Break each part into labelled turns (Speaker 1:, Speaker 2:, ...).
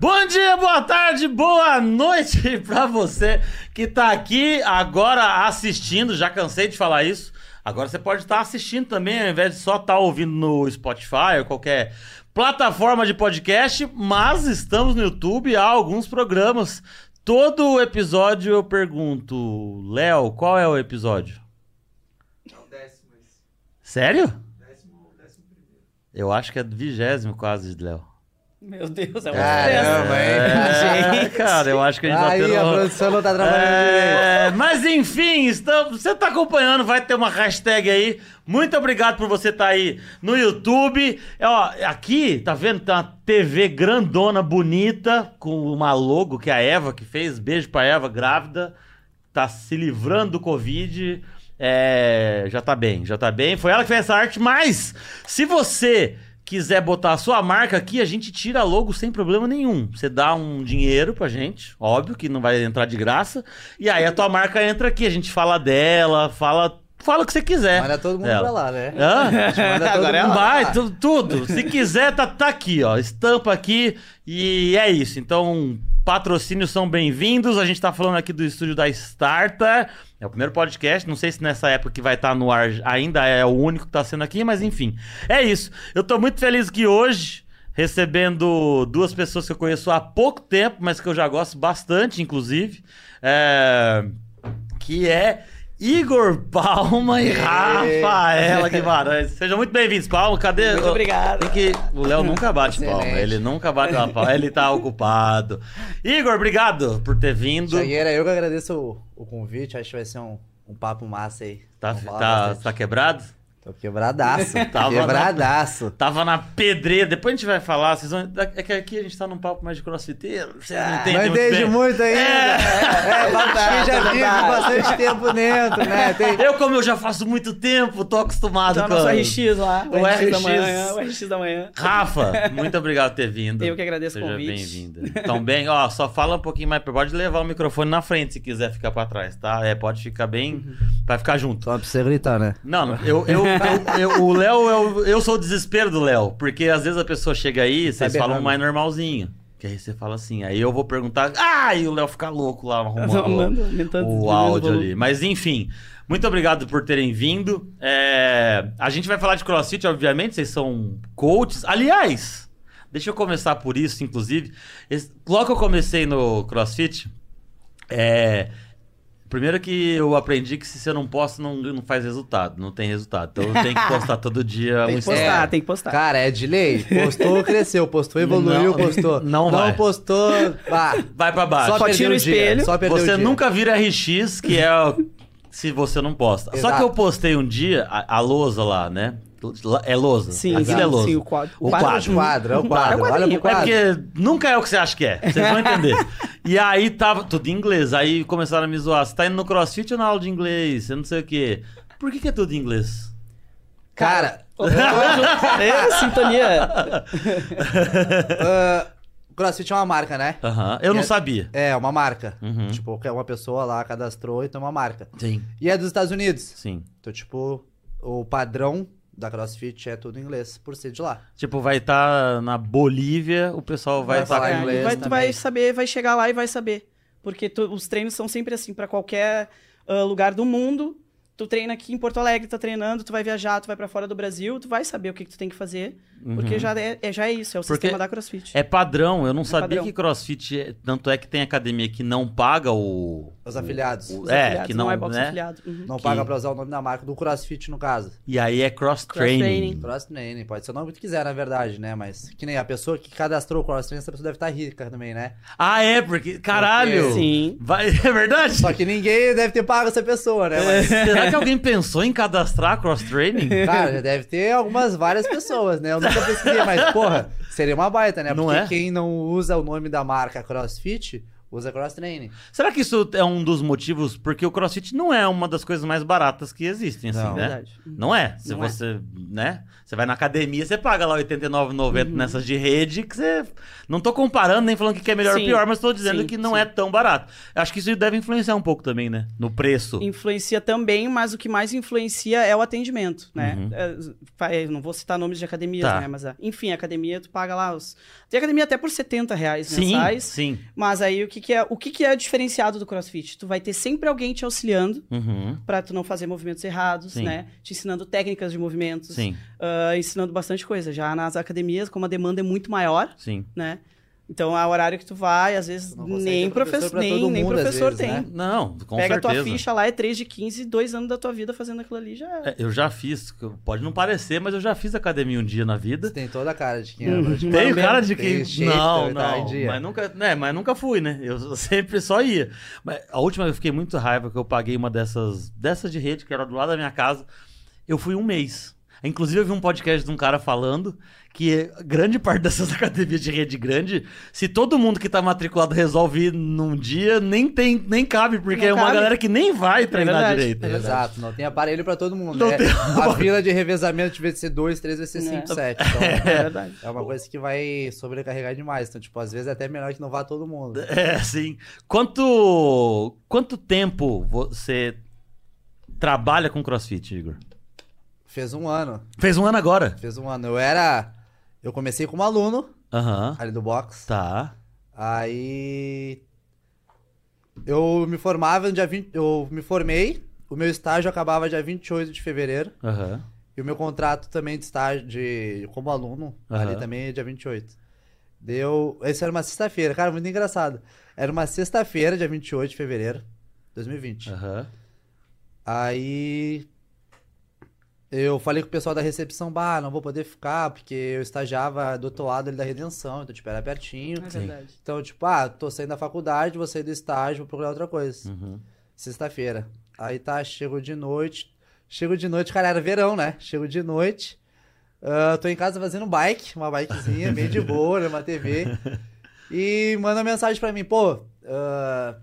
Speaker 1: Bom dia, boa tarde, boa noite pra você que tá aqui agora assistindo. Já cansei de falar isso. Agora você pode estar assistindo também, ao invés de só estar ouvindo no Spotify ou qualquer plataforma de podcast. Mas estamos no YouTube, há alguns programas. Todo episódio eu pergunto, Léo, qual é o episódio?
Speaker 2: É o décimo esse.
Speaker 1: Sério?
Speaker 2: Décimo, décimo primeiro.
Speaker 1: Eu acho que é vigésimo quase, Léo.
Speaker 3: Meu Deus, é um sucesso.
Speaker 4: Caramba, hein?
Speaker 1: É, cara, eu acho que a gente
Speaker 4: Aí
Speaker 1: bateu
Speaker 4: a
Speaker 1: no-
Speaker 4: produção não tá trabalhando direito.
Speaker 1: É, mas enfim, estamos, você está acompanhando, vai ter uma hashtag aí. Muito obrigado por você estar aí no YouTube. É, ó, aqui, tá vendo? Tem uma TV grandona, bonita, com uma logo que é a Eva que fez. Beijo pra Eva, grávida. Tá se livrando do Covid. É, já tá bem, já tá bem. Foi ela que fez essa arte, mas se você quiser botar a sua marca aqui, a gente tira a logo sem problema nenhum. Você dá um dinheiro pra gente, óbvio que não vai entrar de graça. E aí a tua marca entra aqui, a gente fala dela, fala, fala o que você quiser.
Speaker 4: Manda todo mundo
Speaker 1: dela.
Speaker 4: pra lá, né?
Speaker 1: É. Hã?
Speaker 4: Manda todo
Speaker 3: Agora é
Speaker 4: mundo pra
Speaker 1: Vai,
Speaker 4: lá.
Speaker 1: tu- tudo. Se quiser, tá, tá aqui, ó. Estampa aqui e é isso. Então, patrocínios são bem-vindos. A gente tá falando aqui do estúdio da Starta. É o primeiro podcast. Não sei se nessa época que vai estar no ar ainda é o único que tá sendo aqui, mas enfim. É isso. Eu tô muito feliz que hoje. Recebendo duas pessoas que eu conheço há pouco tempo, mas que eu já gosto bastante, inclusive. É, que é Igor Palma e Rafaela Guimarães. Sejam muito bem-vindos, Palma. Cadê?
Speaker 3: Muito obrigado.
Speaker 1: Tem que... O Léo nunca bate
Speaker 4: Excelente.
Speaker 1: palma, ele nunca bate uma palma, ele tá ocupado. Igor, obrigado por ter vindo.
Speaker 4: Jagueira, eu que agradeço o, o convite. Acho que vai ser um, um papo massa aí.
Speaker 1: Tá,
Speaker 4: Vamos falar
Speaker 1: tá,
Speaker 4: bastante.
Speaker 1: tá quebrado?
Speaker 4: Tô quebradaço.
Speaker 1: Tava na-
Speaker 4: quebradaço.
Speaker 1: Tava na pedreira, depois a gente vai falar, vocês vão... é que aqui a gente tá num papo mais de crossfiteiro, vocês
Speaker 3: Ah,
Speaker 1: não entendem
Speaker 4: Não
Speaker 1: muito
Speaker 4: entende
Speaker 1: bem. Tá,
Speaker 4: muito ainda. É, é papo que já vive bastante tempo dentro, né? Tem,
Speaker 1: Eu, como eu já faço muito tempo, tô acostumado
Speaker 3: Tá
Speaker 1: com...
Speaker 3: no nosso RX lá. O,
Speaker 1: O
Speaker 3: RX, da
Speaker 1: RX.
Speaker 3: manhã. O RX da manhã.
Speaker 1: Rafa, muito obrigado por ter vindo.
Speaker 3: Eu que agradeço o
Speaker 1: Seja
Speaker 3: convite.
Speaker 1: bem-vinda. Então, bem, ó, só fala um pouquinho mais. pra- Pode levar o microfone na frente se quiser ficar pra trás, tá? É, pode ficar bem.
Speaker 3: Uhum.
Speaker 1: Vai ficar junto.
Speaker 4: Só pra você gritar, né?
Speaker 1: Não, não, eu, eu, eu, eu- o Léo, eu, eu sou o desespero do Léo, porque às vezes a pessoa chega aí,
Speaker 3: Tá
Speaker 1: vocês
Speaker 4: berrando.
Speaker 1: falam mais normalzinho. Que aí você fala assim, aí eu vou perguntar, ah, e o Léo fica louco lá arrumando
Speaker 3: Arrumando, aumentando,
Speaker 1: o
Speaker 3: diminuindo
Speaker 1: áudio
Speaker 3: volume.
Speaker 1: ali. Mas enfim, muito obrigado por terem vindo. É, a gente vai falar de CrossFit, obviamente, vocês são coaches. Aliás, deixa eu começar por isso, inclusive. Esse- logo que eu comecei no CrossFit, é, Primeiro que eu aprendi que se você não posta, não, não faz resultado, não tem resultado. Então tem que postar todo dia
Speaker 3: Tem
Speaker 1: um
Speaker 3: que postar,
Speaker 1: story.
Speaker 3: tem que postar.
Speaker 4: Cara, Então, é de lei. Postou, cresceu. Postou, evoluiu,
Speaker 1: Não-
Speaker 4: postou.
Speaker 1: não vai.
Speaker 4: postou, vá.
Speaker 1: Vai pra baixo.
Speaker 4: Só
Speaker 3: Fotinho
Speaker 4: perdeu
Speaker 3: no
Speaker 4: o
Speaker 3: espelho.
Speaker 4: dia. Só perdeu o
Speaker 1: Você
Speaker 4: dia.
Speaker 1: nunca vira RX, que é o- se você não posta. Só
Speaker 4: Exato.
Speaker 1: que eu postei um dia a, a lousa lá, né? É lousa.
Speaker 3: Sim,
Speaker 1: Aquilo
Speaker 3: sim,
Speaker 1: é lousa.
Speaker 3: sim, o quadro.
Speaker 1: O
Speaker 4: Quadro,
Speaker 1: quadro.
Speaker 4: quadro, é o quadro.
Speaker 3: quadro.
Speaker 4: Olha pro
Speaker 3: É
Speaker 1: É
Speaker 4: quadro.
Speaker 1: porque nunca é o que você acha que é. Vocês vão entender. e aí tava tudo em inglês. Aí começaram a me zoar. Você tá indo no crossfit ou na aula de inglês? Eu não sei o quê. Por que, que é tudo em inglês?
Speaker 4: Cara,
Speaker 3: é, sintonia.
Speaker 4: ah, o CrossFit é uma marca, né?
Speaker 1: Aham. Eu não
Speaker 4: É-
Speaker 1: sabia.
Speaker 4: É, uma marca.
Speaker 1: Uhum.
Speaker 4: Tipo, que uma pessoa lá cadastrou e tem uma marca.
Speaker 1: Sim.
Speaker 4: E é dos Estados Unidos.
Speaker 1: Sim.
Speaker 4: Então, tipo, o padrão da CrossFit é tudo em inglês, por ser de lá.
Speaker 1: Tipo, vai estar na Bolívia, o pessoal vai
Speaker 4: Vai
Speaker 1: estar
Speaker 4: falar
Speaker 1: com
Speaker 4: inglês né?
Speaker 3: vai, tu
Speaker 4: também.
Speaker 3: vai saber, vai chegar lá e vai saber. Porque tu- os treinos são sempre assim, pra qualquer ah, lugar do mundo. Tu treina aqui em Porto Alegre, tá treinando, tu vai viajar, tu vai pra fora do Brasil, tu vai saber o que, que tu tem que fazer.
Speaker 1: Uhum.
Speaker 4: Uhum.
Speaker 3: Porque já é, é- já é isso, é o
Speaker 1: Porque
Speaker 3: sistema da CrossFit.
Speaker 1: É padrão, eu não sabia
Speaker 3: padrão.
Speaker 1: que crossfit. é- Tanto é que tem academia que não paga o.
Speaker 4: Os afiliados.
Speaker 1: o-
Speaker 3: Os
Speaker 1: é,
Speaker 3: afiliados,
Speaker 1: que não,
Speaker 3: é box
Speaker 1: né?
Speaker 3: afiliado. Uhum.
Speaker 4: Não
Speaker 1: Que-
Speaker 4: paga pra usar o nome da marca, do CrossFit, no caso.
Speaker 1: E aí é cross training.
Speaker 3: Cross-training.
Speaker 4: Cross Training, pode ser o nome que quiser, na verdade, né? Mas que nem a pessoa que cadastrou o Cross Training, essa pessoa deve estar rica também, né?
Speaker 1: Ah, é, porque. Caralho!
Speaker 3: Sim.
Speaker 1: Vai- é verdade?
Speaker 4: Só que ninguém deve ter pago essa pessoa, né? Mas,
Speaker 1: Será que alguém pensou em cadastrar cross training?
Speaker 4: cara, já deve ter algumas, várias pessoas, né? Eu nunca pesquisei, mas, porra, seria uma baita, né?
Speaker 1: Não
Speaker 4: Porque
Speaker 1: é?
Speaker 4: quem não usa o nome da marca CrossFit Usa cross training.
Speaker 1: Será que isso é um dos motivos? Porque o crossfit não é uma das coisas mais baratas que existem, assim,
Speaker 4: Não.
Speaker 1: né?
Speaker 3: Verdade.
Speaker 1: Não é. Se
Speaker 3: Não é.
Speaker 1: você, né? Você vai na academia, você paga lá R$ 89,90
Speaker 3: Uhum.
Speaker 1: nessas de rede, que você. Não tô comparando nem falando que é melhor ou
Speaker 3: Sim.
Speaker 1: pior, mas tô dizendo
Speaker 3: Sim,
Speaker 1: que não
Speaker 3: sim.
Speaker 1: é tão barato. Acho que isso deve influenciar um pouco também, né? No preço.
Speaker 3: Influencia também, mas o que mais influencia é o atendimento, né? É, eu não vou citar nomes de academias,
Speaker 1: Uhum. Tá.
Speaker 3: né? Mas, ah, enfim, a academia tu paga lá os... Tem academia até por R$ 70 reais
Speaker 1: Sim,
Speaker 3: mensais.
Speaker 1: sim.
Speaker 3: Mas aí o que, que é o que, que é diferenciado do CrossFit? Tu vai ter sempre alguém te auxiliando
Speaker 1: Uhum,
Speaker 3: pra tu não fazer movimentos errados,
Speaker 1: Sim.
Speaker 3: né? Te ensinando técnicas de movimentos,
Speaker 1: Sim,
Speaker 3: ah, ensinando bastante coisa. Já nas academias, como a demanda é muito maior,
Speaker 1: sim.
Speaker 3: né? Então, é o horário que tu vai, às vezes
Speaker 4: Tu não consegue
Speaker 3: nem
Speaker 4: ter professor
Speaker 3: professor,
Speaker 4: pra
Speaker 3: nem,
Speaker 4: todo
Speaker 3: nem
Speaker 4: mundo, às
Speaker 3: professor
Speaker 4: vezes,
Speaker 3: tem.
Speaker 4: né?
Speaker 1: Não, com
Speaker 3: Pega a
Speaker 1: certeza.
Speaker 3: tua ficha lá, é 3 de 15, dois anos da tua vida fazendo aquilo ali, já é.
Speaker 1: É, Eu já fiz, pode não parecer, mas eu já fiz academia um dia na vida.
Speaker 4: Você tem toda a cara de quem era praticante.
Speaker 1: Uhum. Tem cara de
Speaker 4: Tem
Speaker 1: que.
Speaker 4: shape,
Speaker 1: não,
Speaker 3: é
Speaker 4: tá- tá em
Speaker 1: não.
Speaker 4: dia.
Speaker 1: Mas nunca, né, mas nunca fui, né? Eu sempre só ia. Mas a última vez eu fiquei muito raiva que eu paguei uma dessas, dessas de rede, que era do lado da minha casa. Eu fui um mês. Inclusive, eu vi um podcast de um cara falando que grande parte dessas academias de rede grande, se todo mundo que tá matriculado resolve ir num dia, nem tem, nem cabe, porque
Speaker 3: Não
Speaker 1: é uma
Speaker 3: cabe.
Speaker 1: galera que nem vai treinar
Speaker 3: É verdade.
Speaker 1: direito. né?
Speaker 4: Exato, não tem aparelho pra todo mundo.
Speaker 1: Não
Speaker 4: né?
Speaker 1: tem
Speaker 4: A fila de revezamento de VC2, 3,
Speaker 3: Né?
Speaker 4: VC5, 7. Então,
Speaker 3: é verdade.
Speaker 4: é uma coisa que vai sobrecarregar demais. Então, tipo, às vezes é até melhor que não vá todo mundo.
Speaker 1: É, sim. Quanto, quanto tempo você trabalha com crossfit, Igor?
Speaker 4: Fez um ano.
Speaker 1: Fez um ano agora.
Speaker 4: Fez um ano. Eu era. Eu comecei como aluno
Speaker 1: Aham.
Speaker 4: ali do box.
Speaker 1: Tá.
Speaker 4: Aí. Eu me formava no dia 20. Eu me formei. O meu estágio acabava dia 28 de fevereiro.
Speaker 1: Aham.
Speaker 4: E o meu contrato também de estágio de, como aluno, ali
Speaker 1: Aham.
Speaker 4: também é dia 28. Deu. Esse era uma sexta-feira, cara, muito engraçado. Era uma sexta-feira, dia 28 de fevereiro de 2020.
Speaker 1: Aham.
Speaker 4: Aí. Eu falei com o pessoal da recepção, bah, não vou poder ficar, porque eu estagiava do outro lado ali da Redenção, então, tipo, era pertinho.
Speaker 3: É
Speaker 1: Sim.
Speaker 3: verdade.
Speaker 4: Então, tipo, ah, tô saindo da faculdade, vou sair do estágio, vou procurar outra coisa.
Speaker 1: Uhum.
Speaker 4: Sexta-feira. Aí tá, chego de noite. Chego de noite, cara, era verão, né? Chego de noite. ah, tô em casa fazendo bike, uma bikezinha, bem de boa, né, uma TV. E manda mensagem pra mim, pô, ah,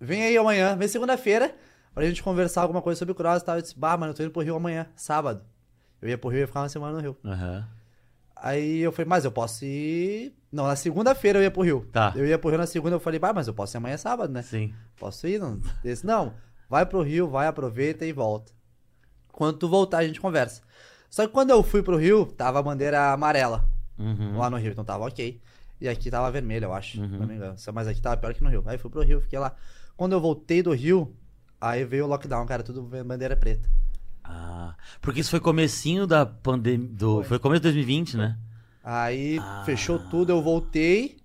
Speaker 4: vem aí amanhã, vem segunda-feira, pra gente conversar alguma coisa sobre cross e tal. Eu disse, bah, mano, eu tô indo pro Rio amanhã, sábado. Eu ia pro Rio e ia ficar uma semana no Rio.
Speaker 1: Aham.
Speaker 4: Aí eu falei, mas eu posso ir. Não, na segunda-feira eu ia pro Rio.
Speaker 1: Tá.
Speaker 4: Eu ia pro Rio na segunda, eu falei, bah, mas eu posso ir amanhã sábado, né?
Speaker 1: Sim.
Speaker 4: Posso ir? Não. Ele disse, não, vai pro Rio, vai, aproveita e volta. Quando tu voltar, a gente conversa. Só que quando eu fui pro Rio, tava a bandeira amarela
Speaker 1: Uhum.
Speaker 4: lá no Rio, então tava ok. E aqui tava vermelha, eu acho,
Speaker 1: Uhum.
Speaker 4: se não me engano. Mas aqui tava pior que no Rio. Aí fui pro Rio, fiquei lá. Quando eu voltei do Rio, aí veio o lockdown, cara, tudo bandeira preta.
Speaker 1: Ah. Porque isso foi comecinho da pandemia. Do...
Speaker 4: Foi.
Speaker 1: Foi começo de 2020, né?
Speaker 4: Aí
Speaker 1: Ah.
Speaker 4: fechou tudo, eu voltei.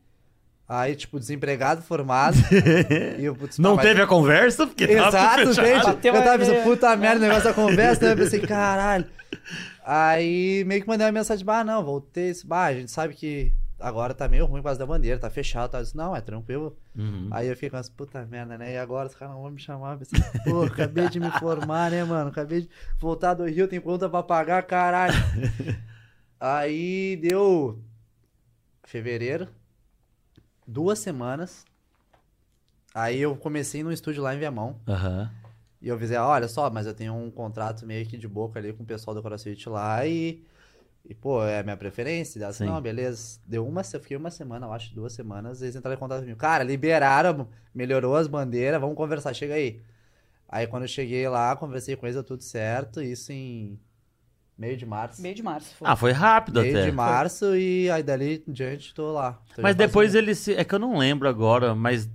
Speaker 4: Aí, tipo, desempregado, formado. e eu, putz,
Speaker 1: Não
Speaker 4: pá, mas-
Speaker 1: teve a conversa, porque tava
Speaker 4: Exato,
Speaker 1: Tá tudo fechado.
Speaker 4: gente.
Speaker 3: Bateu
Speaker 4: eu
Speaker 3: a
Speaker 4: tava pensando,
Speaker 3: ideia.
Speaker 4: puta merda, o negócio da conversa, né? Eu pensei, caralho. Aí meio que mandei uma mensagem, bah, não, voltei. Disse, Bah, a gente sabe que agora tá meio ruim por causa da bandeira, tá fechado. Tá? Eu disse, não, é tranquilo.
Speaker 1: Uhum.
Speaker 4: Aí eu fiquei com as puta merda, né? E agora os caras não vão me chamar. Eu Pensei, pô, acabei de me formar, né, mano? Acabei de voltar do Rio, tem conta pra pagar, caralho. Aí deu fevereiro, duas semanas. Aí eu comecei num estúdio lá em Viamão.
Speaker 1: Aham.
Speaker 4: E eu avisei, olha só, mas eu tenho um contrato meio que de boca ali com o pessoal do CrossFit lá e, e pô, é a minha preferência. E Ela disse,
Speaker 1: Sim.
Speaker 4: não, beleza. Deu uma, se- eu fiquei uma semana, eu acho, duas semanas, eles entraram em contato comigo. Cara, liberaram, melhorou as bandeiras, vamos conversar, chega aí. Aí quando eu cheguei lá, conversei com eles, deu tudo certo, isso em meio de março.
Speaker 3: Meio de março. foi.
Speaker 1: Ah, foi rápido
Speaker 4: Meio
Speaker 1: até.
Speaker 4: de março e aí dali em diante tô lá. Tô
Speaker 1: Mas
Speaker 4: já faz
Speaker 1: depois
Speaker 4: um-
Speaker 1: ele se. É que eu não lembro agora, mas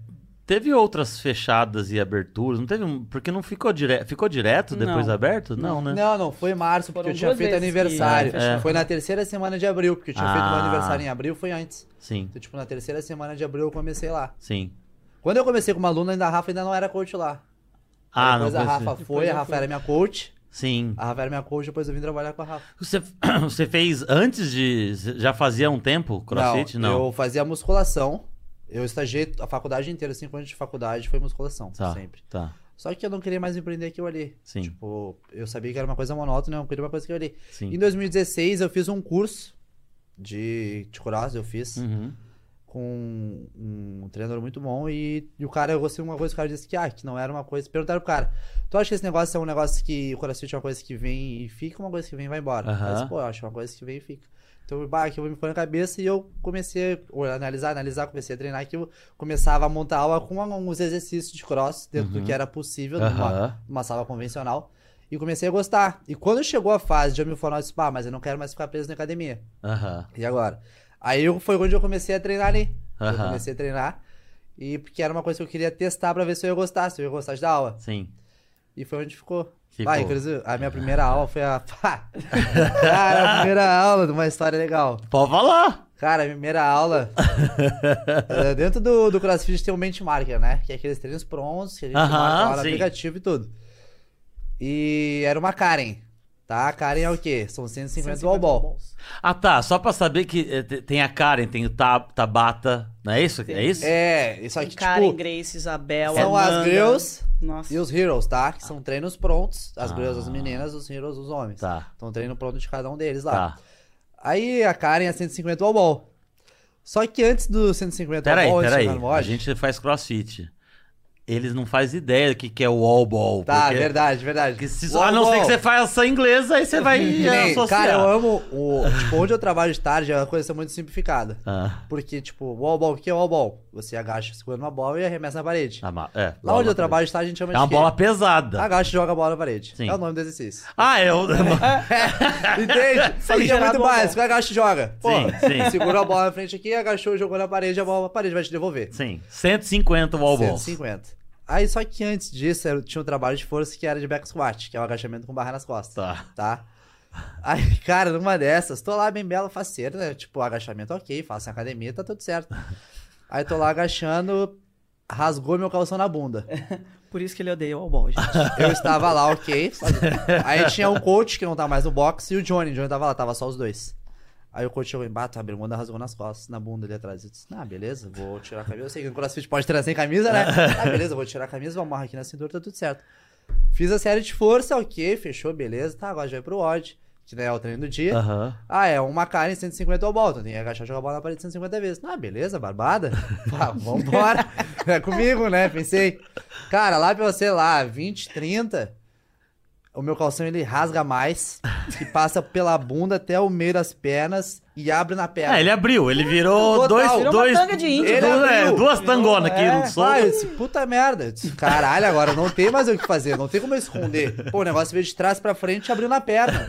Speaker 1: teve outras fechadas e aberturas. Não teve. um- Porque não ficou direto. Ficou direto depois
Speaker 3: Não.
Speaker 1: aberto? Não, né? É,
Speaker 4: Não, não, foi em março, porque
Speaker 3: Foram
Speaker 4: eu tinha
Speaker 3: duas
Speaker 4: feito
Speaker 3: vezes que
Speaker 4: aniversário.
Speaker 3: fecharam.
Speaker 4: Foi na terceira semana de abril, porque eu tinha feito meu
Speaker 1: Ah.
Speaker 4: aniversário em abril, foi antes.
Speaker 1: Sim,
Speaker 4: Então, tipo, na terceira semana de abril eu comecei lá.
Speaker 1: sim.
Speaker 4: Quando eu comecei como aluno, ainda a Rafa ainda não era coach lá.
Speaker 1: Ah, não.
Speaker 4: depois a
Speaker 1: conheci.
Speaker 4: Rafa foi,
Speaker 3: Depois
Speaker 4: a
Speaker 3: eu
Speaker 4: Rafa
Speaker 3: fui.
Speaker 4: era minha coach.
Speaker 1: Sim.
Speaker 4: A Rafa era minha coach, depois eu vim trabalhar com a Rafa.
Speaker 1: Você, você fez antes de. Já fazia um tempo crossfit? Não.
Speaker 4: Eu fazia musculação. Eu estagiei a faculdade inteira, cinco anos de faculdade, foi musculação,
Speaker 1: Tá,
Speaker 4: sempre.
Speaker 1: tá.
Speaker 4: Só que eu não queria mais empreender aquilo ali.
Speaker 1: Sim.
Speaker 4: Tipo, eu sabia que era uma coisa monótona, eu queria uma coisa que eu ali.
Speaker 1: Sim.
Speaker 4: Em 2016, eu fiz um curso de, de cross, eu fiz.
Speaker 1: Uhum.
Speaker 4: com um treinador muito bom e, e o cara, eu gostei de uma coisa, o cara disse que, ah, que não era uma coisa. Perguntaram pro cara, tu acha que esse negócio é um negócio que o CrossFit é uma coisa que vem e fica, ou uma coisa que vem e vai embora?
Speaker 1: Aham.
Speaker 4: Eu disse, pô, eu acho uma coisa que vem e fica. Então, bah, aquilo me foi na cabeça e eu comecei a analisar, analisar, comecei a treinar aquilo, começava a montar aula com alguns exercícios de cross dentro do que era possível numa,
Speaker 1: Uhum. Aham.
Speaker 4: uma sala convencional. E comecei a gostar. E quando chegou a fase de eu me formar, eu disse, pá, mas eu não quero mais ficar preso na academia.
Speaker 1: Aham.
Speaker 4: E agora? Aí eu- foi onde eu comecei a treinar ali. Eu
Speaker 1: Aham.
Speaker 4: comecei a treinar. E porque era uma coisa que eu queria testar pra ver se eu ia gostar, se eu ia gostar de dar aula.
Speaker 1: Sim.
Speaker 4: E foi onde ficou.
Speaker 1: Ficou.
Speaker 4: Vai, inclusive, a minha primeira aula foi a. Pá! Cara, a primeira aula de uma história legal.
Speaker 1: Pode falar.
Speaker 4: Cara, a primeira aula. eh, dentro do, do CrossFit tem um benchmarker, né? Que é aqueles treinos prontos, que a gente
Speaker 1: Aham,
Speaker 4: marca lá no
Speaker 1: sim.
Speaker 4: aplicativo e tudo. E era uma Karen. Tá? A Karen é o quê? São 150, 150 wall
Speaker 3: balls.
Speaker 1: Ah, tá. Só pra saber que eh, te- tem a Karen, tem o Tab- Tabata. Não é isso? É isso?
Speaker 4: É, isso aqui,
Speaker 3: Karen,
Speaker 4: tipo,
Speaker 3: Grace, Isabela,
Speaker 4: são as
Speaker 3: Amanda.
Speaker 4: girls
Speaker 3: Nossa.
Speaker 4: e os heroes, tá? Que são treinos prontos. As
Speaker 1: Ah.
Speaker 4: girls, as meninas, os heroes, os homens.
Speaker 1: Tá.
Speaker 4: Então, treino pronto de cada um deles lá.
Speaker 1: Tá.
Speaker 4: Aí a Karen é 150 wall ball. Só que antes do 150
Speaker 1: Peraí,
Speaker 4: wall ball, é antes de
Speaker 1: peraí.
Speaker 4: chegar no
Speaker 1: A
Speaker 4: WOD-
Speaker 1: gente faz crossfit. Eles não fazem ideia do que, que é o wall ball.
Speaker 4: Tá,
Speaker 1: porque-
Speaker 4: verdade, verdade.
Speaker 1: porque se-
Speaker 4: Wall
Speaker 1: a não ser que
Speaker 4: ball.
Speaker 1: você faça inglês, aí você vai
Speaker 4: Que nem-
Speaker 1: associar.
Speaker 4: Cara, eu amo o. Tipo, onde eu trabalho de tarde é uma coisa muito simplificada.
Speaker 1: Ah,
Speaker 4: Porque, tipo, wall ball, o que é wall ball? Você agacha segurando uma bola e arremessa na parede.
Speaker 1: tá ma- é,
Speaker 4: Lá onde eu trabalho de tarde a gente chama
Speaker 1: É
Speaker 4: de
Speaker 1: uma
Speaker 4: quê?
Speaker 1: bola pesada.
Speaker 4: Agacha e joga a bola na parede.
Speaker 1: Sim.
Speaker 4: É o nome do exercício.
Speaker 1: Ah, é. o-
Speaker 4: Entende? Só que
Speaker 3: jogar
Speaker 4: é
Speaker 3: a
Speaker 4: muito
Speaker 3: bola.
Speaker 4: básico, agacha e joga. Pô,
Speaker 1: Sim, sim.
Speaker 4: segura a bola na frente aqui, agachou, jogou na parede, a bola na parede vai te devolver.
Speaker 1: Sim. 150 wall balls.
Speaker 4: 150. Aí só que antes disso eu tinha um trabalho de força que era de back squat, que é o agachamento com barra nas costas.
Speaker 1: Tá.
Speaker 4: tá? Aí, cara, numa dessas, tô lá bem bela, faceira, né? Tipo, agachamento ok, faço na academia, tá tudo certo. Aí tô lá agachando, rasgou meu calção na bunda.
Speaker 3: Por isso que ele odeia o all ball, gente.
Speaker 4: Eu estava lá, ok. sabe? Aí tinha um coach que não tá mais no box e o Johnny. O Johnny tava lá, tava só os dois. Aí o coach chegou embaixo, a bermuda rasgou nas costas, na bunda ali atrás. Eu disse, ah, beleza, vou tirar a camisa. Eu sei que no crossfit pode tirar sem camisa, né? Ah, beleza, vou tirar a camisa, vou amarrar aqui na cintura, tá tudo certo. Fiz a série de força, ok, fechou, beleza. Tá, agora já vai pro WOD, que né, é o treino do dia.
Speaker 1: Aham.
Speaker 4: Ah, é uma Karen 150 ao ball. Tu tem que agachar e jogar a bola na parede 150 vezes. Ah, beleza, barbada. Pá, vambora. É comigo, né? Pensei. Cara, lá pra, sei lá, 20, 30, o meu calção ele rasga mais, que passa pela bunda até o meio das pernas e abre na perna.
Speaker 1: É, ele abriu, ele virou
Speaker 4: Total.
Speaker 1: dois.
Speaker 4: Virou
Speaker 3: uma
Speaker 1: dois
Speaker 3: tanga de índio.
Speaker 1: duas-
Speaker 4: Ele
Speaker 1: é,
Speaker 4: né? abriu.
Speaker 1: duas tangonas aqui
Speaker 3: É,
Speaker 1: no sol.
Speaker 4: Vai, eu disse, puta merda. Eu disse, Caralho, agora não tem mais o que fazer, não tem como eu esconder. Pô, o negócio veio de trás pra frente e abriu na perna.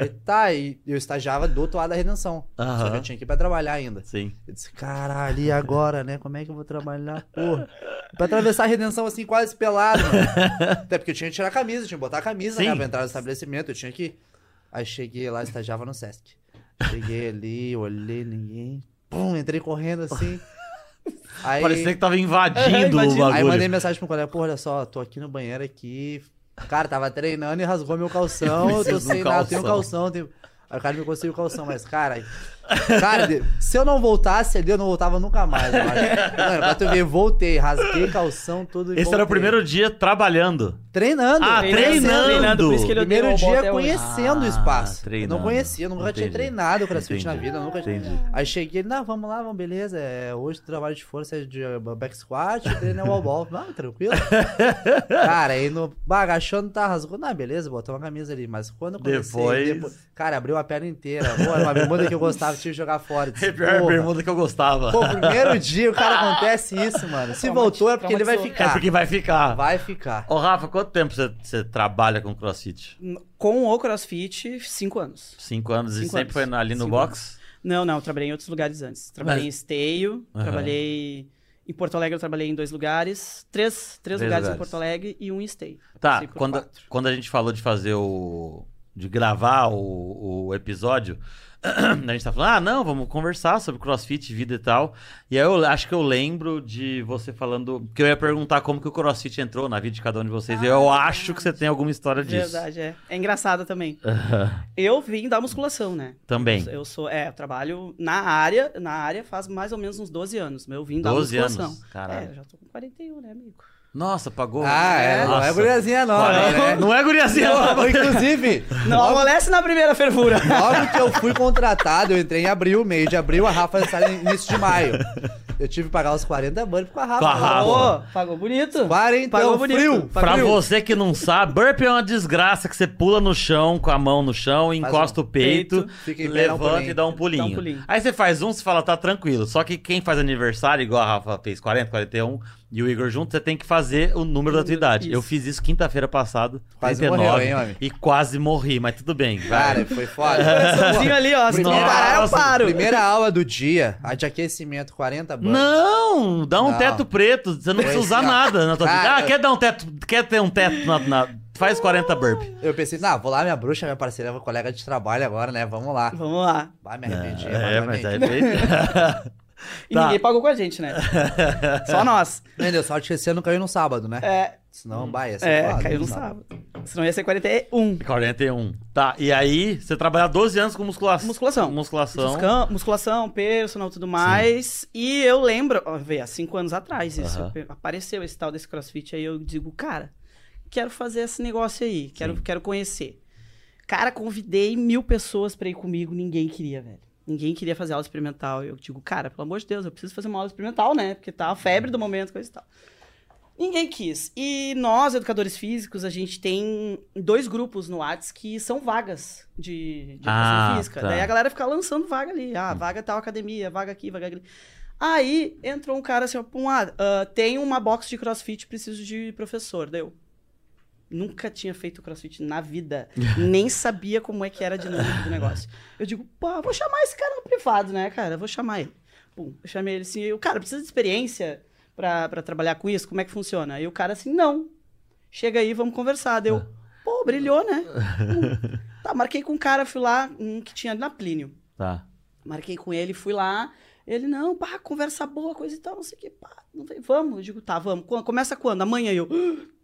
Speaker 4: Aí tá, e eu estagiava do outro lado da redenção. Só que
Speaker 1: Aham.
Speaker 4: eu tinha que ir pra trabalhar ainda.
Speaker 1: Sim.
Speaker 4: Eu disse, caralho, e agora, né? Como é que eu vou trabalhar? Porra. Pra atravessar a redenção assim, quase pelado, mano. Até porque eu tinha que tirar a camisa, tinha que botar a camisa,
Speaker 1: Sim.
Speaker 4: né? Pra entrar no estabelecimento, eu tinha que. Aí cheguei lá, estagiava no Sesc. Cheguei ali, olhei ninguém. Pum, entrei correndo assim. Aí,
Speaker 1: Parecia que tava invadindo o
Speaker 3: Invadindo.
Speaker 1: bagulho.
Speaker 4: aí mandei mensagem pro colega, pô, olha só, tô aqui no banheiro aqui. Cara, tava treinando e rasgou meu calção, eu
Speaker 1: Preciso
Speaker 4: tô
Speaker 1: de um
Speaker 4: sem nada, tenho um calção, tenho. Aí o cara me conseguiu o calção, mas, cara. Cara, de- se eu não voltasse ali, eu não voltava nunca mais. Eu acho. Mano, pra tu ver, voltei, rasguei calção, tudo. e
Speaker 1: Esse era o
Speaker 4: voltei.
Speaker 1: primeiro dia trabalhando.
Speaker 4: Treinando.
Speaker 1: Ah, treinando.
Speaker 3: Por isso que ele odeia
Speaker 4: Primeiro
Speaker 3: o all ball
Speaker 4: dia
Speaker 3: até hoje.
Speaker 4: conhecendo
Speaker 1: Ah,
Speaker 4: o espaço. Eu
Speaker 1: treinando.
Speaker 4: não conhecia, eu nunca tinha
Speaker 1: Entendi.
Speaker 4: treinado o CrossFit na
Speaker 1: Entendi.
Speaker 4: vida, eu nunca tinha.
Speaker 1: Entendi.
Speaker 4: Aí cheguei, não, vamos lá, vamos, beleza. É, hoje o trabalho de força é de eh, back squat, o treino é wall ball. Não, tranquilo. cara, aí no bagachando tá rasgando. Não, beleza, botou uma camisa ali. Mas quando eu comecei,
Speaker 1: Depois-
Speaker 4: Cara, abriu a perna inteira. Pô, era uma bermuda que eu gostava, tive que jogar fora. Disse,
Speaker 1: É a pior
Speaker 4: porra.
Speaker 1: pergunta que eu gostava.
Speaker 4: Pô, primeiro dia o cara acontece isso, mano. Se
Speaker 3: Traumati-
Speaker 4: voltou é porque ele vai
Speaker 3: traumatizou.
Speaker 1: É
Speaker 4: ficar.
Speaker 1: porque vai ficar.
Speaker 4: Vai ficar.
Speaker 1: Ô, Rafa, quanto tempo você, você trabalha com crossfit?
Speaker 3: Com o CrossFit, cinco anos.
Speaker 1: Cinco anos e
Speaker 3: Cinco
Speaker 1: sempre
Speaker 3: anos.
Speaker 1: foi na- ali no
Speaker 3: Cinco
Speaker 1: box?
Speaker 3: Não, não, eu trabalhei em outros lugares antes. Trabalhei em Esteio,
Speaker 1: Aham.
Speaker 3: trabalhei em Porto Alegre, eu trabalhei em dois lugares. Três, três
Speaker 1: Três
Speaker 3: lugares,
Speaker 1: lugares.
Speaker 3: em Porto Alegre e um em Esteio.
Speaker 1: Tá,
Speaker 3: Passei por
Speaker 1: quando,
Speaker 3: quatro.
Speaker 1: quando a gente falou de fazer o. de gravar o, o episódio, a gente tá falando, ah, não, vamos conversar sobre crossfit, vida e tal. E aí eu acho que eu lembro de você falando. que eu ia perguntar como que o crossfit entrou na vida de cada um de vocês. e eu acho que você tem alguma história disso.
Speaker 3: Ah, Verdade, é. É engraçada também.
Speaker 1: Aham,
Speaker 3: Eu vim da musculação, né?
Speaker 1: Também.
Speaker 3: Eu sou, é, eu trabalho na área, na área faz mais ou menos uns 12 anos. mas Eu vim da
Speaker 1: 12
Speaker 3: musculação.
Speaker 1: anos. Caralho.
Speaker 3: É, eu já tô com 41, né, amigo?
Speaker 1: Nossa, pagou.
Speaker 4: Ah, é. Não é
Speaker 1: Nossa.
Speaker 4: guriazinha nova,
Speaker 1: Olha,
Speaker 4: né?
Speaker 1: Não é guriazinha nova.
Speaker 4: Inclusive,
Speaker 3: Não amolece na primeira fervura.
Speaker 4: Logo que eu fui contratado, eu entrei em abril, meio de abril, a Rafa saiu no início de maio. Eu tive que pagar os 40 banhos com a Rafa.
Speaker 1: Com a Rafa.
Speaker 3: Pagou, pagou bonito.
Speaker 4: Quarentão,
Speaker 3: Pagou bonito.
Speaker 4: frio,
Speaker 1: Pra
Speaker 4: frio.
Speaker 1: você que não sabe, burpee é uma desgraça que você pula no chão com a mão no chão, encosta
Speaker 4: um
Speaker 1: o peito,
Speaker 4: Fica em pé, dá um
Speaker 1: levanta
Speaker 4: pulinho.
Speaker 1: e dá um pulinho.
Speaker 3: Dá um pulinho.
Speaker 1: Aí você faz um, você fala, tá tranquilo. Só que quem faz aniversário, igual a Rafa fez 40, 41 e o Igor junto, você tem que fazer o número da tua idade.
Speaker 3: Isso.
Speaker 1: Eu fiz isso quinta-feira passada,
Speaker 4: Quase
Speaker 1: 39,
Speaker 4: morreu, hein, homem?
Speaker 1: e quase morri, mas tudo bem. vai.
Speaker 4: um Cara, foi foda.
Speaker 1: É.
Speaker 3: Coraçãozinho ali, ó. Se tu
Speaker 1: Nossa.
Speaker 3: não parar, eu paro.
Speaker 4: Primeira aula do dia, a de aquecimento, 40 banhos.
Speaker 1: Não, dá um
Speaker 4: Não.
Speaker 1: teto preto, você não precisa usar
Speaker 4: não.
Speaker 1: nada na tua vida.
Speaker 4: Cara.
Speaker 1: Ah, quer dar um teto, quer ter um teto na, na- faz 40 burpee.
Speaker 4: Eu pensei, não, vou lá, minha bruxa, minha parceira, minha colega de trabalho agora, né? Vamos lá.
Speaker 3: Vamos lá.
Speaker 4: Vai, me arrependi.
Speaker 1: É, mas aí
Speaker 4: novamente.
Speaker 3: E
Speaker 1: Tá.
Speaker 3: ninguém pagou com a gente, né? Só nós.
Speaker 4: Entendeu? Sorte que esse ano caiu no sábado, né?
Speaker 3: É,
Speaker 4: Senão, vai, ia ser
Speaker 3: é
Speaker 4: foda,
Speaker 3: caiu no sábado. Senão ia ser 41.
Speaker 1: 41. Tá, e aí você trabalha 12 anos com musculação.
Speaker 3: Musculação.
Speaker 1: Musculação.
Speaker 3: Musculação, musculação, personal, tudo mais. E eu lembro, ó, vê, há cinco anos atrás isso
Speaker 1: Aham.
Speaker 3: pe- apareceu esse tal desse crossfit, aí eu digo, cara, quero fazer esse negócio aí, quero, quero conhecer. Cara, convidei mil pessoas pra ir comigo, ninguém queria, velho. Ninguém queria fazer aula experimental. Eu digo, cara, pelo amor de Deus, eu preciso fazer uma aula experimental, né? Porque tá a febre do momento, coisa e tal. Ninguém quis. E nós, educadores físicos, a gente tem dois grupos no Whats que são vagas de, de educação
Speaker 1: Ah,
Speaker 3: física.
Speaker 1: tá.
Speaker 3: Daí a galera fica lançando vaga ali. Ah, vaga tal academia, vaga aqui, vaga ali. Aí entrou um cara assim, ó, pum, ah, ah, tem uma box de crossfit, preciso de professor. Deu. Nunca tinha feito crossfit na vida. Nem sabia como é que era a dinâmica do negócio. Eu digo, pô, vou chamar esse cara no privado, né, cara? Vou chamar ele. Pum, eu chamei ele assim, eu, cara, precisa de experiência pra, pra trabalhar com isso? Como é que funciona? E o cara assim, não. Chega aí, vamos conversar. Deu, pô, brilhou, né? Pum. Tá, marquei com um cara, fui lá, um que tinha na Plínio.
Speaker 1: Tá.
Speaker 3: Marquei com ele, fui lá. Ele, não, pá, conversa boa, coisa e tal, não sei o que, pá, não tem- vamos. Eu digo, tá, vamos. Quan- Começa quando? Amanhã eu.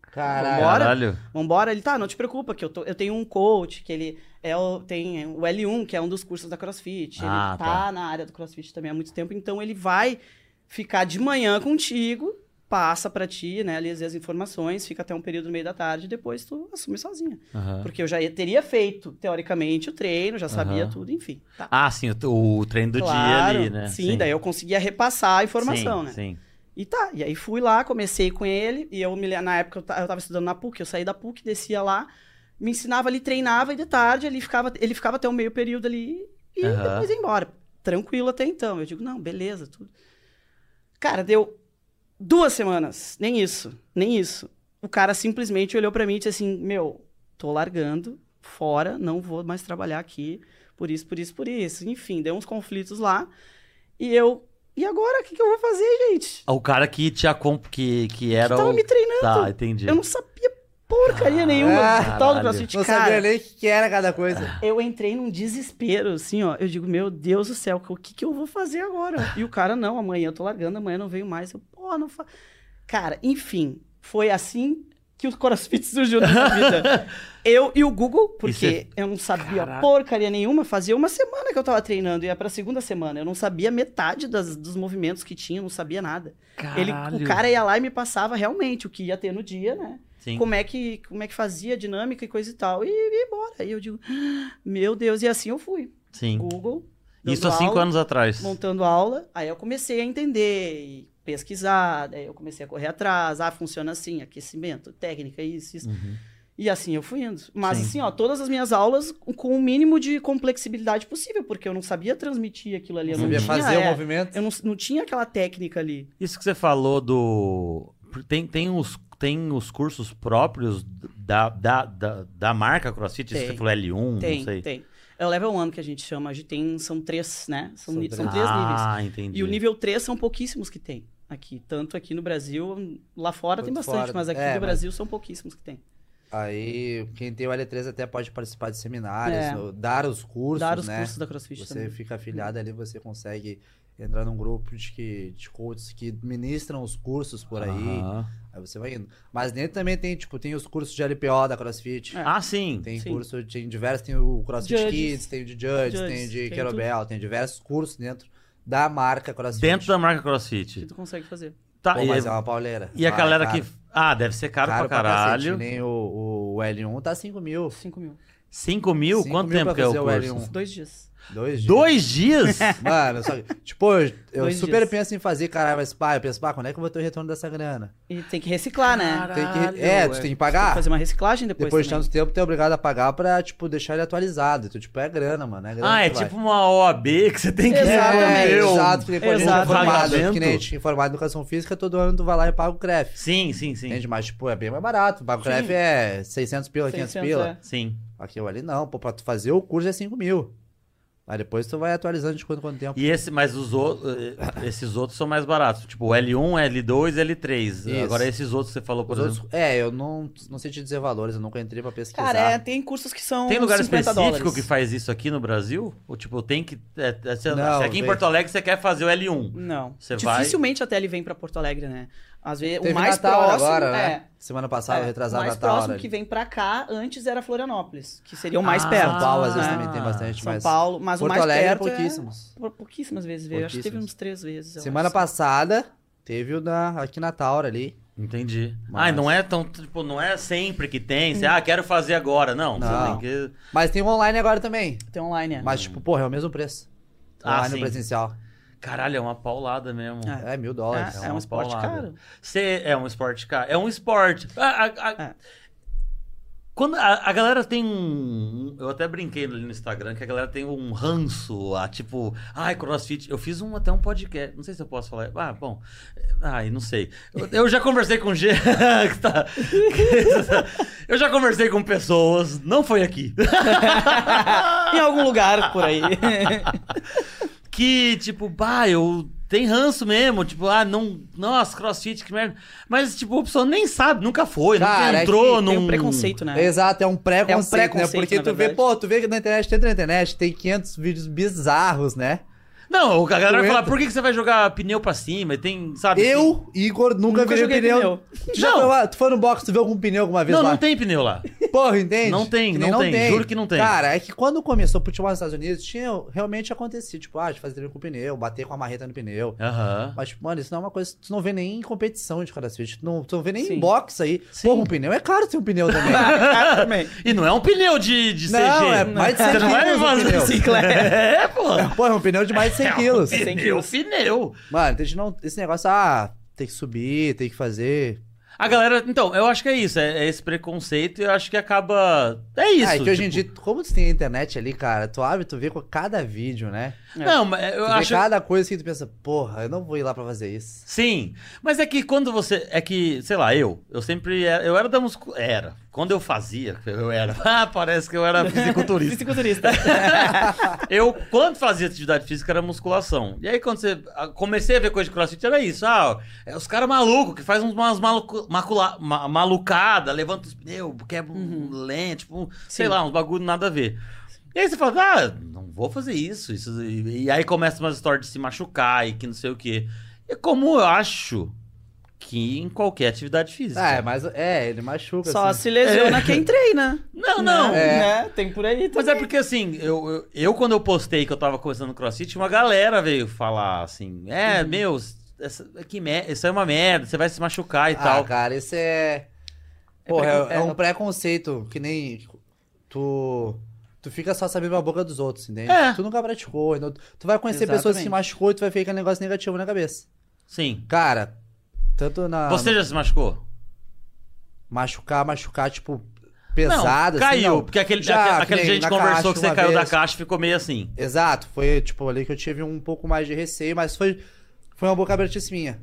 Speaker 4: Caralho.
Speaker 3: Bora.
Speaker 1: Caralho.
Speaker 3: Vambora, ele tá, não te preocupa, que eu, tô- eu tenho um coach, que ele é o, tem o L1, que é um dos cursos da CrossFit.
Speaker 1: Ah,
Speaker 3: ele tá,
Speaker 1: tá.
Speaker 3: na área do CrossFit também há muito tempo, então ele vai ficar de manhã contigo, passa pra ti, né, ali as as informações, fica até um período no meio da tarde, depois tu assume sozinha.
Speaker 1: Aham.
Speaker 3: Porque eu já ia- teria feito, teoricamente, o treino, já sabia
Speaker 1: Aham.
Speaker 3: tudo, enfim. Tá.
Speaker 1: Ah, sim, o, o treino do
Speaker 3: Claro,
Speaker 1: dia ali, né?
Speaker 3: Sim, daí eu conseguia repassar a informação,
Speaker 1: sim,
Speaker 3: né?
Speaker 1: Sim.
Speaker 3: E tá, e aí fui lá, comecei com ele, e eu me le- na época eu, ta- eu tava estudando na PUC, eu saí da PUC, descia lá, me ensinava ali, treinava, e de tarde ele ficava, ele ficava até o meio período ali, e
Speaker 1: Aham.
Speaker 3: depois ia embora. Tranquilo até então. Eu digo, não, beleza, tudo. Cara, deu duas semanas, nem isso, nem isso. O cara simplesmente olhou pra mim e disse assim, meu, tô largando, fora, não vou mais trabalhar aqui, por isso, por isso, por isso. Enfim, deu uns conflitos lá, e eu... E agora, o que, que eu vou fazer, gente?
Speaker 1: Ah, O cara que te acompa, que, que era
Speaker 3: que tava
Speaker 1: o...
Speaker 3: me treinando.
Speaker 1: Tá, entendi.
Speaker 3: Eu não sabia porcaria nenhuma do tal
Speaker 1: Ah, Caralho.
Speaker 3: do CrossFit,
Speaker 4: Não
Speaker 3: cara.
Speaker 4: sabia nem o que que era cada coisa.
Speaker 3: Eu entrei num desespero, assim, ó. Eu digo, meu Deus do céu, o que, que eu vou fazer agora? E o cara, não, amanhã eu tô largando, amanhã eu não venho mais. Eu, pô, não fa... Cara, enfim, foi assim que o CrossFit surgiu na minha vida. Eu e o Google, porque
Speaker 1: Isso
Speaker 3: eu não sabia
Speaker 1: Caraca.
Speaker 3: porcaria nenhuma, fazia uma semana que eu tava treinando, ia pra segunda semana. Eu não sabia metade das- dos movimentos que tinha, eu não sabia nada. Ele,
Speaker 1: Caralho.
Speaker 3: o cara ia lá e me passava realmente o que ia ter no dia, né?
Speaker 1: Sim.
Speaker 3: como é que como é que fazia a dinâmica e coisa e tal e, e bora e eu digo "Ah, meu Deus e assim eu fui
Speaker 1: sim.
Speaker 3: Google dando
Speaker 1: Isso há cinco
Speaker 3: aula,
Speaker 1: anos atrás.
Speaker 3: montando aula aí eu comecei a entender e pesquisar daí eu comecei a correr atrás ah funciona assim aquecimento técnica isso isso
Speaker 1: Uhum.
Speaker 3: e assim eu fui indo mas
Speaker 1: Sim.
Speaker 3: assim ó todas as minhas aulas com o mínimo de complexibilidade possível porque eu não sabia transmitir aquilo ali eu
Speaker 4: Eu
Speaker 3: não,
Speaker 4: sabia
Speaker 3: tinha,
Speaker 4: fazer o
Speaker 3: é,
Speaker 4: movimento.
Speaker 3: eu não, não tinha aquela técnica ali
Speaker 1: Isso que você falou do... Tem, tem, os, tem os cursos próprios da, da, da, da marca CrossFit? Isso que
Speaker 3: Tem.
Speaker 1: você falou L1,
Speaker 3: tem
Speaker 1: não sei.
Speaker 3: tem é o level 1 que a gente chama, a gente tem, são três, né? São,
Speaker 4: São
Speaker 3: ni- são
Speaker 4: três.
Speaker 3: três níveis.
Speaker 1: ah, entendi.
Speaker 3: E o nível 3 são pouquíssimos que tem aqui. Tanto aqui no Brasil, lá fora tem
Speaker 4: Tanto
Speaker 3: bastante,
Speaker 4: fora.
Speaker 3: mas aqui
Speaker 4: É,
Speaker 3: no
Speaker 4: mas-
Speaker 3: Brasil são pouquíssimos que tem.
Speaker 4: Aí, quem tem o L3 até pode participar de seminários,
Speaker 3: É.
Speaker 4: ou dar os cursos,
Speaker 3: Dar os
Speaker 4: né?
Speaker 3: cursos da CrossFit
Speaker 4: Você
Speaker 3: também.
Speaker 4: fica afiliado ali, você consegue entrar num grupo de, que, de coaches que ministram os cursos por aí. né?
Speaker 1: Aham.
Speaker 4: Aí você vai indo. Mas dentro também tem, tipo, tem os cursos de LPO da CrossFit.
Speaker 3: É.
Speaker 1: Ah, sim.
Speaker 4: Tem
Speaker 3: Sim.
Speaker 4: curso, tem diversos, tem o CrossFit
Speaker 3: Judges.
Speaker 4: Kids, tem o de Judges,
Speaker 3: Judges,
Speaker 4: tem o
Speaker 3: tem
Speaker 4: de
Speaker 3: tudo.
Speaker 4: Kettlebell, tem diversos cursos dentro da marca CrossFit.
Speaker 1: Dentro da marca
Speaker 3: Que
Speaker 1: CrossFit.
Speaker 3: tu consegue fazer.
Speaker 1: Tá,
Speaker 4: Pô,
Speaker 1: e,
Speaker 4: mas é uma pauleira.
Speaker 1: e a
Speaker 4: Vai,
Speaker 1: galera
Speaker 4: caro.
Speaker 1: que. Ah, deve ser caro,
Speaker 4: Caro
Speaker 1: pra
Speaker 4: pra cacete,
Speaker 1: caralho.
Speaker 4: nem o, o L1 tá 5 mil.
Speaker 3: 5 mil.
Speaker 1: 5 mil?
Speaker 4: 5
Speaker 1: Quanto
Speaker 4: mil
Speaker 1: tempo
Speaker 4: pra
Speaker 1: que é o
Speaker 4: fazer o
Speaker 1: curso?
Speaker 4: L1.
Speaker 3: Dois dias.
Speaker 4: Dois dias.
Speaker 1: Dois dias?
Speaker 4: Mano, só... que- tipo, eu, eu
Speaker 3: Dois
Speaker 4: super
Speaker 3: dias.
Speaker 4: penso em fazer, caralho, mas pá, eu penso, pá, quando é que eu vou ter o retorno dessa grana?
Speaker 3: E tem que reciclar, né?
Speaker 1: Caralho,
Speaker 4: Ah, Tem que, é,
Speaker 1: ué.
Speaker 4: tu tem que pagar.
Speaker 3: Fazer uma reciclagem depois.
Speaker 4: Depois de
Speaker 3: também.
Speaker 4: tanto tempo, tu é obrigado a pagar pra, tipo, deixar ele atualizado. Então, tipo, é grana, mano. É grana
Speaker 1: ah, é
Speaker 4: que vai.
Speaker 1: tipo uma OAB que você tem que
Speaker 3: Exatamente.
Speaker 4: É,
Speaker 1: responder. um-
Speaker 4: exato, porque quando a gente é
Speaker 3: Exato.
Speaker 4: formado,
Speaker 1: Pagamento.
Speaker 4: que nem a gente é formado em educação física, todo ano tu vai lá e paga o CREF.
Speaker 1: Sim, sim, sim.
Speaker 4: Entende? Mas, tipo, é bem mais barato. Paga o CREF é 600 pila, 500
Speaker 3: 600
Speaker 4: pila.
Speaker 3: é.
Speaker 1: Sim.
Speaker 4: Aquilo ali não, pô, pra tu fazer o curso é 5 mil. Aí depois tu vai atualizando de quanto quanto tempo.
Speaker 1: E esse, mas os outros, esses outros são mais baratos. Tipo, L1, L2, L3.
Speaker 4: Isso.
Speaker 1: Agora esses outros que você falou, por
Speaker 4: Os
Speaker 1: exemplo.
Speaker 4: outros, é, eu não, não sei te dizer valores, eu nunca entrei pra pesquisar.
Speaker 3: Cara, é, tem cursos que são.
Speaker 1: Tem lugar
Speaker 3: 50
Speaker 1: específico
Speaker 3: dólares.
Speaker 1: que faz isso aqui no Brasil? Ou tipo, tem que. É, é, se-
Speaker 4: Não,
Speaker 1: se aqui em
Speaker 4: vem.
Speaker 1: Porto Alegre você quer fazer o L1.
Speaker 3: Não.
Speaker 1: Você vai-
Speaker 3: Dificilmente até ele vem pra Porto Alegre, né? Às vezes,
Speaker 4: Teve
Speaker 3: o mais
Speaker 4: Natal
Speaker 3: próximo.
Speaker 4: agora,
Speaker 3: é,
Speaker 4: né? Semana passada,
Speaker 3: é,
Speaker 4: retrasada,
Speaker 3: o mais
Speaker 4: Natal.
Speaker 3: próximo
Speaker 4: né?
Speaker 3: que vem pra cá antes era Florianópolis, que seria o mais
Speaker 1: Ah,
Speaker 3: perto.
Speaker 4: São Paulo, às
Speaker 1: né?
Speaker 4: vezes, também tem bastante,
Speaker 3: São
Speaker 4: mas...
Speaker 3: Paulo, mas o
Speaker 4: Porto
Speaker 3: mais
Speaker 4: Alegre,
Speaker 3: perto. é-
Speaker 4: pouquíssimos.
Speaker 3: Pou- Pouquíssimas vezes veio. Acho que teve
Speaker 4: Pouquíssimas.
Speaker 3: uns três vezes. eu
Speaker 4: Semana
Speaker 3: acho.
Speaker 4: passada, teve o da, aqui na Taura ali.
Speaker 1: Entendi.
Speaker 4: Mas-
Speaker 1: Ah, não é tão. Tipo, não é sempre que tem.
Speaker 3: Hum.
Speaker 1: Você, ah, quero fazer agora. Não.
Speaker 4: Não.
Speaker 1: Você tem que.
Speaker 4: Mas tem o online agora também.
Speaker 3: Tem online, é.
Speaker 4: Mas, tipo, porra, é o mesmo preço.
Speaker 1: Ah,
Speaker 4: Online
Speaker 1: sim.
Speaker 4: no presencial.
Speaker 1: Caralho, é uma paulada mesmo.
Speaker 3: É.
Speaker 4: É, mil
Speaker 3: É,
Speaker 4: dólares.
Speaker 3: é um
Speaker 1: uma
Speaker 3: esporte
Speaker 1: paulada.
Speaker 3: caro.
Speaker 1: Você é um esporte, cara. É um esporte. A, a- a-
Speaker 3: É.
Speaker 1: Quando a, a galera tem um. Eu até brinquei ali no Instagram que a galera tem um ranço, a, tipo, ai, crossfit. Eu fiz um até um podcast. Não sei se eu posso falar. Ah, bom. Ai, não sei. Eu, eu já conversei com. G... que tá- eu já conversei com pessoas. Não foi aqui.
Speaker 3: Em algum lugar por aí.
Speaker 1: que, tipo, bah, eu tem ranço mesmo, tipo, ah, não, nossa, crossfit, que merda. Mas, tipo, a pessoa nem sabe, nunca foi,
Speaker 4: Cara,
Speaker 1: nunca
Speaker 4: é
Speaker 1: entrou
Speaker 4: que
Speaker 1: num...
Speaker 3: Tem um preconceito, né?
Speaker 4: Exato, é um pré-conceito,
Speaker 3: É um preconceito,
Speaker 4: né? Porque
Speaker 3: na
Speaker 4: tu vê,
Speaker 3: verdade.
Speaker 4: pô, tu vê que na internet, tu entra na internet, tem 500 vídeos bizarros, né?
Speaker 1: Não, a galera vai
Speaker 4: Tu
Speaker 1: falar,
Speaker 4: entra.
Speaker 1: por que, que você vai jogar pneu pra cima? E tem, sabe? assim-
Speaker 4: Eu, um Igor, nunca,
Speaker 3: Ah, Nunca
Speaker 4: virei
Speaker 3: joguei
Speaker 4: pneu.
Speaker 3: pneu.
Speaker 4: Tu, já
Speaker 1: Não.
Speaker 4: foi lá, tu foi no box, tu viu algum pneu alguma vez
Speaker 1: Não,
Speaker 4: lá?
Speaker 1: não tem pneu lá.
Speaker 4: Porra, entende?
Speaker 1: Não tem,
Speaker 4: Que
Speaker 1: não
Speaker 4: nem
Speaker 1: tem, juro que não tem.
Speaker 4: Cara, é que quando começou o futebol nos Estados Unidos, tinha, realmente acontecia, tipo, ah, de fazer drible com o pneu, bater com a marreta no pneu.
Speaker 1: Aham.
Speaker 4: Mas, tipo, mano, isso não é uma coisa que tu não vê nem em competição de crossfit. Tu não, tu não vê nem
Speaker 3: Sim.
Speaker 4: em box aí.
Speaker 1: Sim.
Speaker 4: Porra, um pneu é caro ter um pneu também.
Speaker 1: E não é um pneu de, de
Speaker 4: Não,
Speaker 1: CG.
Speaker 4: é mais de
Speaker 1: Você
Speaker 4: 100
Speaker 1: não vai me
Speaker 4: quilos um
Speaker 1: fazer
Speaker 4: pneu.
Speaker 1: bicicleta. É, pô.
Speaker 4: Porra, um pneu de mais de 100 quilos.
Speaker 1: É um
Speaker 3: 100
Speaker 1: pneu,
Speaker 3: quilos.
Speaker 1: pneu.
Speaker 4: Mano, a gente não, esse negócio, ah, tem que subir, tem que fazer.
Speaker 1: A galera, então, eu acho que é isso, é, é esse preconceito e eu acho que acaba... É isso.
Speaker 4: ah, é que hoje em
Speaker 1: tipo,
Speaker 4: dia, como tu tem a internet ali, cara, tu abre, tu vê com cada vídeo, né?
Speaker 1: Não, mas eu
Speaker 4: Tu vê
Speaker 1: acho...
Speaker 4: cada coisa que tu pensa, porra, eu não vou ir lá pra fazer isso.
Speaker 1: Sim, mas é que quando você. É que, sei lá, eu. Eu sempre era. Eu era da muscu... Era. Quando eu fazia, eu era. Ah, parece que eu era fisiculturista.
Speaker 3: Fisiculturista.
Speaker 1: eu, quando fazia atividade física, era musculação. E aí, quando você. ah, Comecei a ver coisa de crossfit, era isso. Ah, ó, é os caras malucos que fazem umas malucu... macula... ma- malucada, levanta os pneus, quebra um lente, tipo, sei
Speaker 3: Sim.
Speaker 1: lá, uns bagulho nada a ver. E aí você fala, ah, não vou fazer isso. isso e, e aí começa umas histórias de se machucar e que não sei o quê. E como eu acho que em qualquer atividade física.
Speaker 4: Ah, é, mas é, ele machuca.
Speaker 3: Só
Speaker 4: assim.
Speaker 3: se lesiona quem treina.
Speaker 1: Não, não.
Speaker 3: Né? Tem por aí
Speaker 1: Mas é porque assim, eu, eu, eu, quando eu postei que eu tava começando no CrossFit, uma galera veio falar assim, é,
Speaker 4: Uhum.
Speaker 1: meu, essa, que mer isso é uma merda, você vai se machucar e
Speaker 4: Ah,
Speaker 1: tal.
Speaker 4: cara, isso é. Porra,
Speaker 3: precon-
Speaker 4: é, é um preconceito que nem. Tu. Tu fica só sabendo a boca dos outros, entende?
Speaker 1: É.
Speaker 4: Tu nunca praticou. então Tu vai conhecer pessoas que se
Speaker 3: Exatamente.
Speaker 4: machucou e tu vai ficar com um negócio negativo na cabeça.
Speaker 1: Sim.
Speaker 4: Cara, tanto na.
Speaker 1: Você já se machucou?
Speaker 4: Machucar, machucar, tipo, pesado,
Speaker 1: não, caiu.
Speaker 4: assim. não.
Speaker 1: porque aquele, aquele,
Speaker 4: Já, que
Speaker 1: aquele
Speaker 4: nem
Speaker 1: dia a gente
Speaker 4: na
Speaker 1: conversou
Speaker 4: caixa
Speaker 1: que você
Speaker 4: uma
Speaker 1: caiu da
Speaker 4: vez.
Speaker 1: caixa e ficou meio assim.
Speaker 4: Exato, foi, tipo, ali que eu tive um pouco mais de receio, mas foi. Foi uma boca abertice minha.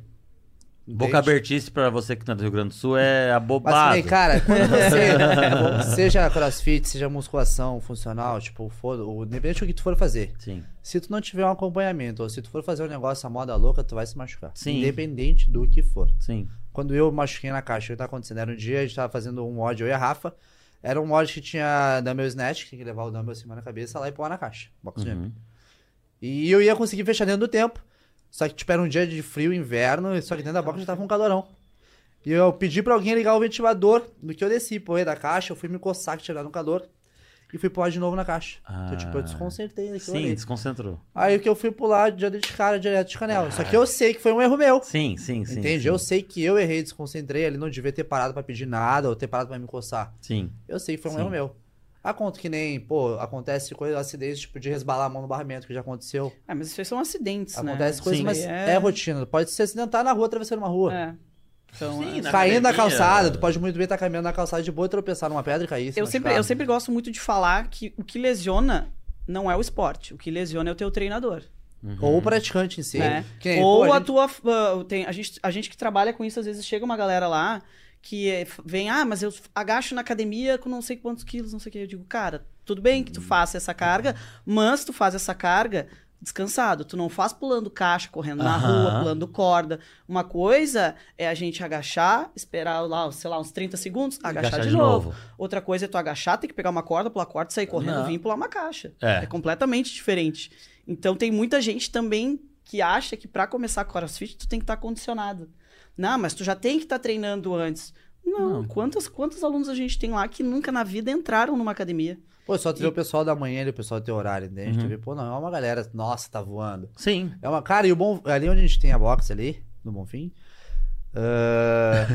Speaker 1: Boca
Speaker 4: Entende?
Speaker 1: abertice pra você que tá do Rio Grande do Sul é
Speaker 4: Mas
Speaker 1: abobado.
Speaker 4: assim, cara, quando você. é seja crossfit, seja musculação funcional, tipo, foda, o- independente do que tu for fazer.
Speaker 1: Sim.
Speaker 4: Se tu não tiver um acompanhamento, ou se tu for fazer um negócio à moda louca, tu vai se machucar.
Speaker 1: Sim.
Speaker 4: Independente do que for.
Speaker 1: Sim.
Speaker 4: Quando eu machuquei na caixa, o que tá acontecendo? Era um dia, a gente tava fazendo um mod, eu e a Rafa. Era um mod que tinha dumbbell snatch, que tinha que levar o dumbbell acima na cabeça lá e pôr na caixa. Box jump.
Speaker 1: Uhum.
Speaker 4: E eu ia conseguir fechar dentro do tempo. Só que, tipo, era um dia de frio, inverno, só que dentro da box já tava um calorão. E eu pedi pra alguém ligar o ventilador. No que eu desci, pô, da caixa, eu fui me coçar, que tirar no um calor. e fui pular de novo na caixa. Então, tipo,
Speaker 1: Ah.
Speaker 4: eu desconcertei daquilo
Speaker 1: Sim,
Speaker 4: ali.
Speaker 1: desconcentrou.
Speaker 4: Aí o que eu fui pular, já dei de cara direto de canela. Só que eu sei que foi um erro meu.
Speaker 1: Sim, sim, sim.
Speaker 4: entende?
Speaker 1: sim.
Speaker 4: Eu sei que eu errei, desconcentrei ali, não devia ter parado pra pedir nada ou ter parado pra me coçar.
Speaker 1: Sim.
Speaker 4: Eu sei que foi um
Speaker 1: Sim.
Speaker 4: erro meu. A conta que nem, pô, acontece coisa, acidente, tipo, de resbalar a mão no barramento, que já aconteceu.
Speaker 3: Ah, mas isso aí são acidentes, né?
Speaker 4: Acontece coisas,
Speaker 1: Sim.
Speaker 4: mas
Speaker 3: Isso aí
Speaker 4: é... rotina. Pode se acidentar na rua, atravessando uma rua.
Speaker 3: É. Então,
Speaker 1: Sim,
Speaker 3: é.
Speaker 1: na
Speaker 4: Caindo na
Speaker 1: academia.
Speaker 4: calçada, tu pode muito bem estar caminhando na calçada de boa e tropeçar numa pedra e cair. se
Speaker 3: eu, sempre, eu
Speaker 4: machucar.
Speaker 3: sempre gosto muito de falar que o que lesiona não é o esporte. O que lesiona é o teu treinador.
Speaker 1: Uhum.
Speaker 4: Ou o praticante em si.
Speaker 3: Né?
Speaker 4: Que nem,
Speaker 3: Ou
Speaker 4: É, pô,
Speaker 3: a
Speaker 4: gente-
Speaker 3: tua. ah, tem, a, gente, a gente que trabalha com isso, às vezes chega uma galera lá que eh, f- vem, ah, mas eu agacho na academia com não sei quantos quilos, não sei o que. Eu digo, cara, tudo bem que tu faça essa carga, mas tu faz essa carga descansado. Tu não faz pulando caixa, correndo na
Speaker 1: Aham.
Speaker 3: rua, pulando corda. Uma coisa é a gente agachar, esperar lá, sei lá, uns 30 segundos, agachar, de, novo. Outra coisa é tu agachar, tem que pegar uma corda, pular a corda, sair correndo,
Speaker 1: Não.
Speaker 3: vir e pular uma caixa.
Speaker 1: É.
Speaker 3: É completamente diferente. Então tem muita gente também que acha que pra começar CrossFit tu tem que estar condicionado. Não, mas tu já tem que estar treinando antes. Não,
Speaker 1: Não.
Speaker 3: Quantos, quantos alunos a gente tem lá que nunca na vida entraram numa academia?
Speaker 4: Pô, só tu vê o pessoal da manhã e o pessoal do teu horário, entende?
Speaker 1: Uhum.
Speaker 4: Tu vê, pô, não, é uma galera, nossa, tá voando.
Speaker 1: Sim.
Speaker 4: É uma, cara, e o bom, ali onde a gente tem a box ali, no Bonfim, ah,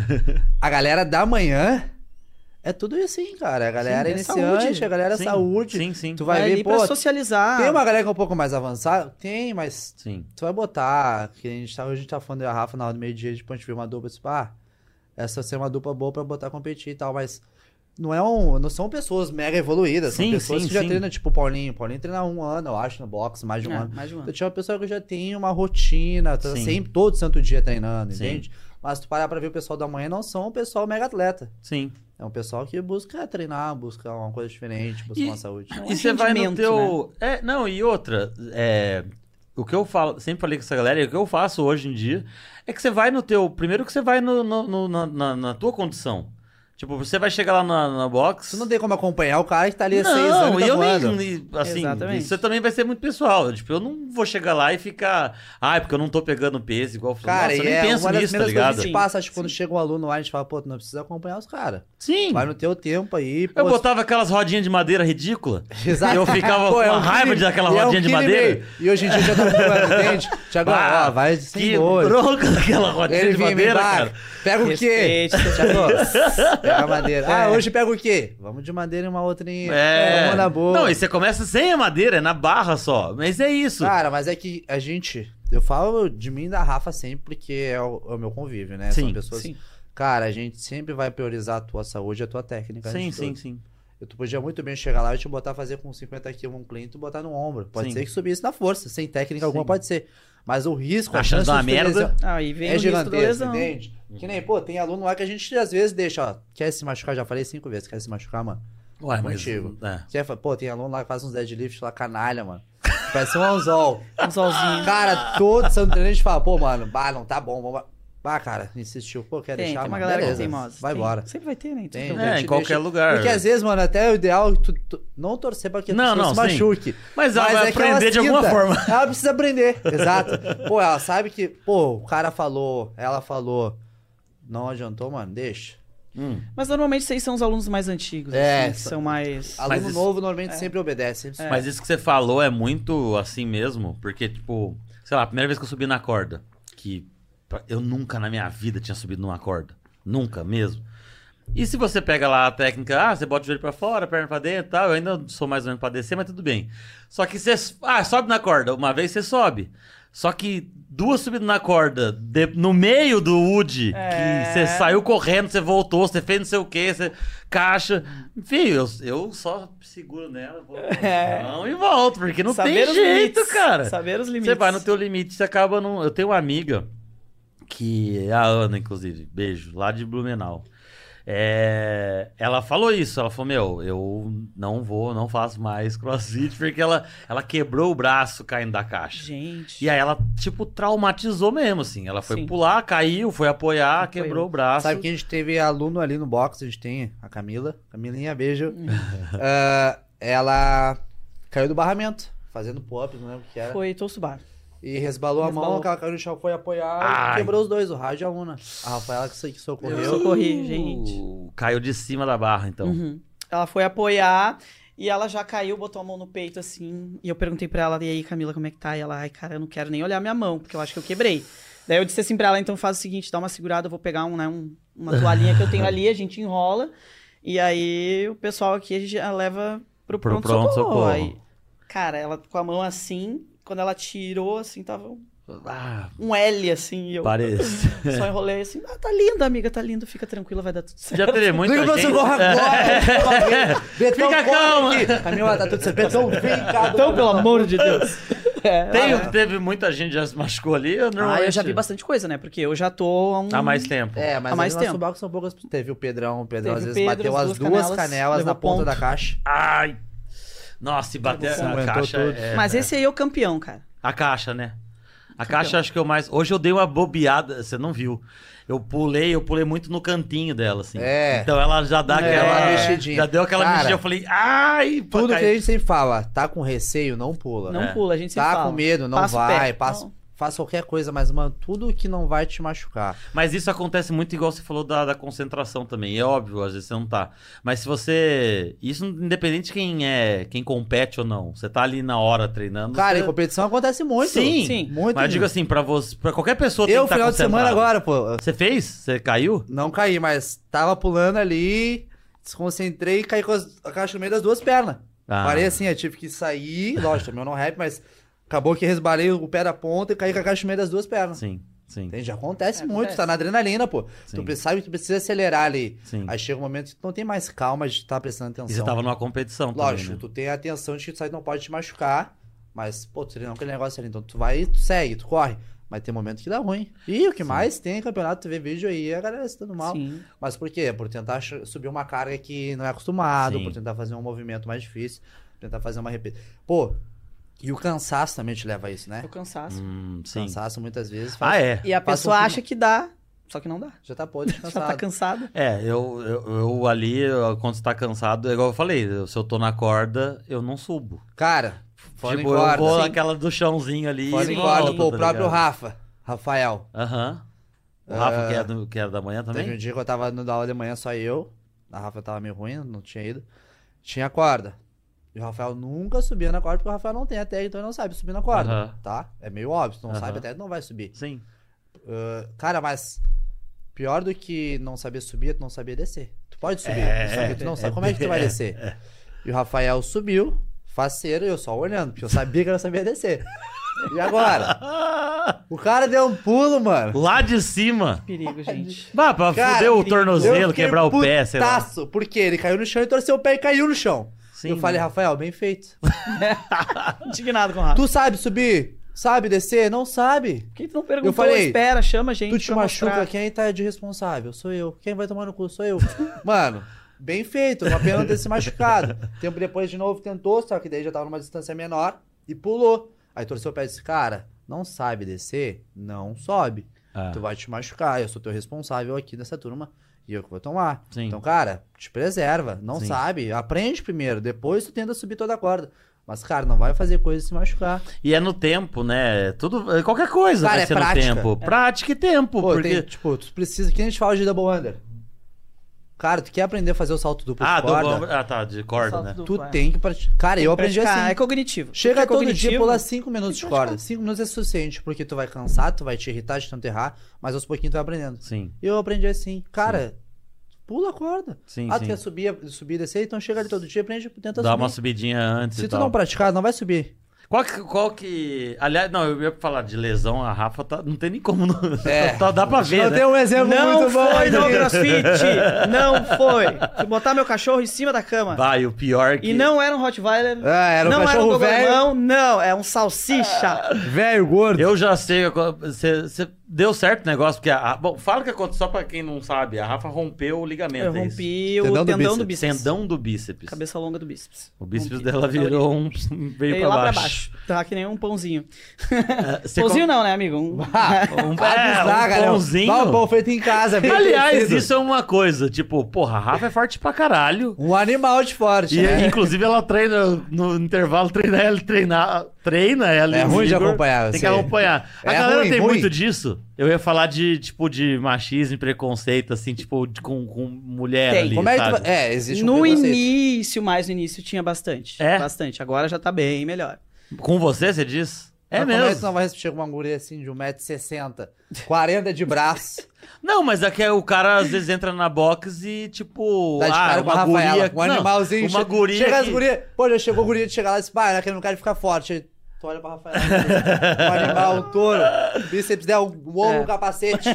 Speaker 4: a galera da manhã é tudo assim, cara. A galera
Speaker 3: Sim, é
Speaker 4: iniciante,
Speaker 3: saúde.
Speaker 4: a galera
Speaker 1: sim.
Speaker 4: saúde.
Speaker 1: Sim, Ah. sim.
Speaker 4: Tu vai
Speaker 3: É ali
Speaker 4: ver, pô,
Speaker 3: pra socializar.
Speaker 4: tem uma galera que é um pouco mais avançada? Tem, mas
Speaker 1: Sim.
Speaker 4: Tu vai botar, que a gente tá, hoje a gente tá falando da Rafa na hora do meio-dia, tipo, a gente viu uma dupla, tipo, ah, essa vai ser uma dupla boa pra botar competir e tal, mas não é um, não são pessoas mega evoluídas,
Speaker 1: Sim,
Speaker 4: são pessoas
Speaker 1: sim,
Speaker 4: que já
Speaker 1: sim.
Speaker 4: treinam, tipo, o Paulinho, o Paulinho treina há um ano, eu acho, no boxe, mais de um
Speaker 3: É,
Speaker 4: ano.
Speaker 3: mais de um ano.
Speaker 4: Então, tinha uma pessoa que já tem uma rotina, tá
Speaker 1: Sim.
Speaker 4: sempre, todo santo dia treinando,
Speaker 1: Sim.
Speaker 4: entende? Mas tu parar pra ver o pessoal da manhã, não são um pessoal mega atleta,
Speaker 1: Sim.
Speaker 4: é um pessoal que busca treinar, busca uma coisa diferente, busca
Speaker 1: E-
Speaker 4: uma saúde.
Speaker 3: É um
Speaker 1: E você vai no
Speaker 3: rendimento,
Speaker 1: teu.
Speaker 4: né?
Speaker 1: É, não, e outra, é, o que eu falo, sempre falei com essa galera, e o que eu faço hoje em dia, é que você vai no teu. Primeiro que você vai no, no- no- na, na- na tua condição. Tipo, você vai chegar lá na, na box.
Speaker 4: Tu não tem como acompanhar o cara que tá ali há seis
Speaker 1: Não,
Speaker 4: anos
Speaker 1: e
Speaker 4: e tá
Speaker 1: eu
Speaker 4: voando.
Speaker 1: nem. Assim,
Speaker 3: Exatamente.
Speaker 1: isso também vai ser muito pessoal. Tipo, eu não vou chegar lá e ficar. Ai, porque eu não tô pegando peso igual.
Speaker 4: Cara,
Speaker 1: Nossa, eu
Speaker 4: e
Speaker 1: nem
Speaker 4: é
Speaker 1: penso
Speaker 4: uma das
Speaker 1: nisso, tá
Speaker 4: primeiras coisas
Speaker 1: ligado?
Speaker 4: que a gente
Speaker 3: Sim,
Speaker 4: passa, acho que
Speaker 3: sim.
Speaker 4: quando chega um aluno lá, a gente fala, pô, tu não precisa acompanhar os caras.
Speaker 1: Sim.
Speaker 4: Vai no teu tempo aí, pô.
Speaker 1: Eu botava aquelas rodinhas de madeira ridícula.
Speaker 4: Exato.
Speaker 1: eu ficava com uma raiva de dar aquela
Speaker 4: e é um
Speaker 1: rodinha de
Speaker 4: quilo e
Speaker 1: madeira.
Speaker 4: meio. E hoje em dia já tá procurando, entende? Tiago,
Speaker 1: Bah,
Speaker 4: ó, vai de
Speaker 1: Que
Speaker 4: sem dor.
Speaker 1: bronca daquela rodinha
Speaker 4: Ele
Speaker 1: de
Speaker 4: vem, vem,
Speaker 1: madeira,
Speaker 4: bah,
Speaker 1: cara.
Speaker 4: Pega o quê?
Speaker 3: Respeite, seu
Speaker 4: Tiago, pega a madeira. Ah,
Speaker 3: É.
Speaker 4: hoje pega o quê? Vamos de madeira e uma outrinha.
Speaker 1: É.
Speaker 4: Vamos na boa.
Speaker 1: Não, e você começa sem a madeira, é na barra só. Mas é isso.
Speaker 4: Cara, mas é que a gente... Eu falo de mim e da Rafa sempre, porque é o, é o meu convívio, né?
Speaker 1: Sim,
Speaker 4: São pessoas...
Speaker 3: Sim.
Speaker 4: Cara, a gente sempre vai priorizar a tua saúde e a tua técnica. antes
Speaker 1: sim,
Speaker 4: de tudo.
Speaker 1: sim, sim.
Speaker 4: Eu- Tu podia muito bem chegar lá e te botar fazer com 50 quilos um cliente e tu botar no ombro. Pode
Speaker 1: Sim.
Speaker 4: ser que subisse na força, sem técnica
Speaker 1: Sim.
Speaker 4: alguma, pode ser. Mas o risco,
Speaker 1: A chance de uma
Speaker 4: de tu ter
Speaker 1: merda
Speaker 4: lesão
Speaker 3: Aí vem
Speaker 4: é
Speaker 3: o risco da
Speaker 4: gigantesco,
Speaker 3: lesão.
Speaker 4: entende? Que nem, pô, tem aluno lá que a gente às vezes deixa, ó, quer se machucar, já falei cinco vezes, quer se machucar, mano.
Speaker 1: Ué, mas.
Speaker 4: Contigo.
Speaker 1: É.
Speaker 4: Quer, fa- pô, tem aluno lá que faz uns deadlift lá, canalha, mano. Parece um anzol.
Speaker 3: Um solzinho.
Speaker 4: Cara, todo santo treino a gente fala, pô, mano, bah, não tá bom, vamos. lá. Bah, cara, insistiu, pô, quer
Speaker 3: Tem,
Speaker 4: deixar,
Speaker 3: tem uma
Speaker 4: mano,
Speaker 3: galera que é
Speaker 4: beleza,
Speaker 3: teimosa.
Speaker 4: Vai
Speaker 3: Tem.
Speaker 4: embora.
Speaker 3: Sempre vai ter, né? Então,
Speaker 4: Tem.
Speaker 3: tudo bem.
Speaker 1: É,
Speaker 4: gente
Speaker 1: em qualquer
Speaker 4: deixa-
Speaker 1: lugar.
Speaker 4: Porque às vezes, mano, até o ideal é que tu, tu não torcer pra que a
Speaker 1: Não,
Speaker 4: pessoa
Speaker 1: não,
Speaker 4: se
Speaker 1: sim.
Speaker 4: machuque.
Speaker 1: Mas ela
Speaker 4: Mas
Speaker 1: vai
Speaker 4: é que ela
Speaker 1: aprender de
Speaker 4: sinta.
Speaker 1: alguma forma.
Speaker 4: Ela precisa aprender. Exato. Pô, ela sabe que, pô, o cara falou, ela falou. Não adiantou, mano, deixa. Hum.
Speaker 3: Mas normalmente vocês são os alunos mais antigos.
Speaker 4: É,
Speaker 3: assim, que são mais.
Speaker 4: Aluno
Speaker 1: isso- é.
Speaker 4: novo normalmente sempre obedece. sempre-
Speaker 1: Mas isso que você falou é muito assim mesmo, porque, tipo, sei lá, a primeira vez que eu subi na corda, que pra- eu nunca na minha vida tinha subido numa corda. Nunca mesmo. E se você pega lá a técnica, ah, você bota o joelho pra fora, a perna pra dentro e tal, eu ainda sou mais ou menos pra descer, mas tudo bem. Só que você, s- ah, sobe na corda, uma vez você sobe. Só que duas subidas na corda, de- no meio do wood,
Speaker 3: É.
Speaker 1: que você saiu correndo, você voltou, você fez não sei o que, você caixa. Enfim, eu, eu só seguro nela, vou
Speaker 3: É.
Speaker 1: não, e volto, porque não
Speaker 3: Saber
Speaker 1: tem
Speaker 3: os
Speaker 1: jeito,
Speaker 3: limites.
Speaker 1: cara.
Speaker 3: Saber os limites.
Speaker 1: Você vai no teu limite, você acaba num... Eu tenho uma amiga, que é a Ana, inclusive, beijo, lá de Blumenau. É, Ela falou isso, ela falou, meu, eu não vou, não faço mais crossfit, porque ela, ela quebrou o braço caindo da caixa.
Speaker 3: Gente.
Speaker 1: E aí ela, tipo, traumatizou mesmo, assim. Ela foi
Speaker 3: Sim.
Speaker 1: pular, caiu, foi apoiar,
Speaker 3: Apoiou.
Speaker 1: quebrou o braço.
Speaker 4: Sabe que a gente teve aluno ali no box, a gente tem a Camila. Camilinha, beijo.
Speaker 3: Uhum.
Speaker 4: Ah, ela caiu do barramento, fazendo pop, não lembro o que era.
Speaker 3: Foi Tossubar.
Speaker 4: E resbalou, a mão,
Speaker 3: Resbalou.
Speaker 4: aquela caiu no chão, foi apoiar
Speaker 1: Ai.
Speaker 4: e quebrou os dois, o rádio e a Una. A Rafaela que, so- que socorreu.
Speaker 3: Eu socorri, gente.
Speaker 1: Caiu de cima da barra, então.
Speaker 3: Uhum. Ela foi Uhum. apoiar E ela já caiu, botou a mão no peito, assim. E eu perguntei pra ela, e aí, Camila, como é que tá? E ela, ai, cara, eu não quero nem olhar minha mão, porque eu acho que eu quebrei. Daí eu disse assim pra ela, então faz o seguinte, dá uma segurada, eu vou pegar um, né, um- uma toalhinha que eu tenho ali, a gente enrola. E aí o pessoal aqui a gente já leva pro
Speaker 1: Pro
Speaker 3: pronto-socorro.
Speaker 1: pronto-socorro.
Speaker 3: Aí, cara, ela com a mão assim, quando ela tirou, assim, tava um-
Speaker 1: Ah,
Speaker 3: um L, assim, e eu
Speaker 1: parece.
Speaker 3: só enrolei assim, ah, tá linda, amiga, tá lindo, fica tranquila, vai dar tudo certo.
Speaker 1: Já teve muita
Speaker 4: Liga pro
Speaker 1: gente... É.
Speaker 4: socorro agora! Betão,
Speaker 1: Fica
Speaker 4: corre
Speaker 1: calma.
Speaker 4: aqui. Camila, tá tudo certo. Betão, vem cá.
Speaker 3: Então, pelo amor de Deus. É,
Speaker 1: Tem-
Speaker 3: ela-
Speaker 1: teve muita gente que já se machucou ali? Eu
Speaker 3: Ah,
Speaker 1: normalmente-
Speaker 3: eu já vi bastante coisa, né? Porque eu já tô há um.
Speaker 1: Há mais tempo.
Speaker 4: É, mas
Speaker 3: Há mais
Speaker 4: mais tempo.
Speaker 3: tempo.
Speaker 4: barco são poucas... Teve o Pedrão, o Pedrão
Speaker 3: Teve
Speaker 4: às
Speaker 3: o
Speaker 4: vezes
Speaker 3: Pedro,
Speaker 4: bateu
Speaker 3: as
Speaker 4: as
Speaker 3: duas
Speaker 4: duas
Speaker 3: canelas,
Speaker 4: canelas,
Speaker 3: levou
Speaker 4: na ponta
Speaker 3: ponto.
Speaker 4: da caixa.
Speaker 1: Ai. Nossa, e bater a
Speaker 4: Aguentou
Speaker 1: caixa.
Speaker 4: tudo.
Speaker 1: é-
Speaker 3: Mas esse aí é o campeão, cara.
Speaker 1: A caixa, né? A caixa acho que eu mais. Hoje eu dei uma bobeada, você não viu. Eu pulei, eu pulei muito no cantinho dela, assim.
Speaker 4: É.
Speaker 1: Então ela já dá
Speaker 4: É,
Speaker 1: aquela.
Speaker 4: uma mexidinha.
Speaker 1: Já deu aquela
Speaker 4: Cara,
Speaker 1: mexidinha. Eu falei, ai, pô,
Speaker 4: Tudo que
Speaker 1: cai-
Speaker 4: a gente sempre fala, tá com receio, não pula.
Speaker 3: Não
Speaker 1: É.
Speaker 3: pula, a gente sempre
Speaker 4: tá
Speaker 3: fala.
Speaker 4: com medo, não
Speaker 3: Passa o
Speaker 4: vai,
Speaker 3: pé.
Speaker 4: passa,
Speaker 3: Não.
Speaker 4: faz qualquer coisa, mas, mano, tudo que não vai te machucar.
Speaker 1: Mas isso acontece muito igual você falou da, da concentração também. É óbvio, às vezes você não tá. Mas se você. Isso independente de quem é. Quem compete ou não. Você tá ali na hora treinando.
Speaker 4: Cara,
Speaker 1: você...
Speaker 4: em competição acontece muito.
Speaker 1: Sim.
Speaker 3: Sim.
Speaker 4: Muito.
Speaker 1: Mas eu digo
Speaker 4: mesmo.
Speaker 1: assim, pra você. Pra qualquer pessoa tem
Speaker 4: eu,
Speaker 1: que tá
Speaker 4: final de semana
Speaker 1: concentrado.
Speaker 4: agora, pô, eu
Speaker 1: Você fez? Você caiu?
Speaker 4: não caí, mas tava pulando ali, desconcentrei e caí com as- a caixa no meio das duas pernas.
Speaker 1: Ah.
Speaker 4: Parei assim, eu tive que sair, lógico, também eu não rap, mas acabou que resbalei o pé da ponta e caí com a caixa no meio das duas pernas.
Speaker 1: Sim, sim.
Speaker 4: Entende? Acontece,
Speaker 3: Acontece.
Speaker 4: muito, tá na adrenalina, pô.
Speaker 1: Sim.
Speaker 4: Tu pre- sabe que tu precisa acelerar ali.
Speaker 1: Sim.
Speaker 4: Aí chega um momento que tu não tem mais calma de estar prestando atenção.
Speaker 1: E você tava numa competição
Speaker 4: Lógico,
Speaker 1: também, né?
Speaker 4: tu tem a atenção de que tu sabe que não pode te machucar, mas, pô, tu treinou aquele negócio ali, então tu vai e tu segue, tu corre. Mas tem momento que dá ruim. E o que
Speaker 1: Sim.
Speaker 4: mais tem em campeonato, tu vê vídeo aí, a galera se dando mal.
Speaker 3: Sim.
Speaker 4: Mas por quê? Por tentar ch- subir uma carga que não é acostumado,
Speaker 1: Sim.
Speaker 4: por tentar fazer um movimento mais difícil, tentar fazer uma repetição. Pô, e o cansaço também te leva a isso, né?
Speaker 3: O cansaço.
Speaker 1: Hum,
Speaker 4: O
Speaker 1: sim.
Speaker 4: cansaço muitas vezes faz...
Speaker 1: Ah, é.
Speaker 3: E
Speaker 4: Passa
Speaker 3: a
Speaker 4: um
Speaker 3: pessoa
Speaker 4: filme.
Speaker 3: acha que dá, só que não dá.
Speaker 4: já tá podre de
Speaker 3: Já tá
Speaker 4: cansado.
Speaker 3: cansada.
Speaker 1: É, eu, eu, eu ali, eu- quando você tá cansado, é igual eu falei, eu- se eu tô na corda, eu não subo.
Speaker 4: Cara, fora
Speaker 1: tipo,
Speaker 4: em
Speaker 1: eu vou
Speaker 4: corda.
Speaker 1: naquela do chãozinho ali.
Speaker 4: Fora
Speaker 1: e
Speaker 4: em
Speaker 3: Sim.
Speaker 1: volto,
Speaker 4: corda,
Speaker 3: Sim.
Speaker 4: pô, o
Speaker 1: tá
Speaker 4: próprio
Speaker 1: ligado?
Speaker 4: Rafa, Rafael.
Speaker 1: Aham. O
Speaker 4: É.
Speaker 1: Rafa, que era, do- que era da manhã também?
Speaker 4: Teve um dia que eu tava dando aula de manhã, só eu. A Rafa tava meio ruim, não tinha ido. Tinha corda. E o Rafael nunca subia na corda, porque o Rafael não tem a técnica, então ele não sabe subir na corda,
Speaker 1: Aham.
Speaker 4: tá? É meio óbvio, se não
Speaker 1: Aham.
Speaker 4: sabe até não vai subir.
Speaker 1: Sim.
Speaker 4: Cara, mas pior do que não saber subir, é tu não saber descer. Tu pode subir,
Speaker 1: É,
Speaker 4: só que tu não
Speaker 1: é,
Speaker 4: sabe como é que tu vai
Speaker 1: é,
Speaker 4: descer. E o Rafael subiu, faceiro, e eu só olhando, porque eu sabia que eu não sabia descer. E agora?
Speaker 1: Ah,
Speaker 4: O cara deu um pulo, mano.
Speaker 1: lá de cima.
Speaker 3: Perigo, gente.
Speaker 1: Bah, pra
Speaker 4: Cara,
Speaker 1: fuder o
Speaker 3: eu
Speaker 1: tornozelo, quebrar o pé, sei lá.
Speaker 4: Putaço, porque ele caiu no chão e torceu o pé e caiu no chão.
Speaker 1: Sim,
Speaker 4: eu falei,
Speaker 1: né?
Speaker 4: Rafael, bem feito.
Speaker 3: Indignado com o Rafa.
Speaker 4: Tu sabe subir? Sabe descer? Não sabe.
Speaker 3: Por que tu não perguntou?
Speaker 4: Eu falei,
Speaker 3: espera, chama a gente.
Speaker 4: tu te
Speaker 3: pra
Speaker 4: machuca,
Speaker 3: mostrar.
Speaker 4: quem tá de responsável? Sou eu. Quem vai tomar no cu? Sou eu. Mano, bem feito. Uma pena ter se machucado. Tempo depois, de novo, tentou, só que daí já tava numa distância menor e pulou. Aí torceu o pé e disse, cara, não sabe descer? Não sobe.
Speaker 1: Ah,
Speaker 4: Tu vai te machucar. Eu sou teu responsável aqui nessa turma. E eu que vou tomar.
Speaker 1: Sim.
Speaker 4: Então, cara, te preserva. Não
Speaker 1: Sim.
Speaker 4: sabe. Aprende primeiro. Depois tu tenta subir toda a corda. Mas, cara, não vai fazer coisa e se machucar.
Speaker 1: E é no tempo, né? Tudo, qualquer coisa
Speaker 4: Cara,
Speaker 1: vai
Speaker 4: é
Speaker 1: ser no
Speaker 4: prática.
Speaker 1: tempo. Prática e tempo.
Speaker 4: Pô,
Speaker 1: porque...
Speaker 4: tem, tipo, tu precisa. Que nem a gente fala de double under. Cara, tu quer aprender a fazer o salto duplo
Speaker 1: Ah,
Speaker 4: de corda?
Speaker 1: do, ah, tá, de corda,
Speaker 3: Salto
Speaker 1: né?
Speaker 3: duplo,
Speaker 4: Tu
Speaker 3: é.
Speaker 4: tem que praticar. Cara, eu aprendi
Speaker 3: Praticar,
Speaker 4: assim.
Speaker 3: É cognitivo.
Speaker 4: Chega
Speaker 3: Porque é
Speaker 4: todo dia assim,
Speaker 3: cognitivo,
Speaker 4: pular 5 minutos de
Speaker 3: tem que praticar.
Speaker 4: corda. 5 minutos é suficiente, porque tu vai cansar, tu vai te irritar de tanto errar, mas aos pouquinhos tu vai aprendendo.
Speaker 1: Sim,
Speaker 4: Eu aprendi assim. Cara, pula a corda.
Speaker 1: sim,
Speaker 4: ah,
Speaker 1: sim.
Speaker 4: tu quer subir, subir e descer? Então chega ali todo dia, aprende, tenta
Speaker 1: Dá
Speaker 4: subir.
Speaker 1: uma subidinha antes
Speaker 4: Se
Speaker 1: e
Speaker 4: tu
Speaker 1: tal.
Speaker 4: não praticar, não vai subir.
Speaker 1: Qual que, qual que... Aliás, não, eu ia falar de lesão, a Rafa tá... não tem nem como... Não...
Speaker 4: É.
Speaker 1: Tá- dá pra ver, né?
Speaker 4: um exemplo
Speaker 3: Não foi no
Speaker 4: Adriano.
Speaker 3: crossfit! Não foi! Fui botar meu cachorro em cima da cama.
Speaker 1: Vai, o pior é que...
Speaker 3: E não era um Rottweiler.
Speaker 4: Ah, era um
Speaker 3: não era um
Speaker 4: cachorro velho.
Speaker 3: Dobermão, Não, é um salsicha.
Speaker 4: Velho, gordo.
Speaker 1: Eu já sei, você, você- deu certo o negócio, porque a, a- Bom, fala o que aconteceu, só pra quem não sabe, a Rafa rompeu o ligamento,
Speaker 3: Eu
Speaker 1: é isso?
Speaker 3: rompi o
Speaker 4: Tendão
Speaker 3: tendão,
Speaker 4: do
Speaker 3: do
Speaker 1: O
Speaker 3: bíceps.
Speaker 1: tendão do bíceps.
Speaker 3: Cabeça longa do bíceps.
Speaker 1: O bíceps
Speaker 3: Rompi.
Speaker 1: dela virou um... veio
Speaker 3: Veio
Speaker 1: pra
Speaker 3: lá
Speaker 1: baixo.
Speaker 3: pra baixo. Tá que nem um pãozinho.
Speaker 1: É, você
Speaker 3: pãozinho não, né, amigo? Um...
Speaker 1: com- um,
Speaker 4: Pra
Speaker 1: é,
Speaker 4: avisar,
Speaker 1: um
Speaker 4: galera.
Speaker 1: pãozinho.
Speaker 4: Dá um pão feito em casa, bem
Speaker 1: Aliás,
Speaker 4: crescido.
Speaker 1: isso é uma coisa, tipo, porra, a Rafa é forte pra caralho.
Speaker 4: Um animal de forte,
Speaker 1: E,
Speaker 4: né?
Speaker 1: Inclusive, ela treina no intervalo, treina ela treinar. Treina ela.
Speaker 4: É
Speaker 1: em
Speaker 4: ruim de
Speaker 1: vigor,
Speaker 4: acompanhar,
Speaker 1: Tem que
Speaker 4: você-
Speaker 1: acompanhar. A
Speaker 4: É
Speaker 1: galera
Speaker 4: ruim,
Speaker 1: tem
Speaker 4: ruim.
Speaker 1: muito disso. Eu ia falar de, tipo, de machismo e preconceito, assim, tipo, de- com, com mulher
Speaker 3: Tem.
Speaker 1: ali,
Speaker 4: Como é que
Speaker 1: sabe?
Speaker 4: tu... É, existe um
Speaker 3: no
Speaker 4: preconceito.
Speaker 3: início, mais no início, tinha bastante.
Speaker 1: É?
Speaker 3: Bastante. Agora já tá bem melhor.
Speaker 1: Com você, você diz? É
Speaker 4: é- Mas Como é que tu
Speaker 1: mesmo.
Speaker 4: não vai chega uma guria assim de 1,60m, 40 de braço,
Speaker 1: Não, mas é que o cara às vezes entra na box e, tipo,
Speaker 4: tá de
Speaker 1: ah,
Speaker 4: cara com a
Speaker 1: uma
Speaker 4: Rafaela,
Speaker 1: guria...
Speaker 4: com um
Speaker 1: não,
Speaker 4: animalzinho.
Speaker 1: Uma
Speaker 4: che-
Speaker 1: guria
Speaker 4: Chega as
Speaker 1: que-
Speaker 4: gurias, pô, já chegou a guria de chegar lá e disse, pá, ela quer- não quero ficar forte. Aí Tu olha pra Rafaela, um animal, um touro, bíceps dela, um ovo, um
Speaker 3: É.
Speaker 4: capacete.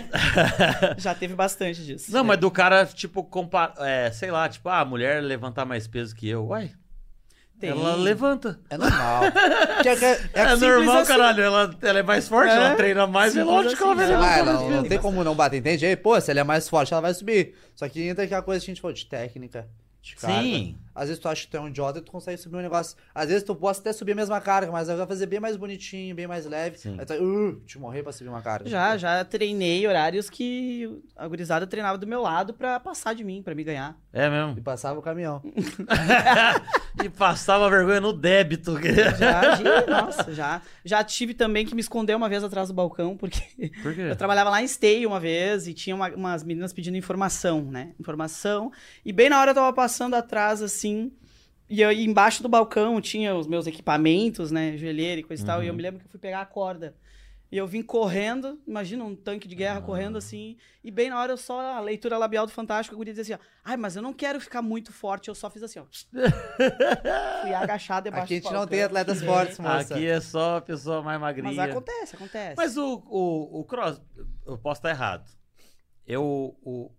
Speaker 3: Já teve bastante disso.
Speaker 1: Não, mas do cara, tipo, compa... é, sei lá, tipo, ah, a mulher levantar mais peso que eu. Uai,
Speaker 3: Tem.
Speaker 1: ela levanta.
Speaker 4: É normal. Que é, que é,
Speaker 1: É,
Speaker 4: é
Speaker 3: simples
Speaker 1: normal,
Speaker 3: assim.
Speaker 1: caralho. Ela, ela é mais forte,
Speaker 3: É,
Speaker 1: ela treina mais, é
Speaker 3: simples
Speaker 1: lógico que ela
Speaker 3: assim,
Speaker 1: vai
Speaker 3: né?
Speaker 1: levantar
Speaker 4: Ah,
Speaker 1: mais
Speaker 4: não, não tem como não bater, entende? Aí, pô, se ela é mais forte, ela vai subir. Só que entra aquela coisa que a gente falou de técnica, de carga.
Speaker 1: Sim.
Speaker 4: Às vezes tu acha que tu é um idiota e tu consegue subir um negócio. Às vezes tu possa até subir a mesma carga, mas ela vai fazer bem mais bonitinho, bem mais leve.
Speaker 1: Sim.
Speaker 4: Aí tu vai, uh, te morrer pra subir uma carga.
Speaker 3: Já, já treinei horários que a gurizada treinava do meu lado pra passar de mim, pra me ganhar.
Speaker 1: É
Speaker 4: E
Speaker 1: mesmo.
Speaker 4: passava o caminhão.
Speaker 1: e passava vergonha no débito.
Speaker 3: Já, já, nossa, já. Já tive também que me esconder uma vez atrás do balcão, porque
Speaker 1: Por quê?
Speaker 4: É.
Speaker 3: eu trabalhava lá em Stay uma vez e tinha uma- umas meninas pedindo informação, né? Informação. E bem na hora eu tava passando atrás, assim, e eu, e embaixo do balcão tinha os meus equipamentos, né? Joelheira e coisa e tal.
Speaker 1: Uhum.
Speaker 3: E eu me lembro que eu fui pegar a corda. E eu vim correndo, imagina um tanque de guerra
Speaker 1: Ah.
Speaker 3: correndo assim. E bem na hora eu só, a leitura labial do Fantástico, a guria dizia assim, ó. Ai, mas eu não quero ficar muito forte, eu só fiz assim, ó. fui agachado debaixo
Speaker 4: Aqui a gente
Speaker 3: do
Speaker 4: não
Speaker 3: balcão.
Speaker 4: tem atletas
Speaker 3: Sim.
Speaker 4: fortes, moça.
Speaker 1: Aqui é só a pessoa mais magrinha.
Speaker 3: Mas acontece, acontece.
Speaker 1: Mas o, o, o cross, eu posso estar errado. Eu, o,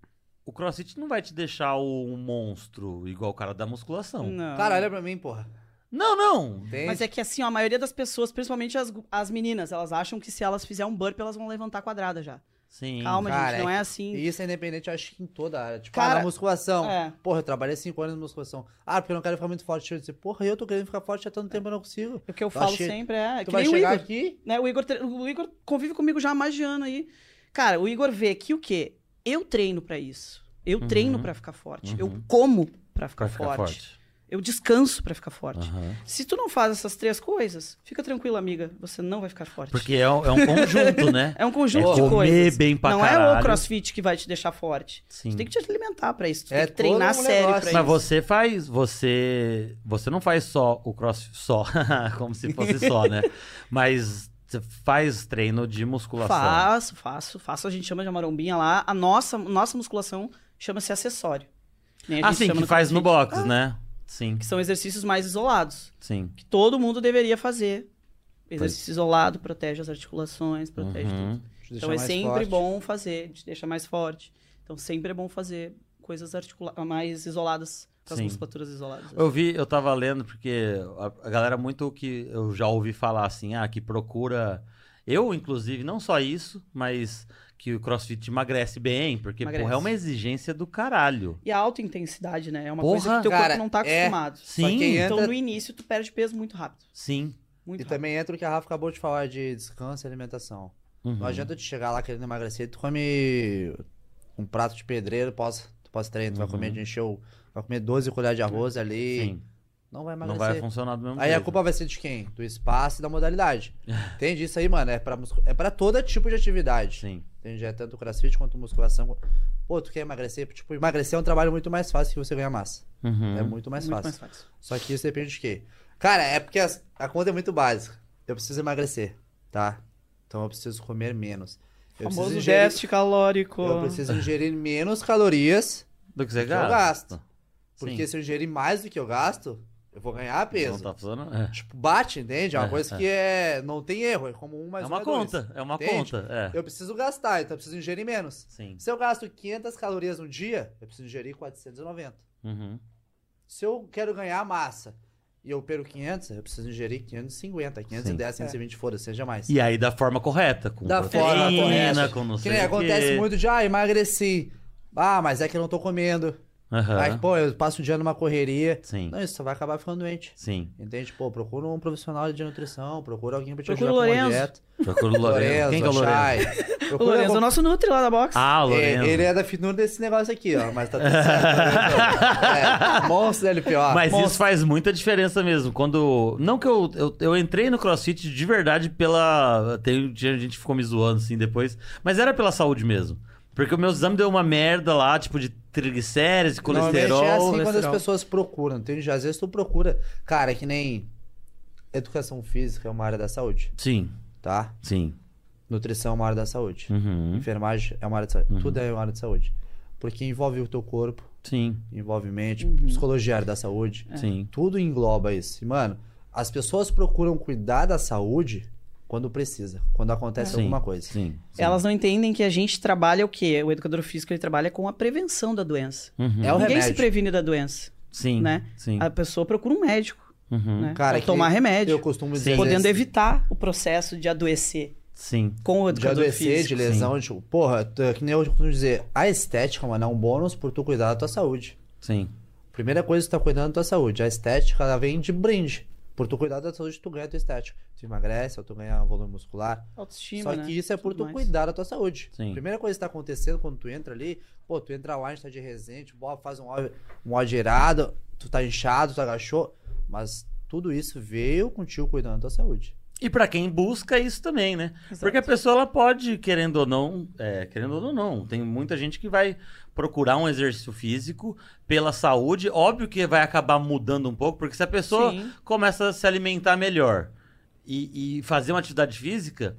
Speaker 1: o crossfit não vai te deixar um monstro igual o cara da musculação.
Speaker 3: Não.
Speaker 4: Cara, olha pra mim, porra.
Speaker 1: Não, não.
Speaker 4: Entende?
Speaker 3: um- Mas é que assim, ó, a maioria das pessoas, principalmente as, gu- as meninas, elas acham que se elas fizerem um burp, elas vão levantar quadrada já.
Speaker 1: Sim.
Speaker 3: Calma,
Speaker 4: Cara,
Speaker 3: gente, não
Speaker 4: é
Speaker 3: é
Speaker 4: que-
Speaker 3: assim.
Speaker 4: E isso é independente, eu acho que em toda a área. Tipo,
Speaker 3: Cara,
Speaker 4: ah, na
Speaker 1: então,
Speaker 4: musculação.
Speaker 3: É.
Speaker 4: Porra, eu trabalhei 5 anos na musculação. Ah, porque eu não quero ficar muito forte. Eu disse, porra, eu tô querendo ficar forte há tanto tempo eu não consigo.
Speaker 3: O que eu
Speaker 4: Tu
Speaker 3: falo
Speaker 4: acha-
Speaker 3: sempre é.
Speaker 4: tu
Speaker 3: Que
Speaker 4: vai
Speaker 3: nem o
Speaker 4: chegar
Speaker 3: Igor.
Speaker 4: aqui.
Speaker 3: né? O Igor, tre- o Igor convive comigo já há mais de ano aí. Cara, o Igor vê que o quê? Eu treino pra isso. Eu
Speaker 1: Uhum.
Speaker 3: treino pra ficar forte.
Speaker 1: Uhum.
Speaker 3: Eu como pra ficar,
Speaker 1: Pra ficar
Speaker 3: forte.
Speaker 1: forte.
Speaker 3: Eu descanso pra ficar forte.
Speaker 1: Aham.
Speaker 3: Se tu não faz essas três coisas, fica tranquila, amiga. Você não vai ficar forte.
Speaker 1: Porque é, um- é um conjunto, né?
Speaker 3: É um conjunto
Speaker 1: É
Speaker 3: de
Speaker 1: comer
Speaker 3: coisas.
Speaker 1: bem pra
Speaker 3: não é
Speaker 1: caralho.
Speaker 3: o crossfit que vai te deixar forte.
Speaker 1: Sim.
Speaker 3: Tu tem que te alimentar pra isso. Tu
Speaker 4: É
Speaker 3: tem que treinar
Speaker 4: todo um
Speaker 3: sério
Speaker 4: negócio.
Speaker 3: pra
Speaker 1: Mas
Speaker 3: isso.
Speaker 1: você faz, você, você não faz só o cross só, como se fosse só, né? Mas você faz treino de musculação.
Speaker 3: Faço, faço, faço. A gente chama de marombinha lá. A nossa, nossa musculação chama-se acessório. Né? A
Speaker 1: Ah,
Speaker 3: gente
Speaker 1: sim,
Speaker 3: chama
Speaker 1: que faz no
Speaker 3: crossfit,
Speaker 1: box, né? Sim,
Speaker 3: Que são exercícios mais isolados.
Speaker 1: sim.
Speaker 3: Que todo mundo deveria fazer. Exercício isolado protege as articulações, protege
Speaker 1: Uhum.
Speaker 3: tudo.
Speaker 4: Deixa eu
Speaker 3: Então é
Speaker 4: deixar mais
Speaker 3: sempre
Speaker 4: forte.
Speaker 3: bom fazer, te deixa mais forte. Então sempre é bom fazer coisas articula mais isoladas, com as
Speaker 1: Sim.
Speaker 3: musculaturas isoladas.
Speaker 1: Eu vi, eu tava lendo, porque a, a galera muito que eu já ouvi falar assim, ah, que procura. Eu, inclusive, não só isso, mas que o crossfit emagrece bem, porque
Speaker 3: Emagrece.
Speaker 1: porra, é uma exigência do caralho.
Speaker 3: E a alta intensidade, né? É uma coisa
Speaker 1: Porra,
Speaker 3: que teu
Speaker 4: cara,
Speaker 3: corpo não tá
Speaker 4: é.
Speaker 3: acostumado.
Speaker 1: Sim,
Speaker 4: quem é-
Speaker 3: Então
Speaker 4: Entra-
Speaker 3: no início tu perde peso muito rápido.
Speaker 1: sim.
Speaker 3: Muito
Speaker 4: E
Speaker 3: rápido.
Speaker 4: também entra o que a Rafa acabou de falar de descanso e alimentação.
Speaker 1: Uhum.
Speaker 4: Não adianta tu chegar lá querendo emagrecer, tu come um prato de pedreiro pós, pós treino, tu vai
Speaker 1: Uhum.
Speaker 4: comer de encher o, vai comer 12 colheres de arroz ali,
Speaker 1: Sim,
Speaker 4: não vai
Speaker 1: não
Speaker 4: emagrecer.
Speaker 1: vai funcionar do mesmo
Speaker 4: Aí a
Speaker 1: jeito.
Speaker 4: culpa vai ser de quem? Do espaço e da modalidade. Entende isso aí, mano? É pra, muscu- é pra todo tipo de atividade.
Speaker 1: Sim.
Speaker 4: Entende? É tanto crossfit quanto musculação. Pô, tu quer emagrecer? Tipo, emagrecer é um trabalho muito mais fácil que você ganhar massa.
Speaker 1: Uhum.
Speaker 4: É muito mais
Speaker 3: Muito
Speaker 4: fácil.
Speaker 3: mais fácil.
Speaker 4: Só que isso depende de quê? Cara, é porque as- a conta é muito básica. Eu preciso emagrecer, tá? Então eu preciso comer menos. Eu preciso,
Speaker 3: Famoso
Speaker 4: ingerir,
Speaker 3: déficit calórico.
Speaker 4: eu preciso ingerir menos calorias,
Speaker 1: Do que você
Speaker 4: que eu
Speaker 1: gasta.
Speaker 4: gasto. porque se eu ingerir mais do que eu gasto, eu vou ganhar
Speaker 1: Sim. Não
Speaker 4: peso.
Speaker 1: tá funcionando. É,
Speaker 4: Tipo, bate, entende? É uma
Speaker 1: É,
Speaker 4: coisa
Speaker 1: é.
Speaker 4: que é não tem erro, é como um mais
Speaker 1: É
Speaker 4: um
Speaker 1: uma
Speaker 4: dois.
Speaker 1: conta, é uma
Speaker 4: Entende?
Speaker 1: conta. É.
Speaker 4: Eu preciso gastar, então eu preciso ingerir menos.
Speaker 1: Sim.
Speaker 4: Se eu gasto 500 calorias no dia, eu preciso ingerir 490.
Speaker 1: Uhum.
Speaker 4: Se eu quero ganhar massa e eu perco 500, eu preciso ingerir 550,
Speaker 3: É.
Speaker 4: 510, 520, fora, seja mais.
Speaker 1: E aí da forma correta, com
Speaker 4: Da forma
Speaker 1: proteína,
Speaker 4: correta.
Speaker 1: com não
Speaker 4: que
Speaker 1: sei
Speaker 4: nem
Speaker 1: o quê.
Speaker 4: é acontece muito de, ah, emagreci. Ah, mas é que eu não tô comendo.
Speaker 1: Aham.
Speaker 4: Mas, pô, Né? eu passo um dia numa correria.
Speaker 1: Sim,
Speaker 4: Não, isso só vai acabar ficando doente.
Speaker 1: sim.
Speaker 4: Entende? Pô, procura um profissional de nutrição, procura alguém pra te
Speaker 3: Procura
Speaker 4: ajudar
Speaker 3: o
Speaker 4: com uma
Speaker 3: Lorenzo.
Speaker 4: dieta.
Speaker 1: Procura o Lorenzo. Quem que é o Lorenzo?
Speaker 4: Lorenzo?
Speaker 3: O Lourenço é o nosso Nutri lá da box.
Speaker 1: Ah, o Lorenzo.
Speaker 4: ele é da finura desse negócio aqui, ó. Mas tá tudo certo. é, monstro da LPO.
Speaker 1: Mas
Speaker 4: monstro.
Speaker 1: isso faz muita diferença mesmo. Quando. Não que eu, eu, eu entrei no crossfit de verdade pela. Tem tinha gente que ficou me zoando assim depois. Mas era pela saúde mesmo. Porque o meu exame deu uma merda lá, tipo de triglicérides, de colesterol.
Speaker 4: Normalmente é assim quando as
Speaker 3: colesterol.
Speaker 4: pessoas procuram, entende? Às vezes tu procura. Cara, que nem educação física é uma área da saúde,
Speaker 1: Sim,
Speaker 4: tá?
Speaker 1: sim.
Speaker 4: Nutrição é uma área da saúde.
Speaker 1: Uhum.
Speaker 4: Enfermagem é uma área de saúde. Tudo é uma área de saúde. Porque envolve o teu corpo,
Speaker 1: Sim,
Speaker 4: envolve mente, psicologia é área da saúde.
Speaker 1: sim.
Speaker 4: Tudo engloba isso. E, mano, as pessoas procuram cuidar da saúde quando precisa, quando acontece
Speaker 1: Sim,
Speaker 4: alguma coisa.
Speaker 1: Sim. sim.
Speaker 3: Elas não entendem que a gente trabalha o quê? O educador físico ele trabalha com a prevenção da doença.
Speaker 1: Uhum.
Speaker 4: É o
Speaker 3: Ninguém
Speaker 4: remédio.
Speaker 3: se previne da doença.
Speaker 1: Sim.
Speaker 3: né?
Speaker 1: Sim.
Speaker 3: A pessoa procura um médico,
Speaker 1: Uhum.
Speaker 3: né?
Speaker 4: Cara,
Speaker 3: pra
Speaker 4: que
Speaker 3: tomar remédio.
Speaker 4: Eu costumo dizer.
Speaker 3: podendo
Speaker 4: assim,
Speaker 3: evitar o processo de adoecer
Speaker 1: Sim.
Speaker 3: com o
Speaker 4: De
Speaker 3: educador
Speaker 4: adoecer, de
Speaker 3: físico.
Speaker 4: lesão, tipo, porra, tu- é que nem eu costumo dizer, a estética, mano, é um bônus por tu cuidar da tua saúde.
Speaker 1: Sim.
Speaker 4: Primeira coisa, tu tá cuidando da tua saúde. A estética, ela vem de brinde. Por tu cuidar da tua saúde, tu ganha a tua estética. Tu emagrece, ou tu ganha volume muscular.
Speaker 3: Autoestima,
Speaker 4: Só que
Speaker 3: né?
Speaker 4: isso é por
Speaker 3: Tudo
Speaker 4: tu
Speaker 3: mais.
Speaker 4: cuidar da tua saúde.
Speaker 1: Sim.
Speaker 4: Primeira coisa que tá acontecendo quando tu entra ali, pô, tu entra lá, a gente tá de resente, boa, faz um óleo, um óleo girado, tu tá inchado, tu agachou. Mas tudo isso veio contigo cuidando da tua saúde.
Speaker 1: E pra quem busca isso também, né?
Speaker 3: Exato.
Speaker 1: Porque a pessoa ela pode, querendo ou não, é, querendo ou não, tem muita gente que vai procurar um exercício físico pela saúde. Óbvio que vai acabar mudando um pouco, porque se a pessoa
Speaker 3: Sim.
Speaker 1: começa a se alimentar melhor e, e fazer uma atividade física,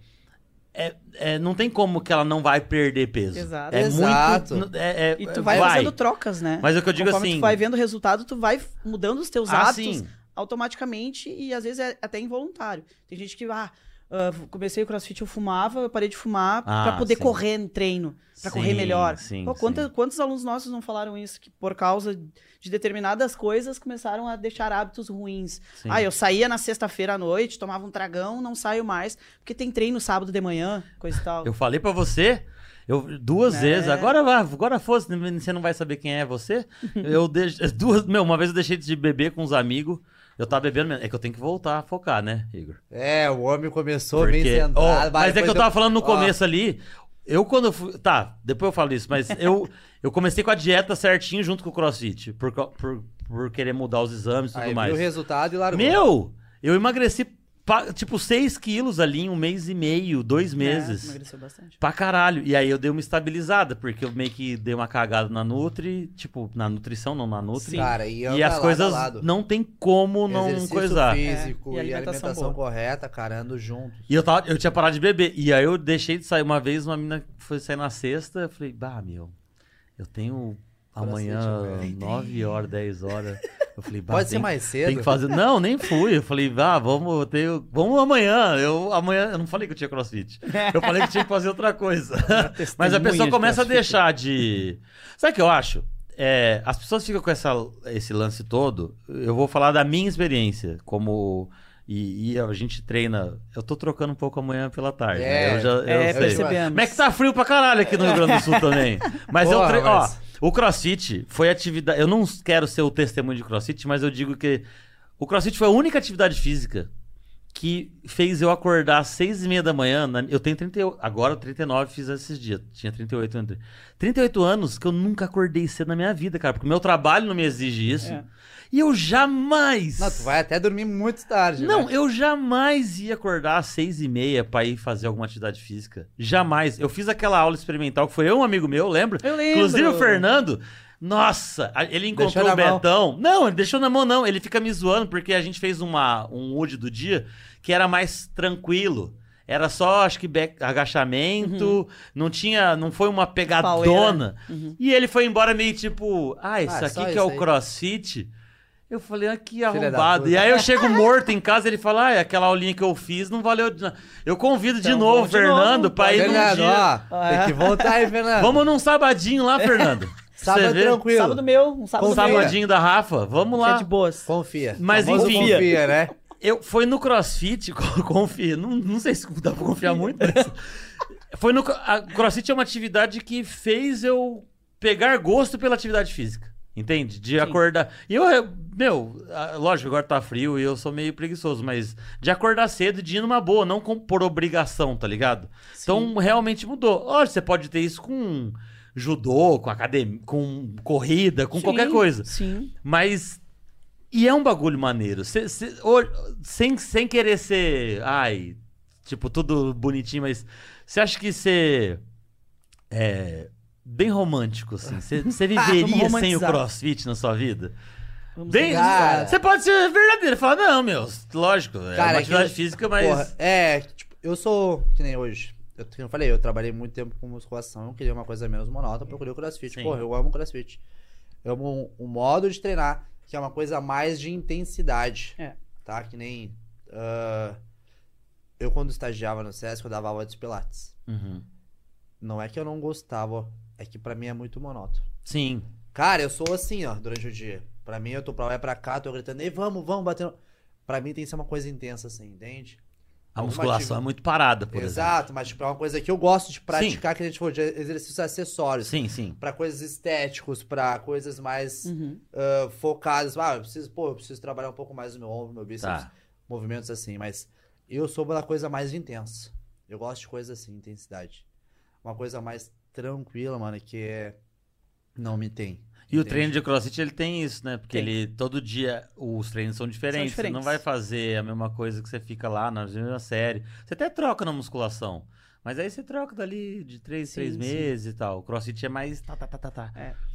Speaker 1: é, é, não tem como que ela não vai perder peso.
Speaker 3: Exato.
Speaker 1: É
Speaker 4: Exato.
Speaker 1: muito. é- é-
Speaker 3: E tu vai, fazendo trocas, né?
Speaker 1: Mas é o que eu digo
Speaker 3: Conforme
Speaker 1: assim.
Speaker 3: tu vai vendo o resultado, tu vai mudando os teus
Speaker 1: Ah,
Speaker 3: hábitos
Speaker 1: sim.
Speaker 3: automaticamente e às vezes é até involuntário. Tem gente que, ah, ah, comecei o crossfit, eu fumava, eu parei de fumar
Speaker 1: Ah,
Speaker 3: pra poder
Speaker 1: sim.
Speaker 3: correr no treino, pra correr
Speaker 1: Sim,
Speaker 3: melhor.
Speaker 1: sim,
Speaker 3: Pô,
Speaker 1: sim.
Speaker 3: quanta- quantos alunos nossos não falaram isso? Que por causa de determinadas coisas começaram a deixar hábitos ruins.
Speaker 1: Sim.
Speaker 3: Ah, eu saía na sexta-feira à noite, tomava um tragão, não saio mais, porque tem treino sábado de manhã, coisa e tal.
Speaker 1: Eu falei pra você eu, duas
Speaker 3: Né?
Speaker 1: vezes. Agora, vá, agora fosse, você não vai saber quem é você. Eu deixo, duas, meu, uma vez eu deixei de beber com uns amigos. Eu tava bebendo mesmo. É que eu tenho que voltar a focar, né, Igor?
Speaker 4: É, o homem começou bem
Speaker 1: Porque,
Speaker 4: sentado.
Speaker 1: ó, mas
Speaker 4: vai,
Speaker 1: é que eu
Speaker 4: depois
Speaker 1: tava falando no
Speaker 4: ó.
Speaker 1: começo ali. Eu quando eu fui. Tá, depois eu falo isso, mas eu, eu comecei com a dieta certinho junto com o CrossFit. Por, co- por, por querer mudar os exames e tudo
Speaker 4: Aí viu
Speaker 1: mais.
Speaker 4: o resultado e largou.
Speaker 1: Meu! Eu emagreci pa- tipo 6 quilos ali em um mês e meio, dois
Speaker 3: É,
Speaker 1: meses.
Speaker 3: emagreceu bastante.
Speaker 1: Pra caralho. E aí eu dei uma estabilizada, porque eu meio que dei uma cagada na Nutri, tipo, na nutrição, não na Nutri.
Speaker 4: Cara, e,
Speaker 1: e
Speaker 4: anda
Speaker 1: as
Speaker 4: lado
Speaker 1: coisas
Speaker 4: a lado.
Speaker 1: não tem como não
Speaker 4: Exercício
Speaker 1: coisar.
Speaker 4: físico
Speaker 3: É, e
Speaker 4: e,
Speaker 3: alimentação
Speaker 4: alimentação,
Speaker 3: boa.
Speaker 4: correta, cara, ando juntos.
Speaker 1: E eu, tava, eu tinha parado de beber. E aí eu deixei de sair. Uma vez uma menina foi sair na sexta, eu falei, bah, meu, eu tenho amanhã
Speaker 4: Cacete, velho.
Speaker 1: 9 horas, 10 horas. Eu falei, bah,
Speaker 4: Pode ser
Speaker 1: tem-
Speaker 4: mais cedo.
Speaker 1: Tem que fazer. Não, nem fui. Eu falei, vá, vamos, eu tenho- vamos amanhã. Eu, amanhã. Eu não falei que eu tinha crossfit. Eu falei que tinha que fazer outra coisa. Mas a pessoa começa a deixar de. Sabe o que eu acho? É, as pessoas ficam com essa, esse lance todo. Eu vou falar da minha experiência. Como. E, e a gente treina. Eu tô trocando um pouco amanhã pela tarde. né?
Speaker 4: É,
Speaker 1: eu já, eu
Speaker 3: É,
Speaker 1: sei.
Speaker 4: percebi.
Speaker 3: percebemos.
Speaker 1: Mas é que tá frio pra caralho aqui no Rio Grande do Sul também. Mas eu
Speaker 4: Porra,
Speaker 1: tre...
Speaker 4: mas-
Speaker 1: ó, o CrossFit foi atividade. Eu não quero ser o testemunho de CrossFit, mas eu digo que o CrossFit foi a única atividade física que fez eu acordar às seis e meia da manhã. na- Eu tenho 38, agora 39 fiz esses dias. Tinha 38 antes. 38 anos que eu nunca acordei cedo na minha vida, cara, porque o meu trabalho não me exige isso.
Speaker 3: É.
Speaker 1: E eu jamais.
Speaker 4: Não, tu vai até dormir muito tarde.
Speaker 1: Não,
Speaker 4: né?
Speaker 1: eu jamais ia acordar às seis e meia pra ir fazer alguma atividade física. Jamais. Eu fiz aquela aula experimental que foi eu, um amigo meu, lembra?
Speaker 3: Eu lembro.
Speaker 1: Inclusive o Fernando. Nossa, a- ele encontrou
Speaker 4: Deixou
Speaker 1: o
Speaker 4: na mão.
Speaker 1: Betão. Não, ele deixou na mão, não. Ele fica me zoando porque a gente fez uma, um hoje do dia que era mais tranquilo. Era só, acho que, back- agachamento.
Speaker 4: Uhum.
Speaker 1: Não tinha. Não foi uma pegadona.
Speaker 3: Uhum.
Speaker 1: E ele foi embora meio tipo, ah, isso
Speaker 4: Ah,
Speaker 1: aqui
Speaker 4: só
Speaker 1: que é
Speaker 4: isso
Speaker 1: o
Speaker 4: aí."
Speaker 1: crossfit. Eu falei, ah, que
Speaker 4: da
Speaker 1: arrombado.
Speaker 4: puta.
Speaker 1: E aí eu chego morto em casa ele fala, ah, aquela aulinha que eu fiz não valeu. de nada." Eu convido de
Speaker 3: Então,
Speaker 1: novo o
Speaker 3: vamos de novo.
Speaker 1: Fernando pra ir num
Speaker 4: Fernando,
Speaker 1: dia.
Speaker 4: ó,
Speaker 3: Ah, é?
Speaker 4: tem que voltar aí, Fernando.
Speaker 1: Vamos num sabadinho lá, Fernando. Pra você
Speaker 4: Sábado
Speaker 1: ver.
Speaker 4: tranquilo.
Speaker 3: Sábado meu, um sábado
Speaker 1: Um
Speaker 4: Com
Speaker 3: meu.
Speaker 4: sabor
Speaker 1: sabadinho da Rafa, vamos
Speaker 3: Que é
Speaker 1: lá.
Speaker 3: de boas.
Speaker 4: Confia.
Speaker 1: Mas
Speaker 4: Famoso
Speaker 1: enfim.
Speaker 4: Confia, né?
Speaker 1: Eu, foi no CrossFit, co- confia, não, não sei se dá pra confiar muito, mas foi no, cro- a CrossFit é uma atividade que fez eu pegar gosto pela atividade física. Entende? De acordar. E eu, eu- meu, ah, lógico, agora tá frio e eu sou meio preguiçoso, mas de acordar cedo e de ir numa boa, não com, por obrigação, tá ligado? Então realmente mudou. Lógico, você pode ter isso com judô, com academia, com corrida, com qualquer
Speaker 3: Sim,
Speaker 1: coisa.
Speaker 3: Sim.
Speaker 1: Mas. E é um bagulho maneiro. Cê- cê- ho- sem, sem querer ser. Ai, tipo, tudo bonitinho, mas. Você acha que ser. É. Bem romântico, assim. Você viveria sem o
Speaker 3: romantizar.
Speaker 1: crossfit na sua vida?
Speaker 3: Vamos
Speaker 1: Bem-
Speaker 3: lá.
Speaker 4: Cara.
Speaker 1: Você pode ser verdadeiro. Falar, não, meu. Lógico, é
Speaker 4: Cara,
Speaker 1: uma atividade
Speaker 4: que-
Speaker 1: física, mas.
Speaker 4: Porra, é, tipo, eu sou, que nem hoje. Eu, que eu falei, eu trabalhei muito tempo com musculação, eu queria uma coisa menos monótona, procurei o crossfit.
Speaker 1: Sim.
Speaker 4: Porra, eu amo crossfit. Eu amo um, um modo de treinar que é uma coisa mais de intensidade.
Speaker 3: É.
Speaker 4: Tá? Que nem. ah, eu, quando estagiava no SESC, eu dava aula de pilates.
Speaker 1: Uhum.
Speaker 4: Não é que eu não gostava, é que pra mim é muito monótono.
Speaker 1: Sim.
Speaker 4: Cara, eu sou assim, ó, durante o dia. Pra mim, eu tô pra lá e pra cá, tô gritando, ei, vamos, vamos, batendo. Pra mim tem que ser uma coisa intensa, assim, entende?
Speaker 1: A
Speaker 4: Alguma
Speaker 1: musculação
Speaker 4: atividade-
Speaker 1: é muito parada, por
Speaker 4: Exato, mas tipo, é uma coisa que eu gosto de praticar, que a gente falou de exercícios
Speaker 1: exemplo.
Speaker 4: acessórios.
Speaker 1: Sim, sim.
Speaker 4: Pra coisas estéticos, pra coisas mais
Speaker 3: Uhum.
Speaker 4: ah, focadas. Ah, eu preciso, pô, eu preciso trabalhar um pouco mais é o meu ombro, meu bíceps,
Speaker 1: Tá.
Speaker 4: movimentos assim, mas eu sou pela coisa mais intensa. Eu gosto de coisa assim, intensidade. Uma coisa mais tranquila, mano, que é... não me tem.
Speaker 1: E o
Speaker 4: entende?
Speaker 1: treino de crossfit, ele tem isso, né? Porque
Speaker 3: Tem.
Speaker 1: ele, todo dia, os treinos são diferentes.
Speaker 3: São diferentes.
Speaker 1: Você não vai fazer a mesma coisa que você fica lá na mesma série. Você até troca na musculação. Mas aí você troca dali de três, em três
Speaker 3: Sim,
Speaker 1: meses e tal. O crossfit é mais... Tá, tá, tá, tá, tá.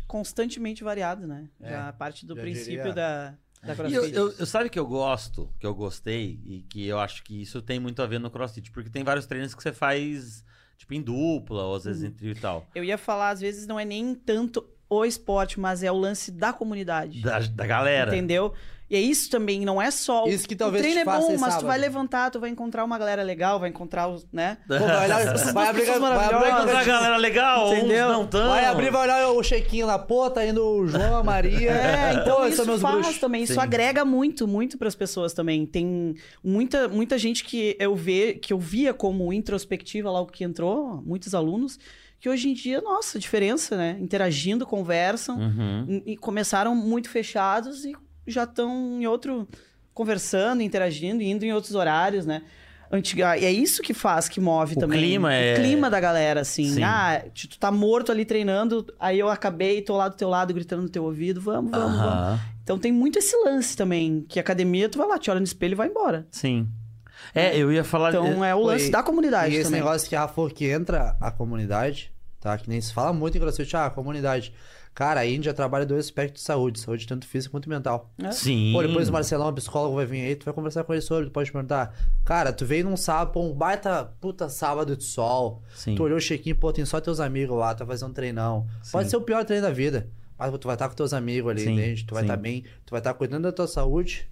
Speaker 3: Constantemente variado, né?
Speaker 4: É,
Speaker 3: Já parte do
Speaker 4: já
Speaker 3: princípio
Speaker 4: diria-
Speaker 3: da, da
Speaker 1: E
Speaker 3: CrossFit.
Speaker 1: eu, eu, eu- sabe que eu gosto, que eu gostei, e que eu acho que isso tem muito a ver no crossfit. Porque tem vários treinos que você faz, tipo, em dupla, ou às vezes em trio e tal.
Speaker 3: Eu ia falar, às vezes, não é nem tanto o esporte, mas é o lance da comunidade.
Speaker 1: Da, da galera.
Speaker 3: Entendeu? E é isso também, não é só. o-
Speaker 4: Isso que talvez
Speaker 3: o treino
Speaker 4: te faça
Speaker 3: é bom,
Speaker 4: esse
Speaker 3: mas tu
Speaker 4: sábado.
Speaker 3: vai levantar, tu vai encontrar uma galera legal, vai encontrar os, né?
Speaker 4: Pô, vai olhar, vai abrir, vai abrir
Speaker 3: maravilhosas.
Speaker 1: Mas a galera legal,
Speaker 3: Entendeu?
Speaker 1: uns não tão.
Speaker 4: Vai abrir, vai olhar o chequinho lá, pô, tá indo o João, a Maria.
Speaker 3: É, então
Speaker 4: pô,
Speaker 3: isso
Speaker 4: são meus
Speaker 3: faz
Speaker 4: bruxos.
Speaker 3: também, isso
Speaker 1: Sim.
Speaker 3: agrega muito, muito pras pessoas também. Tem muita, muita gente que eu ve, que eu via como introspectiva logo que entrou, muitos alunos, que hoje em dia, nossa, diferença, né? Interagindo, conversam,
Speaker 1: Uhum.
Speaker 3: e e começaram muito fechados e já estão em outro conversando, interagindo, indo em outros horários, né? Antiga, e é isso que faz, que move
Speaker 1: O
Speaker 3: também.
Speaker 1: clima
Speaker 3: o
Speaker 1: é-
Speaker 3: clima da galera, assim.
Speaker 1: Sim.
Speaker 3: Ah, tu tu tá morto ali treinando, aí eu acabei, tô lá do teu lado, gritando no teu ouvido, vamos, vamos, vamos.
Speaker 1: Aham.
Speaker 3: Então tem muito esse lance também, que academia, tu vai lá, te olha no espelho e vai embora.
Speaker 1: Sim. É, eu ia falar.
Speaker 3: Então é o
Speaker 4: Pô,
Speaker 3: lance
Speaker 4: e-
Speaker 3: da comunidade
Speaker 4: E esse
Speaker 3: também.
Speaker 4: negócio que, ah, for que entra a comunidade, tá? Que nem se fala muito em crossfit, ah, a comunidade. Cara, a Índia trabalha dois aspectos de saúde, saúde tanto física quanto mental.
Speaker 3: né?
Speaker 1: Sim.
Speaker 4: é, Pô, depois o Marcelão, psicólogo, vai vir aí, tu vai conversar com ele sobre, tu pode perguntar. Cara, tu veio num sábado, pô, um baita puta sábado de sol.
Speaker 1: Sim.
Speaker 4: Tu olhou o check-in, pô, tem só teus amigos lá, tu vai fazer um treinão. Pode
Speaker 1: Sim.
Speaker 4: ser o pior treino da vida, mas tu vai estar com teus amigos ali,
Speaker 1: Sim,
Speaker 4: entende? Tu vai
Speaker 1: sim.
Speaker 4: estar bem, tu vai estar cuidando da tua saúde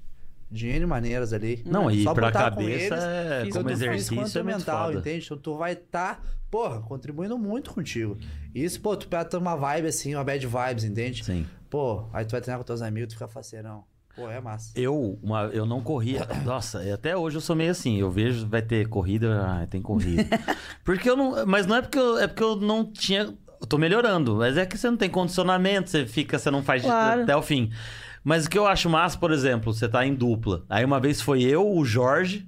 Speaker 4: de N maneiras ali.
Speaker 1: Não, e
Speaker 4: né? Só
Speaker 1: pra
Speaker 4: botar com
Speaker 1: cabeça,
Speaker 4: eles,
Speaker 1: é, como
Speaker 3: fiz
Speaker 4: tanto
Speaker 3: outro
Speaker 1: exercício,
Speaker 4: físico quanto
Speaker 1: é muito
Speaker 4: mental,
Speaker 1: foda.
Speaker 4: entende? Então tu vai estar, porra, contribuindo muito contigo. E Isso, pô, tu pega ter uma vibe assim, uma bad vibes, entende?
Speaker 1: Sim.
Speaker 4: Pô, aí tu vai treinar com teus amigos, tu fica faceirão. Pô, é massa.
Speaker 1: Eu, uma, eu não corria. Nossa, e até hoje eu sou meio assim. Eu vejo, vai ter corrida, ah, tem corrida. porque eu não. Mas não é porque eu, é porque eu não tinha. Eu tô melhorando, mas é que você não tem condicionamento, você fica, você não faz de-
Speaker 3: Claro.
Speaker 1: até o fim. Mas o que eu acho massa, por exemplo, você tá em dupla. Aí uma vez foi eu, o Jorge.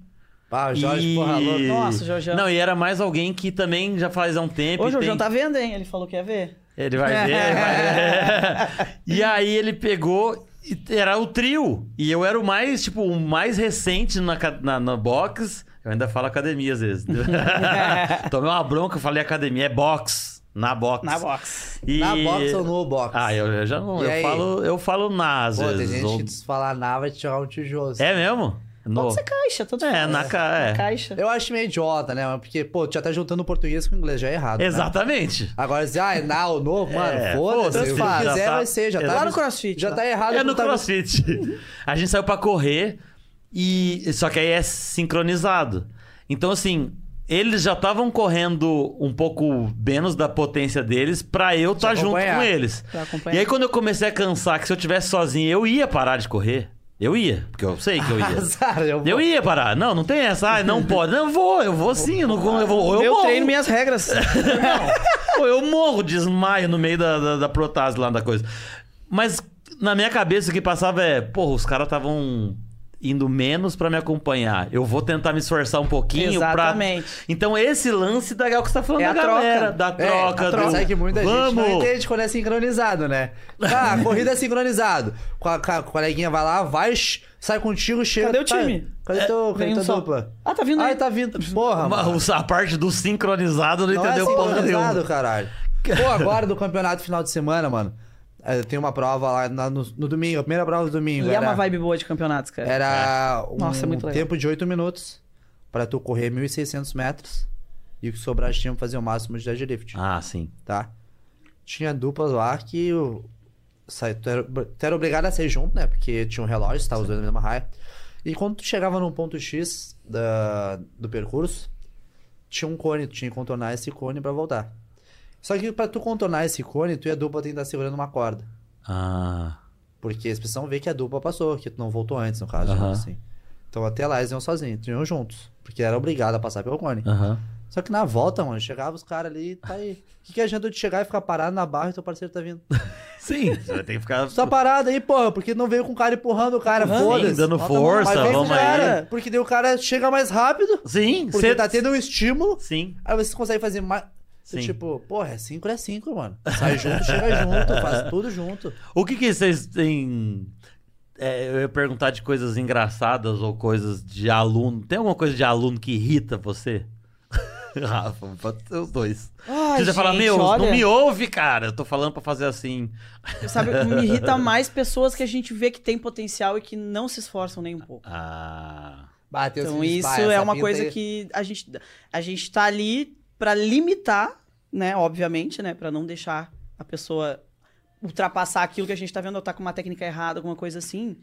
Speaker 4: Pá, Ah, o Jorge,
Speaker 1: e...
Speaker 4: porra, louco.
Speaker 3: Nossa, Jorjão.
Speaker 1: Não, e era mais alguém que também já faz há um tempo.
Speaker 3: Ô,
Speaker 1: e tem-
Speaker 3: Jorjão, tá vendo, hein? Ele falou que ia ver.
Speaker 1: Ele vai ver. ele vai ver. e aí ele pegou. e Era o trio. E eu era o mais, tipo, o mais recente na, ca- na, na box. Eu ainda falo academia às vezes. Tomei uma bronca, eu falei academia, é box. Na box.
Speaker 3: Na box.
Speaker 1: E-
Speaker 4: Na box ou no box?
Speaker 1: Ah, eu, eu já não.
Speaker 4: E aí?
Speaker 1: Eu falo, eu falo na às
Speaker 4: Pô, tem
Speaker 1: vezes.
Speaker 4: gente
Speaker 1: ou-
Speaker 4: que se falar na vai te tirar um tijolo. assim.
Speaker 1: É mesmo? No...
Speaker 3: Box é caixa, tanto
Speaker 1: É,
Speaker 3: faz.
Speaker 1: na ca- é.
Speaker 3: caixa.
Speaker 4: Eu acho meio idiota, né? mano? Porque, pô, tu já tá juntando o português com o inglês, já é errado. né?
Speaker 1: Exatamente.
Speaker 4: Agora dizer, ah, é na ou no, mano,
Speaker 1: É, foda-se,
Speaker 4: foda-se. Se
Speaker 1: já
Speaker 4: quiser,
Speaker 1: tá-
Speaker 4: vai ser, já
Speaker 1: é
Speaker 4: tá.
Speaker 3: lá no CrossFit,
Speaker 4: Já
Speaker 3: lá.
Speaker 4: tá errado.
Speaker 1: É no
Speaker 4: tu tá-
Speaker 1: CrossFit. A gente saiu pra correr e só que aí é sincronizado. Então assim, eles já estavam correndo um pouco menos da potência deles pra eu estar junto
Speaker 4: acompanhar.
Speaker 1: com eles.
Speaker 3: Pra acompanhar.
Speaker 1: E aí quando eu comecei a cansar que se eu tivesse sozinho eu ia parar de correr. Eu ia, porque eu sei que eu ia.
Speaker 4: Azar, eu vou.
Speaker 1: Eu ia parar. Não, não tem essa. Ah, não pode. Não, eu vou, eu vou sim. Eu, não, eu vou. Eu
Speaker 3: eu
Speaker 1: morro.
Speaker 3: treino minhas regras.
Speaker 1: Pô, eu morro de desmaio no meio da, da, da protase lá da coisa. Mas na minha cabeça o que passava é, porra, os caras estavam indo menos pra me acompanhar. Eu vou tentar me esforçar um pouquinho
Speaker 3: Exatamente.
Speaker 1: pra. Então esse lance da é o que você tá falando
Speaker 3: É
Speaker 1: da
Speaker 3: a troca.
Speaker 1: galera, da troca,
Speaker 4: é,
Speaker 1: do-
Speaker 4: troca. Sabe que muita
Speaker 1: Vamos.
Speaker 4: gente não entende quando é sincronizado, né? Ah, a corrida é sincronizado. Com a, com a coleguinha vai lá, vai, sh- sai contigo, chega.
Speaker 3: Cadê o
Speaker 4: tá-
Speaker 3: time?
Speaker 4: cadê teu, cadê
Speaker 3: Vem um
Speaker 4: tua
Speaker 3: só.
Speaker 4: dupla?
Speaker 3: Ah, tá vindo aí.
Speaker 4: Ai, tá vindo. Porra, mano.
Speaker 1: Mas A parte do sincronizado não,
Speaker 4: Não
Speaker 1: entendeu
Speaker 4: é
Speaker 1: porra
Speaker 4: sincronizado,
Speaker 1: nenhuma.
Speaker 4: caralho. Pô, agora do campeonato final de semana, mano. eh, Tem uma prova lá na- no, no domingo, a primeira prova do domingo.
Speaker 3: E é
Speaker 4: era,
Speaker 3: uma vibe boa de campeonatos, cara.
Speaker 4: Era um
Speaker 3: Nossa, é muito legal.
Speaker 4: tempo de 8 minutos pra tu correr 1.600 metros e o que sobrasse tinha que fazer o máximo de deadlift,
Speaker 1: Ah, sim.
Speaker 4: tá? Tinha duplas lá que o- sai- tu, era, tu era obrigado a sair junto, né? Porque tinha um relógio, você tava usando a mesma raia. E quando tu chegava num ponto X da- do percurso, tinha um cone, tu tinha que contornar esse cone pra voltar. Só que pra tu contornar esse cone, tu e a dupla tem que estar segurando uma corda.
Speaker 1: Ah.
Speaker 4: Porque eles precisam ver que a dupla passou, que tu não voltou antes, no caso,
Speaker 1: Aham.
Speaker 4: assim. Então até lá eles iam sozinhos, eles iam juntos. Porque era obrigado a passar pelo cone.
Speaker 1: Aham.
Speaker 4: Só que na volta, mano, chegava os caras ali, tá aí. O que, que adianta eu te chegar e ficar parado na barra e teu parceiro tá vindo?
Speaker 1: Sim, você vai ter que ficar.
Speaker 4: Tu tá parado aí, porra, porque não veio com o cara empurrando o cara,
Speaker 1: Sim,
Speaker 4: foda-se.
Speaker 1: dando
Speaker 4: Mas
Speaker 1: força,
Speaker 4: vem com o
Speaker 1: vamos aí.
Speaker 4: cara, Porque daí o cara chega mais rápido,
Speaker 1: Sim,
Speaker 4: porque
Speaker 1: você
Speaker 4: tá tendo um estímulo,
Speaker 1: Sim.
Speaker 4: aí vocês conseguem fazer mais...
Speaker 1: Sim.
Speaker 4: Tipo, porra, é 5 é 5, mano. Sai junto, chega junto, faz tudo junto.
Speaker 1: O que que vocês têm... É, eu ia perguntar de coisas engraçadas ou coisas de aluno. Tem alguma coisa de aluno que irrita você? Rafa, pode ser os dois.
Speaker 3: Ai,
Speaker 1: você
Speaker 3: gente,
Speaker 1: fala, meu,
Speaker 3: olha,
Speaker 1: não me ouve, cara. Eu tô falando pra fazer assim.
Speaker 3: Sabe, me irrita mais pessoas que a gente vê que tem potencial e que não se esforçam nem um pouco.
Speaker 1: Ah,
Speaker 4: Bateu
Speaker 3: Então isso é uma coisa que a gente a gente tá ali pra limitar, né, obviamente, né, Pra não deixar a pessoa ultrapassar aquilo que a gente tá vendo, ou tá com uma técnica errada, alguma coisa assim.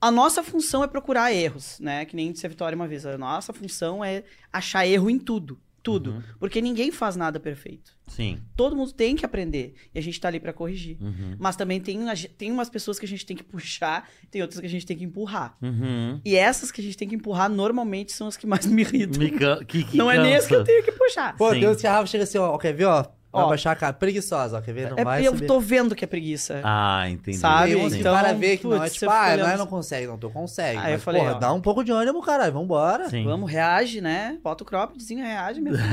Speaker 3: A nossa função é procurar erros, né? Que nem disse a Vitória uma vez, a nossa função é achar erro em tudo, tudo,
Speaker 1: Uhum.
Speaker 3: porque ninguém faz nada perfeito.
Speaker 1: sim.
Speaker 3: Todo mundo tem que aprender e a gente tá ali pra corrigir.
Speaker 1: Uhum.
Speaker 3: Mas também tem, a ge- tem umas pessoas que a gente tem que puxar, tem outras que a gente tem que empurrar.
Speaker 1: Uhum.
Speaker 3: E essas que a gente tem que empurrar normalmente são as que mais me irritam.
Speaker 1: Me can- que, que
Speaker 3: não é nem as que eu
Speaker 1: cansa.
Speaker 3: tenho que puxar.
Speaker 4: Pô,
Speaker 1: Sim.
Speaker 4: Deus que a Rafa chega assim, ó, ó, quer ver, ó? Vai
Speaker 3: Ó.
Speaker 4: baixar a cara, preguiçosa, ó, quer ver? Não
Speaker 3: É
Speaker 4: vai
Speaker 3: porque eu
Speaker 4: subir.
Speaker 3: tô vendo que é preguiça.
Speaker 1: Ah, entendi.
Speaker 3: Sabe?
Speaker 4: Tem
Speaker 1: Sim.
Speaker 4: uns que
Speaker 3: Então,
Speaker 4: para ver que não é
Speaker 3: putz,
Speaker 4: tipo,
Speaker 3: eu fico
Speaker 4: ah, não,
Speaker 3: olhando
Speaker 4: é, não
Speaker 3: assim.
Speaker 4: consegue, não, tu consegue.
Speaker 3: Aí eu
Speaker 4: Mas,
Speaker 3: falei,
Speaker 4: porra,
Speaker 3: ó.
Speaker 4: dá um pouco de ânimo, caralho, vambora.
Speaker 1: Sim.
Speaker 3: Vamos, reage, né? Bota o croppedzinho, reage, meu filho.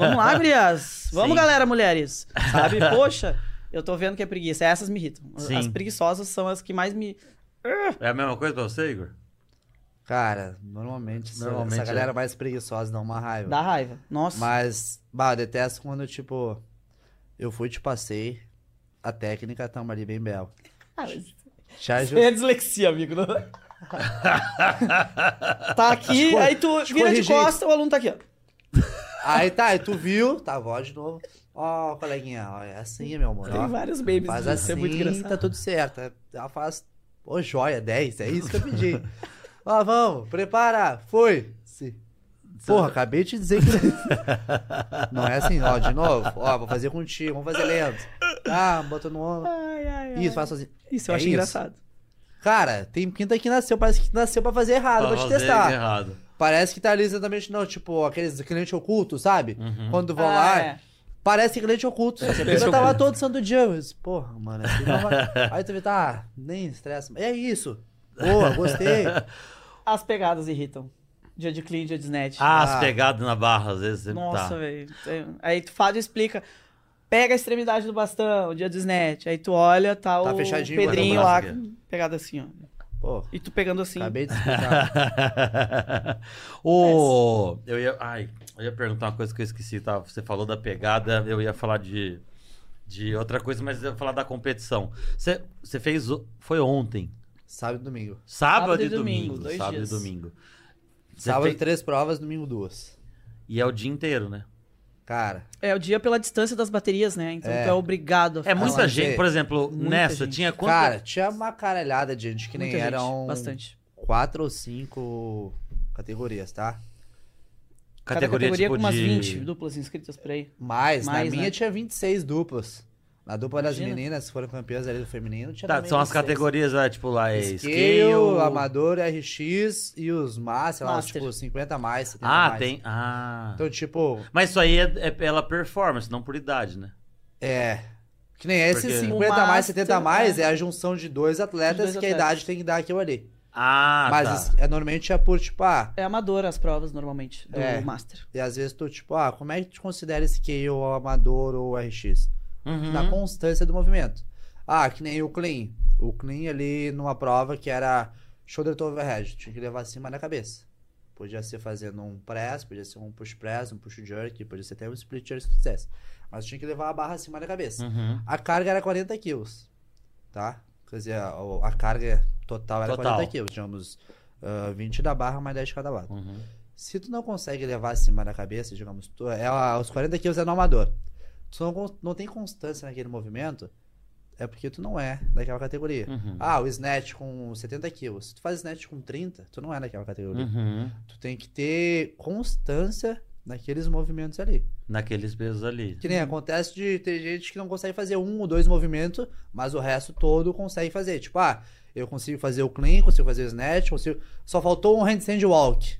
Speaker 3: Vamos lá, gurias. Vamos,
Speaker 1: Sim.
Speaker 3: galera, mulheres. Sabe? Poxa, eu tô vendo que é preguiça. Essas me irritam.
Speaker 1: Sim.
Speaker 3: As preguiçosas são as que mais me...
Speaker 1: É a mesma coisa pra você, Igor?
Speaker 4: Cara, normalmente, essa-
Speaker 1: Normalmente
Speaker 4: essa
Speaker 1: é.
Speaker 4: galera mais preguiçosa dá uma raiva.
Speaker 3: Dá raiva. Nossa.
Speaker 4: Mas, bah, eu detesto quando, tipo, eu fui, te passei, a técnica tá uma ali bem bela.
Speaker 3: Ah,
Speaker 4: Te ajuda.
Speaker 3: É dislexia, amigo. não? é? tá aqui, aí tu vira de
Speaker 4: corrigir.
Speaker 3: costa, o aluno tá aqui, ó.
Speaker 4: Aí tá, aí tu viu, tá, voz de novo. Ó, coleguinha, ó, é assim, meu amor.
Speaker 3: Tem
Speaker 4: ó.
Speaker 3: vários babies.
Speaker 4: Faz
Speaker 3: disso,
Speaker 4: assim,
Speaker 3: é muito engraçado.
Speaker 4: tá tudo certo. Ela faz, ô joia, 10, é isso que eu pedi. Ó, vamos, prepara, foi. Se- Porra, acabei de dizer que... Não é assim, ó, de novo, ó, vou fazer contigo, vamos fazer lento. Ah, bota no ombro.
Speaker 3: Ai, ai, ai.
Speaker 4: Isso, faz sozinho.
Speaker 3: Isso eu
Speaker 4: É
Speaker 3: acho
Speaker 4: isso.
Speaker 3: engraçado.
Speaker 4: Cara, tem quinta que nasceu, parece que nasceu pra fazer
Speaker 3: Ah,
Speaker 4: errado, pra, te
Speaker 1: fazer é.
Speaker 4: testar.
Speaker 1: Errado.
Speaker 4: Parece que tá ali exatamente, não, tipo, aqueles clientes ocultos, sabe?
Speaker 1: Uhum.
Speaker 4: Quando vão
Speaker 3: Ah,
Speaker 4: lá,
Speaker 3: é.
Speaker 4: Parece cliente oculto. Você
Speaker 3: cliente
Speaker 4: eu tava lá todo santo dia. Eu disse, porra, mano. Assim não vai... Aí tu vê, tá, nem estressa. É isso. Boa, gostei.
Speaker 3: As pegadas irritam. Dia de clean, dia de snatch.
Speaker 1: Ah, as
Speaker 4: Ah.
Speaker 1: pegadas na barra, às vezes. sempre
Speaker 3: Nossa,
Speaker 1: tá.
Speaker 3: velho. Aí tu fala e explica. Pega a extremidade do bastão, dia de snatch. Aí tu olha, tá,
Speaker 4: Tá
Speaker 3: o
Speaker 4: fechadinho,
Speaker 3: Pedrinho
Speaker 1: guarda o
Speaker 3: lá,
Speaker 1: braço
Speaker 3: com- pegado assim, ó.
Speaker 4: Pô,
Speaker 3: E tu pegando assim.
Speaker 4: acabei de explicar.
Speaker 1: Ô, eu ia, ai, eu ia perguntar uma coisa que eu esqueci, tá? Você falou da pegada, eu ia falar de, de outra coisa, mas eu ia falar da competição. Você, você fez, o- foi ontem,
Speaker 4: Sábado e domingo.
Speaker 1: sábado,
Speaker 3: Sábado
Speaker 1: e
Speaker 3: e
Speaker 1: domingo,
Speaker 3: domingo, dois
Speaker 1: sábado
Speaker 3: dias.
Speaker 1: e domingo. Você
Speaker 4: Sábado
Speaker 1: fez-
Speaker 4: três provas, domingo duas.
Speaker 1: e é o dia inteiro, né?
Speaker 4: Cara,
Speaker 3: É o dia pela distância das baterias, né? Então
Speaker 4: É.
Speaker 3: tu é obrigado. a
Speaker 1: É
Speaker 3: fazer.
Speaker 1: muita
Speaker 4: lá,
Speaker 1: gente,
Speaker 4: gente.
Speaker 1: por exemplo,
Speaker 3: Muita
Speaker 1: nessa
Speaker 3: gente.
Speaker 1: tinha quanto?
Speaker 4: cara, tinha uma caralhada de gente que nem um
Speaker 3: Muita gente,
Speaker 4: eram
Speaker 3: Bastante.
Speaker 4: quatro ou cinco categorias, tá?
Speaker 3: Cada categoria
Speaker 1: tipo
Speaker 3: com umas
Speaker 1: de-
Speaker 3: 20 duplas inscritas por aí.
Speaker 4: Mas,
Speaker 3: Mais,
Speaker 4: na minha
Speaker 3: né?
Speaker 4: tinha 26 duplas. Na dupla das
Speaker 3: Imagina.
Speaker 4: meninas, que foram campeãs ali do feminino, tinha
Speaker 1: Tá,
Speaker 4: também
Speaker 1: são as
Speaker 4: 26.
Speaker 1: categorias, né? tipo lá, é
Speaker 4: Scale,
Speaker 1: scale,
Speaker 4: Amador, RX e os Master, sei lá, uns,
Speaker 3: Master.
Speaker 4: tipo 50 mais, 70
Speaker 1: Ah,
Speaker 4: mais.
Speaker 1: tem, ah.
Speaker 4: Então, tipo,
Speaker 1: Mas isso aí é, é pela performance, não por idade, né?
Speaker 4: é. Que nem esse
Speaker 1: Porque-
Speaker 4: 50
Speaker 3: O
Speaker 4: mais,
Speaker 3: master,
Speaker 4: 70 mais
Speaker 3: é.
Speaker 4: é a junção de dois atletas
Speaker 3: dois
Speaker 4: que a
Speaker 3: atletas.
Speaker 4: idade tem que dar aquilo ali.
Speaker 1: Ah,
Speaker 4: Mas
Speaker 1: tá.
Speaker 4: isso é, normalmente é por tipo, ah,
Speaker 3: É amador as provas, normalmente, do
Speaker 4: É.
Speaker 3: Master.
Speaker 4: e às vezes tu tipo, ah, como é que tu considera esse KO ou amador ou RX?
Speaker 1: Uhum.
Speaker 4: na constância do movimento. Ah, que nem o clean. O clean ali numa prova que era shoulder to overhead, tinha que levar acima da cabeça. Podia ser fazendo um press, podia ser um push press, um push jerk, podia ser até um split jerk se quisesse. Mas tinha que levar a barra acima da cabeça.
Speaker 1: Uhum.
Speaker 4: A carga era 40 quilos, tá? Quer dizer, a, a carga total era
Speaker 1: Total.
Speaker 4: 40 quilos, digamos ah, 20 da barra mais 10 de cada lado.
Speaker 1: Uhum.
Speaker 4: Se tu não consegue levar acima da cabeça, digamos, tu, é, a- os 40 quilos é no amador. Tu não, con- não tem constância naquele movimento, é porque tu não é daquela categoria.
Speaker 1: Uhum.
Speaker 4: Ah, o snatch com 70 quilos. Se tu faz snatch com 30, tu não é daquela categoria.
Speaker 1: Uhum.
Speaker 4: Tu tem que ter constância naqueles movimentos ali.
Speaker 1: Naqueles pesos ali.
Speaker 4: Que nem acontece de ter gente que não consegue fazer um ou dois movimentos, mas o resto todo consegue fazer. Tipo, ah, eu consigo fazer o clean, consigo fazer o snatch, consigo... Só faltou um handstand walk.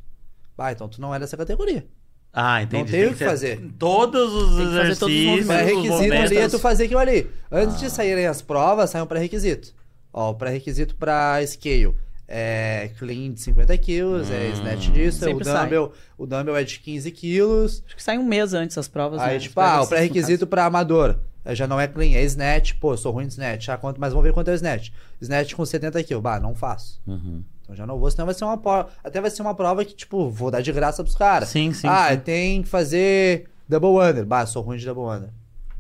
Speaker 4: Ah, então tu não é dessa categoria.
Speaker 1: Ah, entendi.
Speaker 4: Não tem o que
Speaker 1: ser
Speaker 4: fazer.
Speaker 1: Todos os
Speaker 3: Tem que fazer todos os
Speaker 1: exercícios.
Speaker 4: Mas é
Speaker 1: os
Speaker 4: requisito
Speaker 1: movimentos.
Speaker 4: ali é tu fazer aquilo ali. Antes de saírem as provas, sai um pré-requisito. Ó, o pré-requisito pra scale é clean de 50 quilos, é
Speaker 1: Hum.
Speaker 4: snatch disso, é o
Speaker 3: Sempre sai.
Speaker 4: dumbbell, o dumbbell é de 15 quilos.
Speaker 3: Acho que sai um mês antes as provas. né?
Speaker 4: Aí,
Speaker 3: Os
Speaker 4: tipo, ah, o
Speaker 3: pré-exercícios,
Speaker 4: pré-requisito pra amador é, já não é clean, é snatch. Pô, eu sou ruim de snatch. Ah, quanto, mas vamos ver quanto é o snatch. Snatch com 70 quilos. Bah, não faço.
Speaker 1: Uhum.
Speaker 4: Então já não vou, senão vai ser uma prova. Até vai ser uma prova que, tipo, vou dar de graça pros caras.
Speaker 1: Sim, sim.
Speaker 4: ah,
Speaker 1: sim.
Speaker 4: tem que fazer double under. Bah, sou ruim de double under.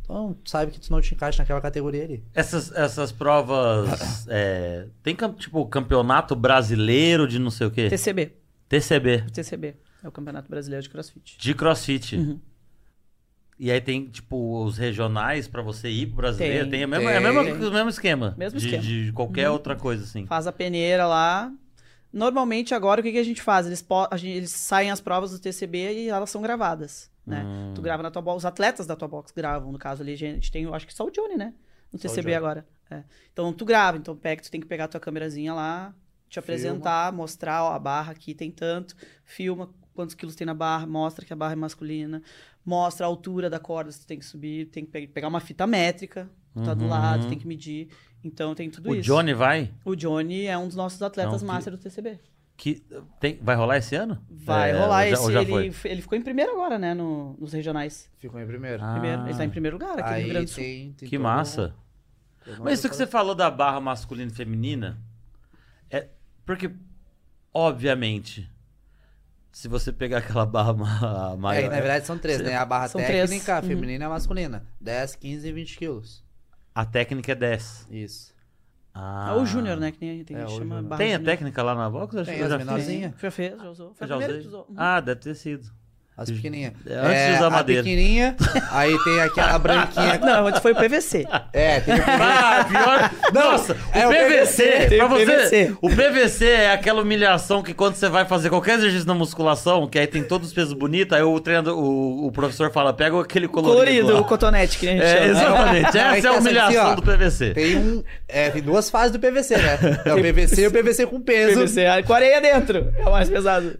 Speaker 4: Então, tu sabe que tu não te encaixa naquela categoria ali.
Speaker 1: Essas, essas provas. é, tem cam- tipo campeonato brasileiro de não sei o quê?
Speaker 3: né? TCB.
Speaker 1: TCB.
Speaker 3: TCB. É o Campeonato Brasileiro de Crossfit.
Speaker 1: De crossfit.
Speaker 3: Uhum.
Speaker 1: E aí tem, tipo, os regionais pra você ir pro brasileiro. Tem,
Speaker 3: Tem.
Speaker 1: é, mesmo, é
Speaker 4: Tem. Uhum.
Speaker 1: mesmo- o mesmo esquema.
Speaker 3: Mesmo
Speaker 1: de,
Speaker 3: esquema.
Speaker 1: De qualquer outra coisa, assim.
Speaker 3: Faz a peneira lá. Normalmente, agora, o que, que a gente faz? Eles, po- a gente- eles saem as provas do TCB e elas são gravadas, né?
Speaker 1: Hum.
Speaker 3: Tu grava na tua box, os atletas da tua box gravam, no caso ali, a gente tem, eu acho que só o Johnny, né? No
Speaker 4: Só o
Speaker 3: TCB
Speaker 4: Johnny.
Speaker 3: agora. É. Então tu grava, então pega, tu tem que pegar a tua câmerazinha lá, te apresentar, mostrar, ó, a barra aqui tem tanto, filma quantos quilos tem na barra, mostra que a barra é masculina, mostra a altura da corda, se tu tem que subir, tem que pe- pegar uma fita métrica, tu tá do
Speaker 1: Uhum.
Speaker 3: lado, tem que medir. Então tem tudo
Speaker 1: O
Speaker 3: isso.
Speaker 1: Johnny vai?
Speaker 3: O Johnny é um dos nossos atletas
Speaker 1: Não, que- É,
Speaker 3: master do TCB.
Speaker 1: Que, tem, vai rolar esse ano?
Speaker 3: Vai
Speaker 1: É,
Speaker 3: rolar
Speaker 1: ou já-
Speaker 3: esse.
Speaker 1: ou já
Speaker 3: ele,
Speaker 1: foi?
Speaker 3: ele ficou em primeiro agora, né? no- nos regionais.
Speaker 4: Ficou em primeiro.
Speaker 1: Ah,
Speaker 3: Primeiro, ele tá em primeiro lugar aqui no
Speaker 4: Aí
Speaker 3: Rio Grande do Sul.
Speaker 4: tem, tem
Speaker 1: Que
Speaker 4: todo-
Speaker 1: massa.
Speaker 4: eu
Speaker 3: Então,
Speaker 4: não
Speaker 1: Mas isso
Speaker 4: lembro
Speaker 1: que você
Speaker 4: qual-
Speaker 1: falou da barra masculina e feminina, é porque, obviamente, se você pegar aquela barra ma-
Speaker 4: É,
Speaker 1: maior...
Speaker 4: que na verdade são três, né? A barra
Speaker 3: São três.
Speaker 4: técnica, a
Speaker 3: Uhum.
Speaker 4: feminina e a masculina. 10, 15 e 20 quilos.
Speaker 1: A técnica é 10.
Speaker 4: Isso.
Speaker 1: Ah.
Speaker 3: É o Júnior, né? Que nem tem
Speaker 4: É,
Speaker 3: gente
Speaker 4: o
Speaker 3: que chama
Speaker 4: Júnior.
Speaker 3: Barra
Speaker 1: Tem a
Speaker 3: Júnior.
Speaker 1: técnica lá na box? Acho
Speaker 4: Tem,
Speaker 1: que eu
Speaker 4: as
Speaker 1: já fiz.
Speaker 4: menores.
Speaker 3: Tem.
Speaker 4: Sozinha?
Speaker 3: Já fez, já usou. Foi
Speaker 1: Eu
Speaker 3: a
Speaker 1: já
Speaker 3: primeira
Speaker 1: usei.
Speaker 3: que tu usou. Uhum.
Speaker 1: Ah, deve ter sido.
Speaker 4: As pequenininhas.
Speaker 1: É, antes de usar
Speaker 4: a
Speaker 1: madeira.
Speaker 4: pequenininha, aí tem aquela branquinha.
Speaker 3: Não, antes foi o PVC.
Speaker 4: É, tem o
Speaker 1: Ah, pior. Nossa,
Speaker 4: é
Speaker 1: o
Speaker 4: o
Speaker 1: PVC.
Speaker 4: PVC,
Speaker 1: pra
Speaker 3: o
Speaker 1: você,
Speaker 3: PVC.
Speaker 1: o PVC é aquela humilhação que quando você vai fazer qualquer exercício na musculação, que aí tem todos os pesos bonitos, aí o treinador, o, o professor fala, pega aquele colorido.
Speaker 3: Colorido,
Speaker 1: lá.
Speaker 3: o cotonete que a gente
Speaker 1: É,
Speaker 3: chama. né?
Speaker 1: exatamente.
Speaker 4: Não, é
Speaker 1: Essa é
Speaker 4: que
Speaker 1: a
Speaker 4: essa
Speaker 1: humilhação
Speaker 4: aqui, ó.
Speaker 1: do PVC.
Speaker 4: Tem um. É, tem duas fases do PVC, né? É o PVC e o PVC com peso.
Speaker 3: PVC, aí com areia dentro. É o mais pesado.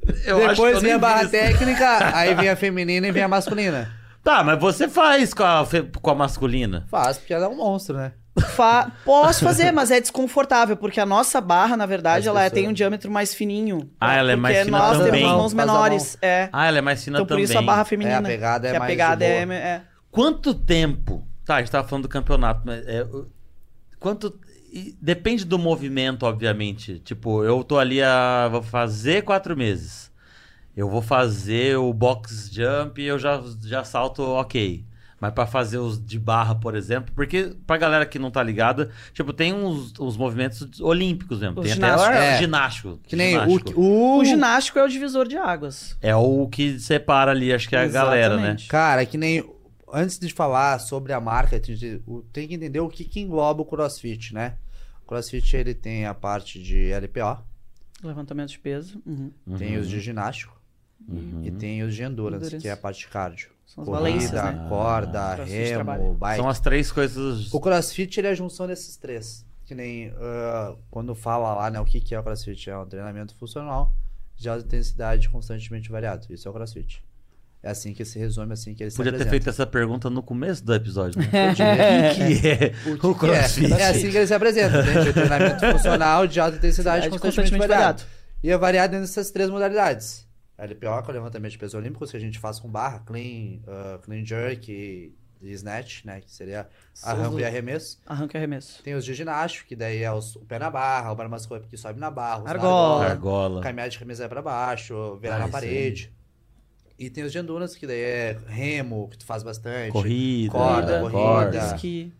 Speaker 4: Depois vem a barra
Speaker 1: barra
Speaker 4: técnica, aí vem a feminina e vem a masculina.
Speaker 1: Tá, mas você faz com a, fe- com a masculina.
Speaker 4: Faz, porque ela é um monstro, né?
Speaker 3: Fa- Posso fazer, mas é desconfortável, porque a nossa barra, na verdade,
Speaker 4: As
Speaker 3: ela é-
Speaker 4: pessoas-
Speaker 3: tem um diâmetro mais fininho.
Speaker 1: Ah, ela é
Speaker 3: Porque
Speaker 1: mais fina
Speaker 3: nós
Speaker 1: também.
Speaker 3: temos
Speaker 4: Faz
Speaker 3: mãos
Speaker 4: a mão.
Speaker 3: menores. É.
Speaker 1: Ah, ela é mais fina
Speaker 3: Então por
Speaker 1: também.
Speaker 3: isso a barra
Speaker 4: É,
Speaker 3: feminina.
Speaker 4: a pegada é
Speaker 3: que a
Speaker 4: mais
Speaker 3: pegada
Speaker 4: de
Speaker 3: é,
Speaker 4: boa.
Speaker 3: é.
Speaker 1: Quanto tempo... Tá, a gente tava falando do campeonato, mas... é, o- quanto... e Depende do movimento, obviamente. Tipo, eu tô ali a... Vou fazer quatro meses. Eu vou fazer o box jump e eu já, já salto ok. Mas pra fazer os de barra, por exemplo... Porque pra galera que não tá ligada... Tipo, tem uns, uns movimentos olímpicos mesmo.
Speaker 3: Os
Speaker 1: tem
Speaker 3: ginásticos.
Speaker 1: até o
Speaker 4: É.
Speaker 1: ginástico.
Speaker 4: Que nem o,
Speaker 1: ginástico.
Speaker 4: o.
Speaker 3: O ginástico é o divisor de águas.
Speaker 1: É o que separa ali, acho que é a galera, né?
Speaker 3: Exatamente.
Speaker 4: Cara, que nem. Antes de falar sobre a marca, tem que o- tem que entender o que, que engloba o CrossFit, né? O CrossFit ele tem a parte de LPO,
Speaker 3: Levantamento de peso. uhum.
Speaker 4: tem os de ginástico
Speaker 1: Uhum.
Speaker 4: e tem os de endurance,
Speaker 3: Endurance.
Speaker 4: que é a parte de cardio.
Speaker 3: São as
Speaker 4: Corrida,
Speaker 3: valências,
Speaker 1: Corrida.
Speaker 3: né?
Speaker 4: corda,
Speaker 3: Crossfit
Speaker 4: remo,
Speaker 3: trabalha.
Speaker 4: bike.
Speaker 1: São as três coisas.
Speaker 4: O CrossFit ele é a junção desses três. Que nem ah, quando fala lá, né? O que, que é o CrossFit? É um treinamento funcional de alta intensidade constantemente variado. Isso é o CrossFit. É assim que se resume, assim que ele se
Speaker 1: Podia ter
Speaker 4: apresenta.
Speaker 1: feito essa pergunta no começo do episódio, né?
Speaker 4: Podia.
Speaker 1: O que é o
Speaker 4: Que
Speaker 1: crossfit?
Speaker 4: É, é assim que ele se apresenta, gente. O treinamento funcional de alta
Speaker 1: É,
Speaker 4: intensidade
Speaker 3: Cidade
Speaker 4: constantemente variado. E é variado nessas três modalidades. LPO, é levantamento de peso olímpico, que a gente faz com barra, clean, ah, clean jerk e, e snatch, né? Que seria arranco e arremesso.
Speaker 3: Arranque e arremesso.
Speaker 4: Tem os de ginástica, que daí é os- o pé na barra, o barmascope que sobe na barra, os na
Speaker 3: Argola.
Speaker 1: Argola.
Speaker 4: caminhar de camisa pra baixo, virar
Speaker 1: Ah,
Speaker 4: na
Speaker 1: isso aí.
Speaker 4: parede. E tem os de endurance, que daí é remo, que tu faz bastante.
Speaker 1: Corrida,
Speaker 4: Corda,
Speaker 1: corda.
Speaker 4: corrida.
Speaker 3: Esqui.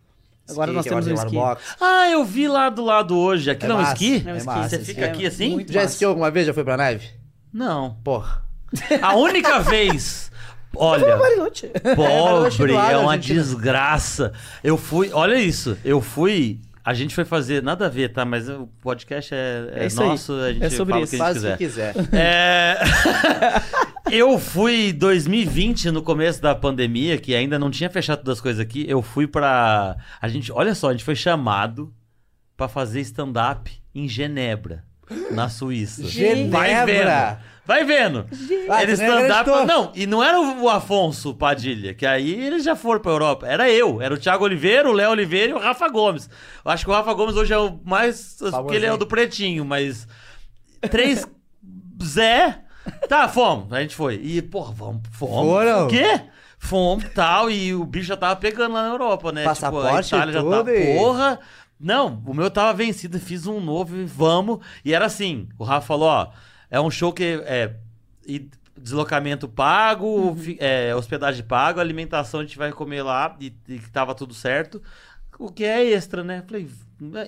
Speaker 3: Agora
Speaker 4: Ski,
Speaker 3: nós
Speaker 4: que
Speaker 3: temos um o
Speaker 4: agora tem
Speaker 3: esqui.
Speaker 4: warm-box.
Speaker 1: Ah, eu vi lá do lado hoje. Aqui
Speaker 4: É
Speaker 1: não é um
Speaker 4: massa,
Speaker 1: esqui?
Speaker 4: É
Speaker 3: É um esqui,
Speaker 4: massa,
Speaker 1: Você
Speaker 4: esse
Speaker 1: fica
Speaker 3: é
Speaker 1: aqui assim?
Speaker 3: muito
Speaker 4: Já
Speaker 3: massa.
Speaker 4: esquiou alguma vez? Já foi pra neve?
Speaker 1: Não.
Speaker 4: Porra.
Speaker 1: A única vez. Olha,
Speaker 3: Bariloche.
Speaker 4: é, Bariloche
Speaker 1: pobre,
Speaker 4: do lado,
Speaker 1: é uma
Speaker 4: a gente não-
Speaker 1: desgraça. Eu fui, olha isso, eu fui. A gente foi fazer, nada a ver, tá? Mas o podcast é, é
Speaker 3: É isso aí.
Speaker 1: nosso, a gente
Speaker 3: É sobre
Speaker 1: fala
Speaker 3: isso.
Speaker 1: o que a gente
Speaker 4: Faz o
Speaker 1: quiser.
Speaker 4: que quiser.
Speaker 1: É... eu fui em 2020, no começo da pandemia, que ainda não tinha fechado todas as coisas aqui. Eu fui pra. A gente, olha só, a gente foi chamado pra fazer stand-up em Genebra, na Suíça. Vai vendo.
Speaker 4: Genebra!
Speaker 1: Vai vendo.
Speaker 4: Ah,
Speaker 1: Eles
Speaker 4: tu nem
Speaker 1: stand-up.
Speaker 4: acreditou.
Speaker 1: Não, e não era o Afonso Padilha, que aí eles já foram pra Europa. Era eu. Era o Thiago Oliveira, o Léo Oliveira e o Rafa Gomes. Eu acho que o Rafa Gomes hoje é o mais. Porque ele é o do Pretinho, mas. Três. Zé. Tá, fomos. A gente foi. E, porra, vamos. Fomos.
Speaker 4: Foram?
Speaker 1: O quê? Fomos tal. E o bicho já tava pegando lá na Europa, né?
Speaker 4: Passaporte
Speaker 1: tipo, a Itália
Speaker 4: e
Speaker 1: já tava.
Speaker 4: tudo, e-
Speaker 1: Porra. Não, o meu tava vencido, fiz um novo e vamos. E era assim: o Rafa falou, ó, é um show que é e deslocamento pago, fi- é, hospedagem pago, alimentação a gente vai comer lá e, e que tava tudo certo. O que é extra, né? Falei,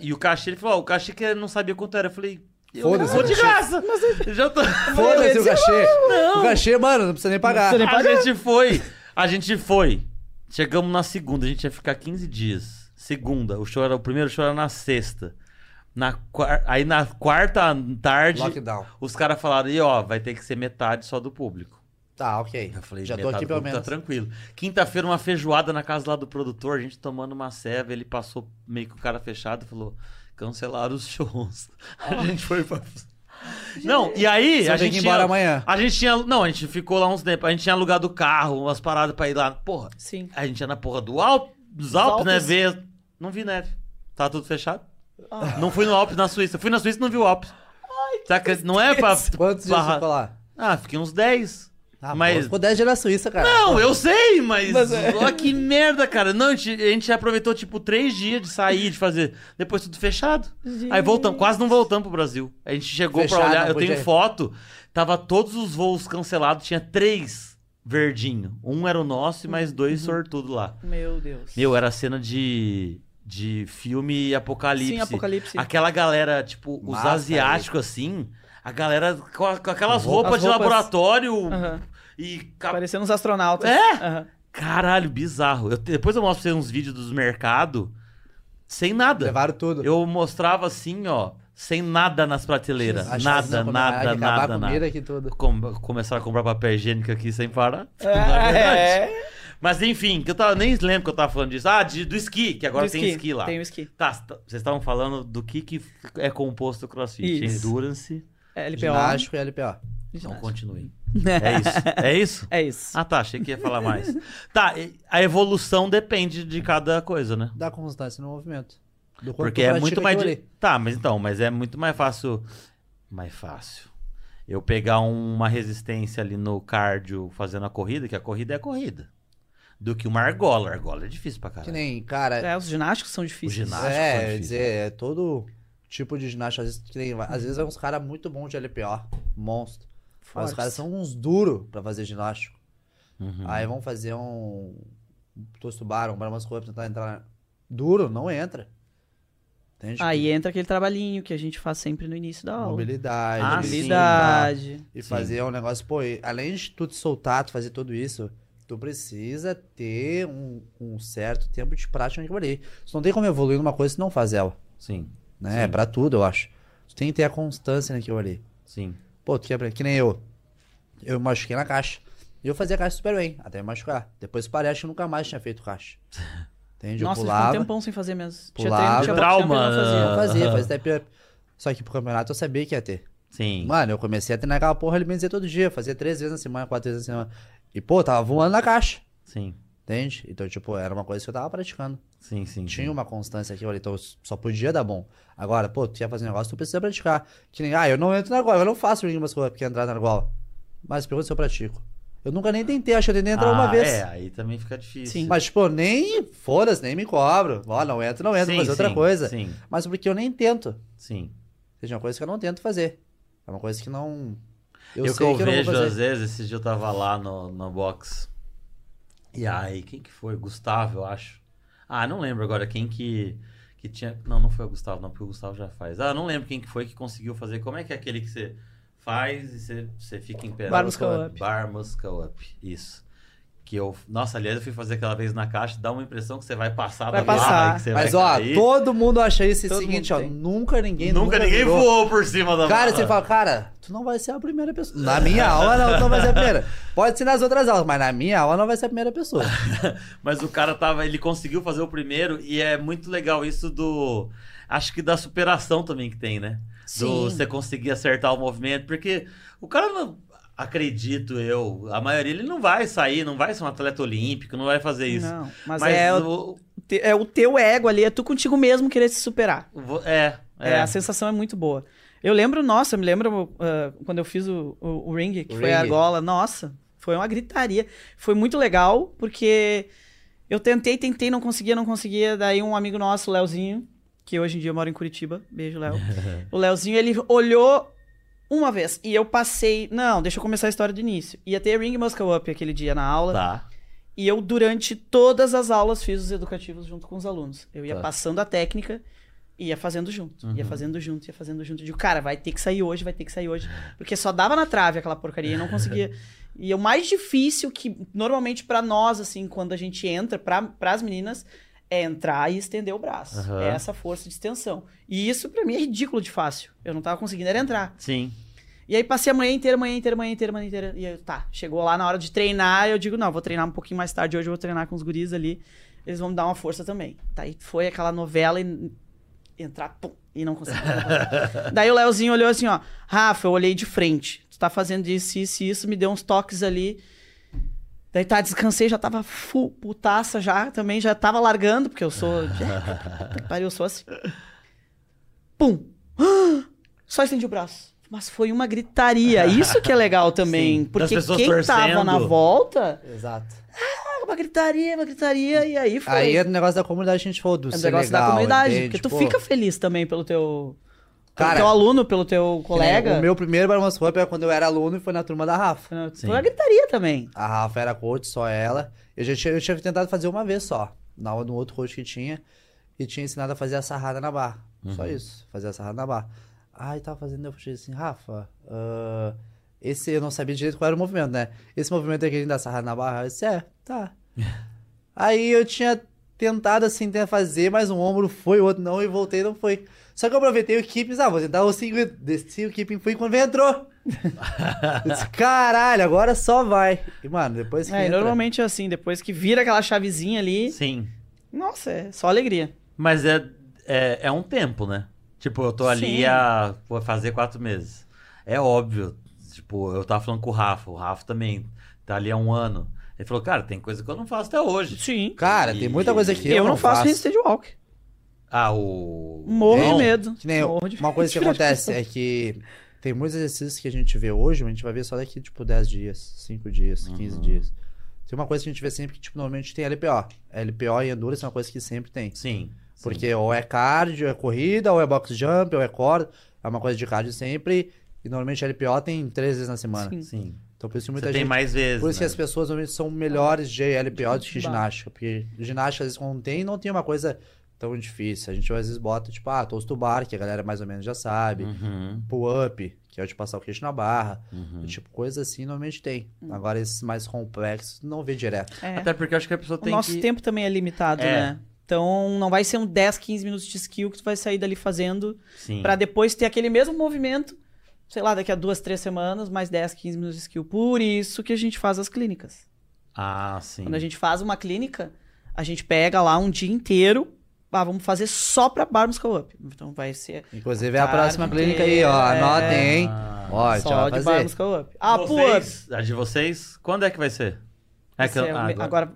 Speaker 1: e o cachê, ele falou, ó, o cachê que ele não sabia quanto era. Eu falei, eu
Speaker 4: Foda-se
Speaker 1: vou
Speaker 4: o
Speaker 1: de
Speaker 4: cachê.
Speaker 1: graça. Já tô...
Speaker 4: Foda-se o cachê. O cachê, mano, não precisa nem pagar.
Speaker 3: precisa
Speaker 1: A gente foi. A gente foi. Chegamos na segunda, a gente ia ficar 15 dias. Segunda, o show era o primeiro show era na sexta. Na quar- aí na quarta tarde,
Speaker 4: Lockdown.
Speaker 1: os caras falaram: "E ó, vai ter que ser metade só do público".
Speaker 4: Tá, ok.
Speaker 1: Eu falei,
Speaker 4: Já tô
Speaker 1: metade
Speaker 4: aqui
Speaker 1: do
Speaker 4: pelo
Speaker 1: público
Speaker 4: menos.
Speaker 1: Tá tranquilo. Quinta-feira, uma feijoada na casa lá do produtor, a gente tomando uma ceva, ele passou meio que o cara fechado e falou: cancelaram os shows. A gente foi pra. Não, e aí,
Speaker 4: Você
Speaker 1: a
Speaker 4: tem
Speaker 1: gente.
Speaker 4: que ir embora
Speaker 1: tinha-
Speaker 4: amanhã.
Speaker 1: a gente tinha. Não, a gente ficou lá uns tempos. A gente tinha alugado o carro, umas paradas pra ir lá. Porra,
Speaker 3: Sim.
Speaker 1: a gente ia na porra do Alp, dos Alpes, né?
Speaker 3: Alpes.
Speaker 1: Ver. Não vi neve. Tá tudo fechado.
Speaker 4: Ah.
Speaker 1: Não fui no Alpes, na Suíça. Fui na Suíça e não vi o Alpes. Tá, que não é pra.
Speaker 4: Quantos dias
Speaker 1: barra-
Speaker 4: você ficou lá?
Speaker 1: Ah, fiquei uns 10.
Speaker 4: Ah,
Speaker 1: Mas-
Speaker 4: pô, Ficou 10 dias na Suíça, cara.
Speaker 1: Não, eu sei, mas.
Speaker 3: Mas é.
Speaker 1: Olha que merda, cara. Não, a gente, a gente aproveitou, tipo, três dias de sair, de fazer. Depois tudo fechado. Aí voltamos, quase não voltamos pro Brasil. A gente chegou pra
Speaker 4: Fechado,
Speaker 1: olhar.
Speaker 4: não
Speaker 1: Eu tenho
Speaker 4: podia.
Speaker 1: foto. Tava todos os voos cancelados, tinha três verdinho. Um era o nosso e mais dois
Speaker 3: Uhum.
Speaker 1: sortudo lá.
Speaker 3: Meu Deus.
Speaker 1: Meu, é era cena de. de filme apocalipse.
Speaker 3: Sim, apocalipse.
Speaker 1: Aquela galera, tipo, os
Speaker 4: Massa,
Speaker 1: asiáticos assim. A galera com, a- com aquelas
Speaker 4: Roupa-
Speaker 1: roupas
Speaker 3: As
Speaker 1: de
Speaker 3: roupas. Ah.
Speaker 1: laboratório
Speaker 3: Aham.
Speaker 1: e cap-
Speaker 3: Parecendo uns astronautas.
Speaker 1: É?
Speaker 3: Aham.
Speaker 1: Caralho, bizarro. Eu te- depois eu mostro pra você uns vídeos dos mercados sem nada.
Speaker 4: Levaram tudo.
Speaker 1: Eu mostrava assim, ó, sem nada nas prateleiras.
Speaker 4: As chances
Speaker 1: nada,
Speaker 4: não comer
Speaker 1: nada,
Speaker 4: nada, acabar
Speaker 1: nada,
Speaker 4: a
Speaker 1: nada.
Speaker 4: comida aqui toda.
Speaker 1: Com- começaram a comprar papel higiênico aqui sem parar. Na verdade.
Speaker 3: É.
Speaker 1: Mas enfim, que eu tava, nem lembro que eu tava falando disso. Ah, de- do esqui, que agora
Speaker 3: Do
Speaker 1: tem esqui lá.
Speaker 3: Tem o esqui.
Speaker 1: Tá, c- vocês estavam falando do que, que é composto o crossfit.
Speaker 3: Isso.
Speaker 1: Endurance.
Speaker 3: É LPO.
Speaker 4: Ginástico e LPO.
Speaker 1: Então
Speaker 3: Ginástica.
Speaker 1: continue. É isso. É isso?
Speaker 3: É isso.
Speaker 1: Ah tá, achei que ia falar mais. tá, e a evolução depende de cada coisa, né?
Speaker 4: Dá constância no movimento. Do quanto
Speaker 1: Porque é
Speaker 4: tu pratica
Speaker 1: muito mais.
Speaker 4: aquilo
Speaker 1: di-
Speaker 4: ali.
Speaker 1: Tá, mas então, mas é muito mais fácil. Mais fácil. Eu pegar uma resistência ali no cardio fazendo a corrida, que a corrida é a corrida. Do que uma argola. A argola é difícil pra
Speaker 4: Que
Speaker 1: caralho.
Speaker 4: nem, cara,
Speaker 3: É, os ginásticos são
Speaker 1: O
Speaker 3: difíceis.
Speaker 1: ginástica. ginástico é
Speaker 4: É,
Speaker 1: difícil.
Speaker 4: quer dizer, é todo tipo de ginástica. Às vezes, que nem- às vezes é uns caras muito bons de LPO, monstro. Mas os
Speaker 3: Fortes.
Speaker 4: caras são uns duros pra fazer ginástico.
Speaker 1: Uhum.
Speaker 4: Aí vão fazer um um tostubaro, um bramasco pra tentar entrar. na- Duro, não entra. Entende?
Speaker 3: Aí é entra aquele trabalhinho que a gente faz sempre no início da aula.
Speaker 4: Mobilidade,
Speaker 1: Ah, sim.
Speaker 3: Mobilidade.
Speaker 4: E
Speaker 1: Sim.
Speaker 4: fazer um negócio, pô, e além de tu te soltar, tu fazer tudo isso, tu precisa ter um, um certo tempo de prática naquilo ali. Tu não tem como evoluir numa coisa se não faz ela,
Speaker 1: Sim,
Speaker 4: né? É pra tudo, eu acho. Tu tem que ter a constância naquilo ali.
Speaker 1: sim.
Speaker 4: Pô, tu quebra, que nem eu. Eu me machuquei na caixa. E eu fazia caixa super bem, até me machucar. Depois parei, acho que eu nunca mais tinha feito caixa. Entende? Eu
Speaker 3: Nossa,
Speaker 1: é
Speaker 3: eu ficou um
Speaker 4: pulava.
Speaker 3: tempão sem fazer mesmo.
Speaker 4: Pulava.
Speaker 3: tinha
Speaker 1: Trauma.
Speaker 3: eu não
Speaker 4: Eu
Speaker 3: fazia.
Speaker 4: fazia, fazia step up. Só que pro campeonato eu sabia que ia ter.
Speaker 1: Sim.
Speaker 4: Mano, eu comecei a treinar aquela porra ali, me dizia todo dia. Fazia três vezes na semana, quatro vezes na semana. E, pô, tava voando na caixa.
Speaker 1: Sim,
Speaker 4: Entende? Então, tipo, era uma coisa que eu tava praticando.
Speaker 1: sim, sim.
Speaker 4: Tinha uma constância aqui, olha, então só podia dar bom. Agora, pô, tu ia fazer um negócio, tu precisa praticar. Que nem, ah, eu não entro na gola, eu não faço nenhuma coisa porque entrar na gola. Mas pergunta se eu pratico. Eu nunca nem tentei, acho que eu tentei entrar uma
Speaker 1: Ah,
Speaker 4: vez.
Speaker 1: É, aí também fica difícil.
Speaker 3: Sim.
Speaker 4: Mas, tipo, nem foda-se, nem me cobro. Ó, não entro, não entro,
Speaker 1: Sim,
Speaker 4: mas é outra
Speaker 1: sim,
Speaker 4: coisa.
Speaker 1: Sim,
Speaker 4: Mas porque eu nem tento.
Speaker 1: sim.
Speaker 4: Seja uma coisa que eu não tento fazer. É uma coisa que não. Eu,
Speaker 1: Eu, que
Speaker 4: sei
Speaker 1: eu
Speaker 4: que, eu não
Speaker 1: vejo,
Speaker 4: vou
Speaker 1: às
Speaker 4: fazer.
Speaker 1: vezes, esse dia eu tava lá no, no box. E
Speaker 4: Hum.
Speaker 1: aí, quem que foi? Gustavo, eu acho. Ah, não lembro agora quem que, que tinha. Não, não foi o Gustavo, não, porque o Gustavo já faz. Ah, não lembro quem que foi que conseguiu fazer. Como é que é aquele que você faz e você, você fica em pé?
Speaker 3: Bar Muscle Up.
Speaker 1: Bar Muscle Up, isso. Que eu, nossa, aliás, eu fui fazer aquela vez na caixa, dá uma impressão que você vai passar
Speaker 3: Vai
Speaker 1: da barra
Speaker 3: passar.
Speaker 1: e que você
Speaker 4: Mas,
Speaker 1: vai
Speaker 4: ó,
Speaker 1: cair.
Speaker 4: todo mundo acha isso
Speaker 3: Todo
Speaker 4: o seguinte,
Speaker 3: mundo
Speaker 4: ó.
Speaker 3: tem.
Speaker 4: Nunca ninguém.
Speaker 1: Nunca ninguém
Speaker 4: virou.
Speaker 1: voou por cima da
Speaker 4: Cara,
Speaker 1: barra.
Speaker 4: você fala, cara, tu não vai ser a primeira pessoa. Na minha aula, não, tu não vai ser a primeira. Pode ser nas outras aulas, mas na minha aula não vai ser a primeira pessoa.
Speaker 1: Mas o cara tava, ele conseguiu fazer o primeiro e é muito legal isso do, acho que da superação também que tem, né? Do você conseguir acertar o movimento, porque o cara não acredito eu, a maioria ele não vai sair, não vai ser um atleta olímpico, não vai fazer isso.
Speaker 3: Não, mas, é, o...
Speaker 1: o-
Speaker 3: te- é o teu ego ali, é tu contigo mesmo querer se superar.
Speaker 1: vo- é, é,
Speaker 3: É, a sensação é muito boa. Eu lembro, nossa, eu me lembro ah, quando eu fiz o, o, o ring, que
Speaker 4: O
Speaker 3: foi a
Speaker 4: ring.
Speaker 3: gola, nossa, foi uma gritaria. Foi muito legal, porque eu tentei, tentei, não conseguia, não conseguia. Daí um amigo nosso, o Leozinho, que hoje em dia mora em Curitiba, beijo, Léo. o Leozinho, ele olhou uma vez e eu passei, não, deixa eu começar a história do início. Ia ter ring muscle up aquele dia na aula.
Speaker 1: tá.
Speaker 3: E eu, durante todas as aulas, fiz os educativos junto com os alunos. Eu ia
Speaker 1: Tá. Uhum.
Speaker 3: passando a técnica e ia fazendo junto. Ia fazendo junto, ia fazendo junto. Eu digo, cara, vai ter que sair hoje, vai ter que sair hoje. Porque só dava na trave aquela porcaria e não conseguia. e o mais difícil que, normalmente, pra nós, assim, quando a gente entra, para as meninas, é entrar e estender o braço.
Speaker 1: Aham.
Speaker 3: É essa força de extensão. E isso, pra mim, é ridículo de fácil. Eu não tava conseguindo era entrar.
Speaker 1: Sim.
Speaker 3: E aí passei a manhã inteira, manhã inteira, manhã inteira, manhã inteira. E aí, tá, chegou lá na hora de treinar, eu digo, não, vou treinar um pouquinho mais tarde, hoje eu vou treinar com os guris ali, eles vão me dar uma força também. Tá, e foi aquela novela e entrar, pum, e não consegui. Daí o Leozinho olhou assim, ó, Rafa, eu olhei de frente, tu tá fazendo isso, isso, e isso, me deu uns toques ali. Daí tá, descansei, já tava full putaça já, também já tava largando, porque eu sou... Pariu, eu sou assim. Pum! Só estendi o braço. Mas foi uma gritaria. Isso que é legal também.
Speaker 1: Sim, das
Speaker 3: Porque
Speaker 1: pessoas
Speaker 3: quem tava
Speaker 1: torcendo.
Speaker 3: na volta,
Speaker 4: Exato.
Speaker 3: ah, uma gritaria, uma gritaria, e aí foi.
Speaker 4: Aí é do negócio da comunidade que a gente falou, do
Speaker 3: É um
Speaker 4: ser
Speaker 3: negócio da
Speaker 4: legal,
Speaker 3: comunidade.
Speaker 4: entende?
Speaker 3: Porque tu
Speaker 4: Pô,
Speaker 3: fica feliz também pelo teu, pelo
Speaker 4: Cara,
Speaker 3: teu aluno, pelo teu
Speaker 4: que nem
Speaker 3: colega.
Speaker 4: O meu primeiro Barmas Up era quando eu era aluno e foi na turma da Rafa.
Speaker 3: Foi
Speaker 1: Sim.
Speaker 3: uma gritaria também.
Speaker 4: A Rafa era coach, só ela. Eu já tinha, eu tinha tentado fazer uma vez só, na aula do outro coach que tinha. E tinha ensinado a fazer a sarrada na barra. Só isso, fazer a sarrada na barra. Aí tava fazendo, eu falei assim, Rafa, ah, esse eu não sabia direito qual era o movimento, né? Esse movimento é aquele da sarrada na barra? Eu disse, é, tá. Aí eu tinha tentado assim tentar fazer, mas um ombro foi, o outro não, e voltei não foi. Só que eu aproveitei o keeping, ah, vou tentar o segundo. Desci o keeping, fui quando veio, entrou. Eu disse, caralho, agora só vai. E, mano, depois que
Speaker 3: É, e
Speaker 4: entra-
Speaker 3: normalmente é assim, depois que vira aquela chavezinha ali,
Speaker 1: Sim.
Speaker 3: nossa, é só alegria.
Speaker 1: Mas é, é, é um tempo, né? Tipo, eu tô
Speaker 3: Sim.
Speaker 1: ali há. Vou fazer quatro meses. É óbvio. Tipo, eu tava falando com o Rafa. O Rafa também tá ali há um ano. Ele falou, cara, tem coisa que eu não faço até hoje.
Speaker 3: Sim.
Speaker 4: Cara, tem muita coisa que
Speaker 3: Eu,
Speaker 4: eu,
Speaker 3: não faço nem stage walk.
Speaker 1: Ah, o.
Speaker 3: Morro de
Speaker 1: Não.
Speaker 3: medo.
Speaker 4: Que nem eu.
Speaker 3: Morro de
Speaker 4: Uma coisa que
Speaker 3: medo.
Speaker 4: acontece é que tem muitos exercícios que a gente vê hoje, mas a gente vai ver só daqui, tipo, 10 dias, 5 dias,
Speaker 1: Uhum.
Speaker 4: 15 dias. Tem uma coisa que a gente vê sempre que, tipo, normalmente tem LPO. LPO e Endurance é uma coisa que sempre tem.
Speaker 1: Sim. sim.
Speaker 4: Porque ou é cardio, é corrida, ou é box jump, ou é corda. É uma coisa de cardio sempre. E normalmente LPO tem três vezes na semana.
Speaker 3: Sim.
Speaker 1: Sim.
Speaker 4: Então por isso
Speaker 1: Você
Speaker 4: que muita
Speaker 1: tem
Speaker 4: gente.
Speaker 1: mais vezes.
Speaker 4: Por isso que
Speaker 1: né?
Speaker 4: as pessoas normalmente são melhores de LPO do que
Speaker 3: Bah.
Speaker 4: ginástica. Porque ginástica, às vezes, quando tem, não tem uma coisa tão difícil. A gente às vezes bota, tipo, ah, toast to bar, que a galera mais ou menos já sabe.
Speaker 1: Uhum,
Speaker 4: Pull-up, que é o de passar o queixo na barra.
Speaker 1: uhum.
Speaker 4: Tipo, coisa assim normalmente tem.
Speaker 3: Hum.
Speaker 4: Agora, esses mais complexos, não vê direto.
Speaker 3: É.
Speaker 1: Até porque eu acho que a pessoa
Speaker 3: O
Speaker 1: tem
Speaker 3: nosso
Speaker 1: que.
Speaker 3: tempo também é limitado,
Speaker 1: É.
Speaker 3: né? Então não vai ser um 10, 15 minutos de skill que tu vai sair dali fazendo
Speaker 1: Sim.
Speaker 3: pra depois ter aquele mesmo movimento, sei lá, daqui a duas, três semanas, mais 10, 15 minutos de skill. Por isso que a gente faz as clínicas.
Speaker 1: Ah, sim.
Speaker 3: Quando a gente faz uma clínica, a gente pega lá um dia inteiro Ah, vamos fazer só pra Barmos Co-op. Então vai ser
Speaker 4: Inclusive é a
Speaker 3: Tarde
Speaker 4: próxima clínica aí, ó.
Speaker 3: inteira,
Speaker 4: Anotem,
Speaker 3: é.
Speaker 4: hein? Ó, a gente
Speaker 3: só
Speaker 4: vai
Speaker 3: de
Speaker 4: fazer.
Speaker 3: Barmos Co-op. Ah, Pull-up.
Speaker 1: Ah. vocês, a de vocês, quando é que vai ser? É
Speaker 3: Esse
Speaker 1: que eu-
Speaker 3: é o
Speaker 1: ah,
Speaker 3: me-
Speaker 1: agora.
Speaker 3: Agora,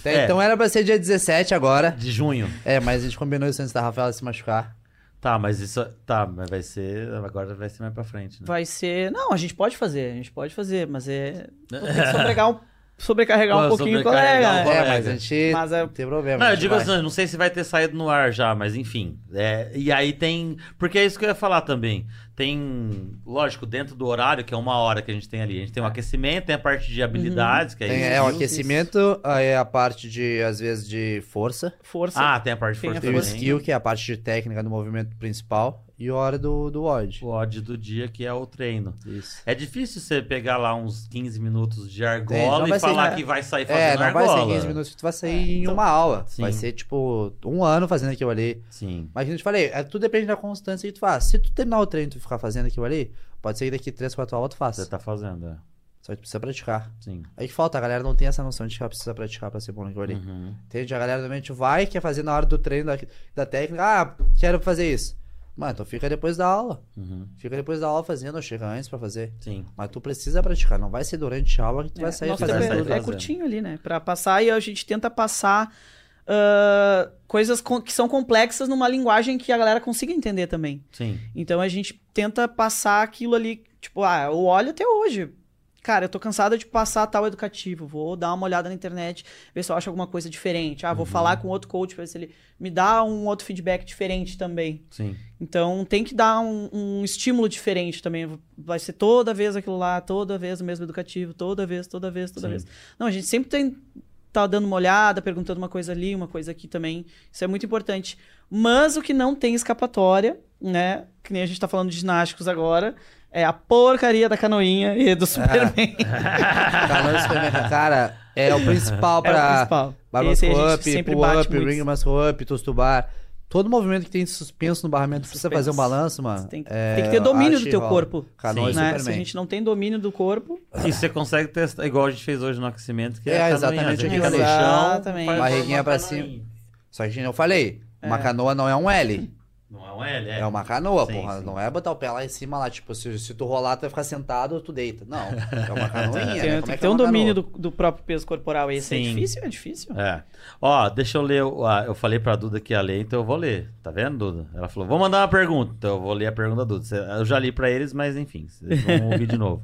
Speaker 4: Até
Speaker 1: É.
Speaker 4: Então era pra ser dia 17 agora.
Speaker 1: De junho.
Speaker 4: É, mas a gente combinou isso antes da Rafaela se machucar.
Speaker 1: Tá, mas isso. Tá, mas vai ser. Agora vai ser mais pra frente, né?
Speaker 3: vai ser. Não, a gente pode fazer, a gente pode fazer, mas é. Tem que sobregar um- sobrecarregar um
Speaker 1: Pô,
Speaker 3: pouquinho o
Speaker 1: sobrecarregar um
Speaker 3: colega.
Speaker 1: pouco.
Speaker 4: É,
Speaker 1: Colega.
Speaker 4: mas a gente
Speaker 3: Mas é-
Speaker 4: não tem problema.
Speaker 1: Não,
Speaker 4: a
Speaker 1: eu
Speaker 4: gente
Speaker 1: digo
Speaker 4: vai.
Speaker 1: assim, eu não sei se vai ter saído no ar já, mas enfim. É, e aí tem. Porque é isso que eu ia falar também. Tem, lógico, dentro do horário, que é uma hora que a gente tem ali. A gente tem um aquecimento, tem a parte de habilidades, que é
Speaker 4: Tem,
Speaker 1: isso.
Speaker 4: é o
Speaker 3: Isso,
Speaker 4: aquecimento, aí é a parte de, às vezes, de força.
Speaker 3: Força.
Speaker 1: Ah, tem a parte de
Speaker 3: Tem a
Speaker 1: força
Speaker 4: Tem o
Speaker 1: também.
Speaker 4: skill, que é a parte de técnica do movimento principal. E a hora do, do odd.
Speaker 1: O ódio do dia, que é o treino.
Speaker 4: Isso.
Speaker 1: É difícil você pegar lá uns 15 minutos de
Speaker 4: É,
Speaker 1: argola
Speaker 4: não
Speaker 1: e
Speaker 4: vai ser-
Speaker 1: falar
Speaker 4: é.
Speaker 1: que vai sair fazendo
Speaker 4: É, não vai
Speaker 1: argola.
Speaker 4: ser 15 minutos que tu vai sair em
Speaker 3: então-
Speaker 4: uma aula.
Speaker 1: Sim.
Speaker 4: Vai ser, tipo, um ano fazendo aquilo ali.
Speaker 1: Sim.
Speaker 4: Mas como eu te falei, é, tudo depende da constância que tu faz. Se tu terminar o treino e tu ficar fazendo aquilo ali, pode ser que daqui 3, 4 aulas tu faça.
Speaker 1: Você tá fazendo, é.
Speaker 4: Só que tu precisa praticar. É
Speaker 1: Sim.
Speaker 4: Aí que falta, a galera não tem essa noção de que ela precisa praticar pra ser bom naquilo ali.
Speaker 1: Uhum.
Speaker 4: Entende? A galera realmente vai, quer fazer na hora do treino, da, da técnica. Ah, quero fazer isso. Mano, então fica depois da aula.
Speaker 1: Uhum.
Speaker 4: Fica depois da aula fazendo, ou chega antes pra fazer.
Speaker 1: Sim.
Speaker 4: Mas tu precisa praticar, não vai ser durante a aula que tu vai
Speaker 3: É,
Speaker 4: sair
Speaker 3: nosso
Speaker 1: vai
Speaker 4: fazendo
Speaker 3: tempo é-
Speaker 1: sair
Speaker 4: tudo.
Speaker 3: é,
Speaker 1: fazendo.
Speaker 3: curtinho ali, né? Pra passar e a gente tenta passar ah, coisas com- que são complexas numa linguagem que a galera consiga entender também.
Speaker 1: Sim.
Speaker 3: Então a gente tenta passar aquilo ali, tipo, ah, eu olho até hoje. Cara, eu tô cansada de passar tal educativo. Vou dar uma olhada na internet, ver se eu acho alguma coisa diferente. Ah, vou falar com outro coach pra ver se ele me dá um outro feedback diferente também.
Speaker 1: Sim.
Speaker 3: Então tem que dar um, um estímulo diferente também. Vai ser toda vez aquilo lá, toda vez o mesmo educativo, toda vez, toda vez, toda
Speaker 1: Sim.
Speaker 3: vez. Não, a gente sempre tem tá dando uma olhada, perguntando uma coisa ali, uma coisa aqui também. Isso é muito importante. Mas o que não tem escapatória, né? Que nem a gente tá falando de ginásticos agora, é a porcaria da canoinha e
Speaker 4: É.
Speaker 3: do Superman.
Speaker 1: Tá,
Speaker 4: Cara, não experimenta. Cara, é o principal
Speaker 3: É, o
Speaker 4: pra
Speaker 3: principal.
Speaker 4: barras
Speaker 3: Esse aí a gente
Speaker 4: up,
Speaker 3: sempre
Speaker 4: pull
Speaker 3: bate
Speaker 4: up,
Speaker 3: muito.
Speaker 4: ring muscle up, tostubar. Todo movimento que tem suspenso no barramento precisa
Speaker 3: Suspenso.
Speaker 4: fazer um balanço, mano.
Speaker 3: Tem, que-
Speaker 4: É,
Speaker 3: tem que ter domínio
Speaker 4: acho
Speaker 3: do
Speaker 4: e
Speaker 3: teu
Speaker 4: rola.
Speaker 3: corpo.
Speaker 4: Canoa
Speaker 1: Sim.
Speaker 4: e
Speaker 3: né? Se a
Speaker 4: Superman.
Speaker 3: gente não tem domínio do corpo,
Speaker 1: E você consegue testar, igual a gente fez hoje no aquecimento, que Tá. é,
Speaker 4: É,
Speaker 1: a canoinha,
Speaker 4: exatamente
Speaker 1: você
Speaker 4: aquilo
Speaker 1: fica no
Speaker 4: ali.
Speaker 1: chão,
Speaker 3: né? Exatamente.
Speaker 1: faz
Speaker 4: Barriguinha
Speaker 1: uma
Speaker 4: pra
Speaker 1: canoinha.
Speaker 4: Só que eu falei, uma canoa não é um L.
Speaker 1: Não é um L, é.
Speaker 4: É uma canoa,
Speaker 1: Sim,
Speaker 4: porra.
Speaker 1: sim.
Speaker 4: Não é botar o pé lá em cima, lá, tipo, se, se tu rolar, tu vai ficar sentado, tu deita. Não, é uma canoinha. né? Como
Speaker 3: tem, tem
Speaker 4: é
Speaker 3: que
Speaker 4: que
Speaker 3: ter
Speaker 4: é
Speaker 3: um
Speaker 4: uma
Speaker 3: domínio do,
Speaker 4: canoa?
Speaker 3: do próprio peso corporal. Esse é
Speaker 1: Sim.
Speaker 3: difícil, é difícil.
Speaker 1: É. Ó, deixa eu ler. o- ah, Eu falei pra Duda que ia ler, então eu vou ler. Tá vendo, Duda? Ela falou, vou mandar uma pergunta. Então eu vou ler a pergunta da Duda. Cê- Eu já li pra eles, mas enfim, vocês vão ouvir de novo.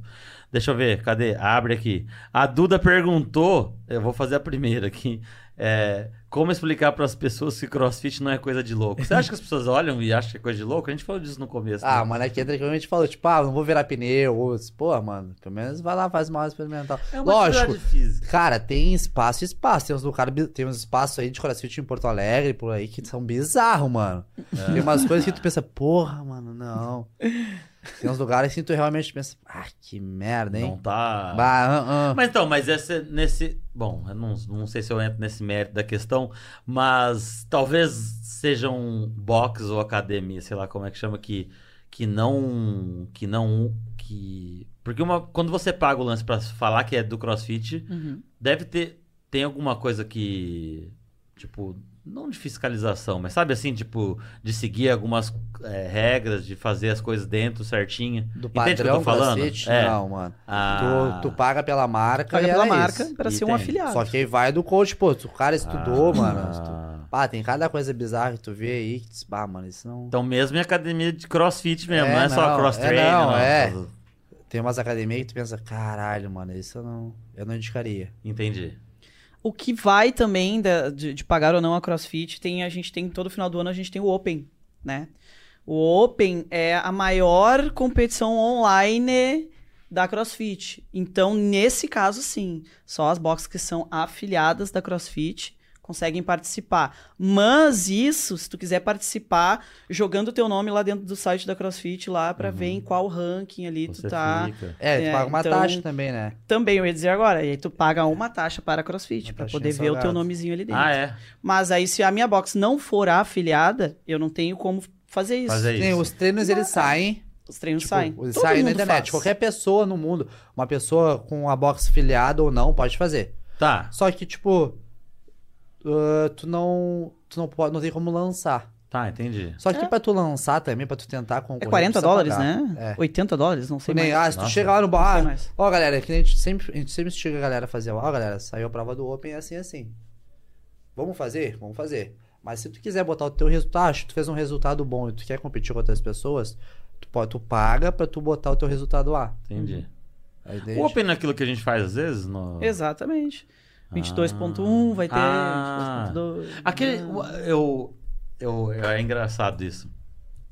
Speaker 1: Deixa eu ver, cadê? Abre aqui. A Duda perguntou, eu vou fazer a primeira aqui. é, como explicar pras pessoas que crossfit não é coisa de louco? Você acha que as pessoas olham e acham que é coisa de louco? A gente falou disso no começo.
Speaker 4: Ah,
Speaker 1: né?
Speaker 4: mano, aqui entra que a gente falou, tipo, ah, não vou virar pneu. Ou, pô, mano, pelo menos vai lá, faz uma aula experimental.
Speaker 1: é uma
Speaker 4: Lógico,
Speaker 1: atividade física.
Speaker 4: Cara, tem espaço e espaço. Tem uns, lugares, tem uns espaços aí de crossfit em Porto Alegre, por aí, que são bizarros, mano.
Speaker 1: É.
Speaker 4: Tem umas coisas que tu pensa, porra, mano, não. Tem uns lugares que tu realmente pensa, ah, que merda,
Speaker 1: Não
Speaker 4: hein?
Speaker 1: tá.
Speaker 4: Bah, ah, ah.
Speaker 1: Mas então, mas essa, nesse. Bom, eu não, não sei se eu entro nesse mérito da questão, mas talvez sejam box ou academia, sei lá como é que chama, que, que não. Que não. Que. Porque uma, quando você paga o lance pra falar que é do crossfit,
Speaker 3: Uhum.
Speaker 1: deve ter. Tem alguma coisa que. Tipo. Não de fiscalização, mas sabe assim, tipo, de seguir algumas eh, regras, de fazer as coisas dentro certinho.
Speaker 4: Do
Speaker 1: Entende o que eu
Speaker 4: padrão
Speaker 1: tô falando?
Speaker 4: crossfit,
Speaker 1: É.
Speaker 4: não, mano.
Speaker 1: Ah,
Speaker 4: Tu, tu paga pela marca
Speaker 3: Paga
Speaker 4: e
Speaker 3: pela
Speaker 4: é
Speaker 3: marca
Speaker 4: isso.
Speaker 3: pra
Speaker 1: E
Speaker 3: ser um
Speaker 1: tem.
Speaker 3: afiliado.
Speaker 4: Só que aí vai do coach, pô, tu- o cara estudou,
Speaker 1: é. ah,
Speaker 4: mano. Estu- Ah, tem cada coisa bizarra que tu vê aí que tu diz, bah, mano, isso não...
Speaker 1: Então, mesmo em academia de crossfit mesmo,
Speaker 4: É,
Speaker 1: não é só
Speaker 4: não,
Speaker 1: cross
Speaker 4: é
Speaker 1: training.
Speaker 4: não,
Speaker 1: não.
Speaker 4: é. Tem umas academias que tu pensa, caralho, mano, isso eu não... Eu não indicaria.
Speaker 1: Entendi.
Speaker 3: O que vai também da- de, de pagar ou não a CrossFit, tem, a gente tem, todo final do ano a gente tem o Open, né? O Open é a maior competição online da CrossFit. Então, nesse caso, sim, só as boxes que são afiliadas da CrossFit conseguem participar. Mas isso, se tu quiser participar, jogando o teu nome lá dentro do site da CrossFit lá pra
Speaker 1: Uhum.
Speaker 3: ver em qual ranking ali
Speaker 1: Você
Speaker 3: tu tá.
Speaker 1: fica.
Speaker 4: É, tu
Speaker 3: É,
Speaker 4: paga uma
Speaker 3: então-
Speaker 4: taxa também, né?
Speaker 3: Também eu ia dizer agora, e aí tu paga uma taxa para a CrossFit,
Speaker 4: Uma
Speaker 3: para
Speaker 4: taxinha
Speaker 3: poder ver o teu
Speaker 4: salgada.
Speaker 3: nomezinho ali dentro.
Speaker 1: Ah, é.
Speaker 3: Mas aí se a minha box não for a afiliada, eu não tenho como fazer isso.
Speaker 1: Fazer
Speaker 4: Tem,
Speaker 1: É isso.
Speaker 4: os treinos eles saem.
Speaker 3: Os treinos
Speaker 4: Tipo,
Speaker 3: saem.
Speaker 4: Eles
Speaker 3: Todo
Speaker 4: saem na
Speaker 3: mundo
Speaker 4: internet.
Speaker 3: faz.
Speaker 4: Qualquer pessoa no mundo, uma pessoa com a box filiada ou não, pode fazer.
Speaker 1: Tá.
Speaker 4: Só que, tipo, ah, tu não, tu não pode, não tem como lançar.
Speaker 1: Tá, entendi.
Speaker 4: Só que pra tu lançar também, pra tu tentar
Speaker 3: É
Speaker 4: concorrer,
Speaker 3: 40
Speaker 4: tu precisa
Speaker 3: dólares,
Speaker 4: pagar.
Speaker 3: né?
Speaker 4: É.
Speaker 3: 80 dólares, não sei
Speaker 4: Nem,
Speaker 3: mais.
Speaker 4: ah, se tu
Speaker 1: Nossa.
Speaker 4: chega lá no bar,
Speaker 3: Não sei
Speaker 4: ah,
Speaker 3: mais.
Speaker 4: ó galera, que nem a gente sempre, a gente sempre chega a galera a fazer, ó galera, saiu a prova do Open é assim, assim. Vamos fazer? Vamos fazer. Mas se tu quiser botar o teu resultado, ah, acho que tu fez um resultado bom e tu quer competir com outras pessoas, tu, pode, tu paga pra tu botar o teu resultado lá.
Speaker 1: Entendi.
Speaker 4: Aí
Speaker 1: O
Speaker 4: desde-
Speaker 1: Open não é aquilo que a gente faz às vezes? No...
Speaker 3: Exatamente. 22.1 vai ter,
Speaker 1: Ah.
Speaker 3: 22.2.
Speaker 1: Aquele.
Speaker 3: Ah.
Speaker 1: o- Eu, eu, eu- É engraçado isso.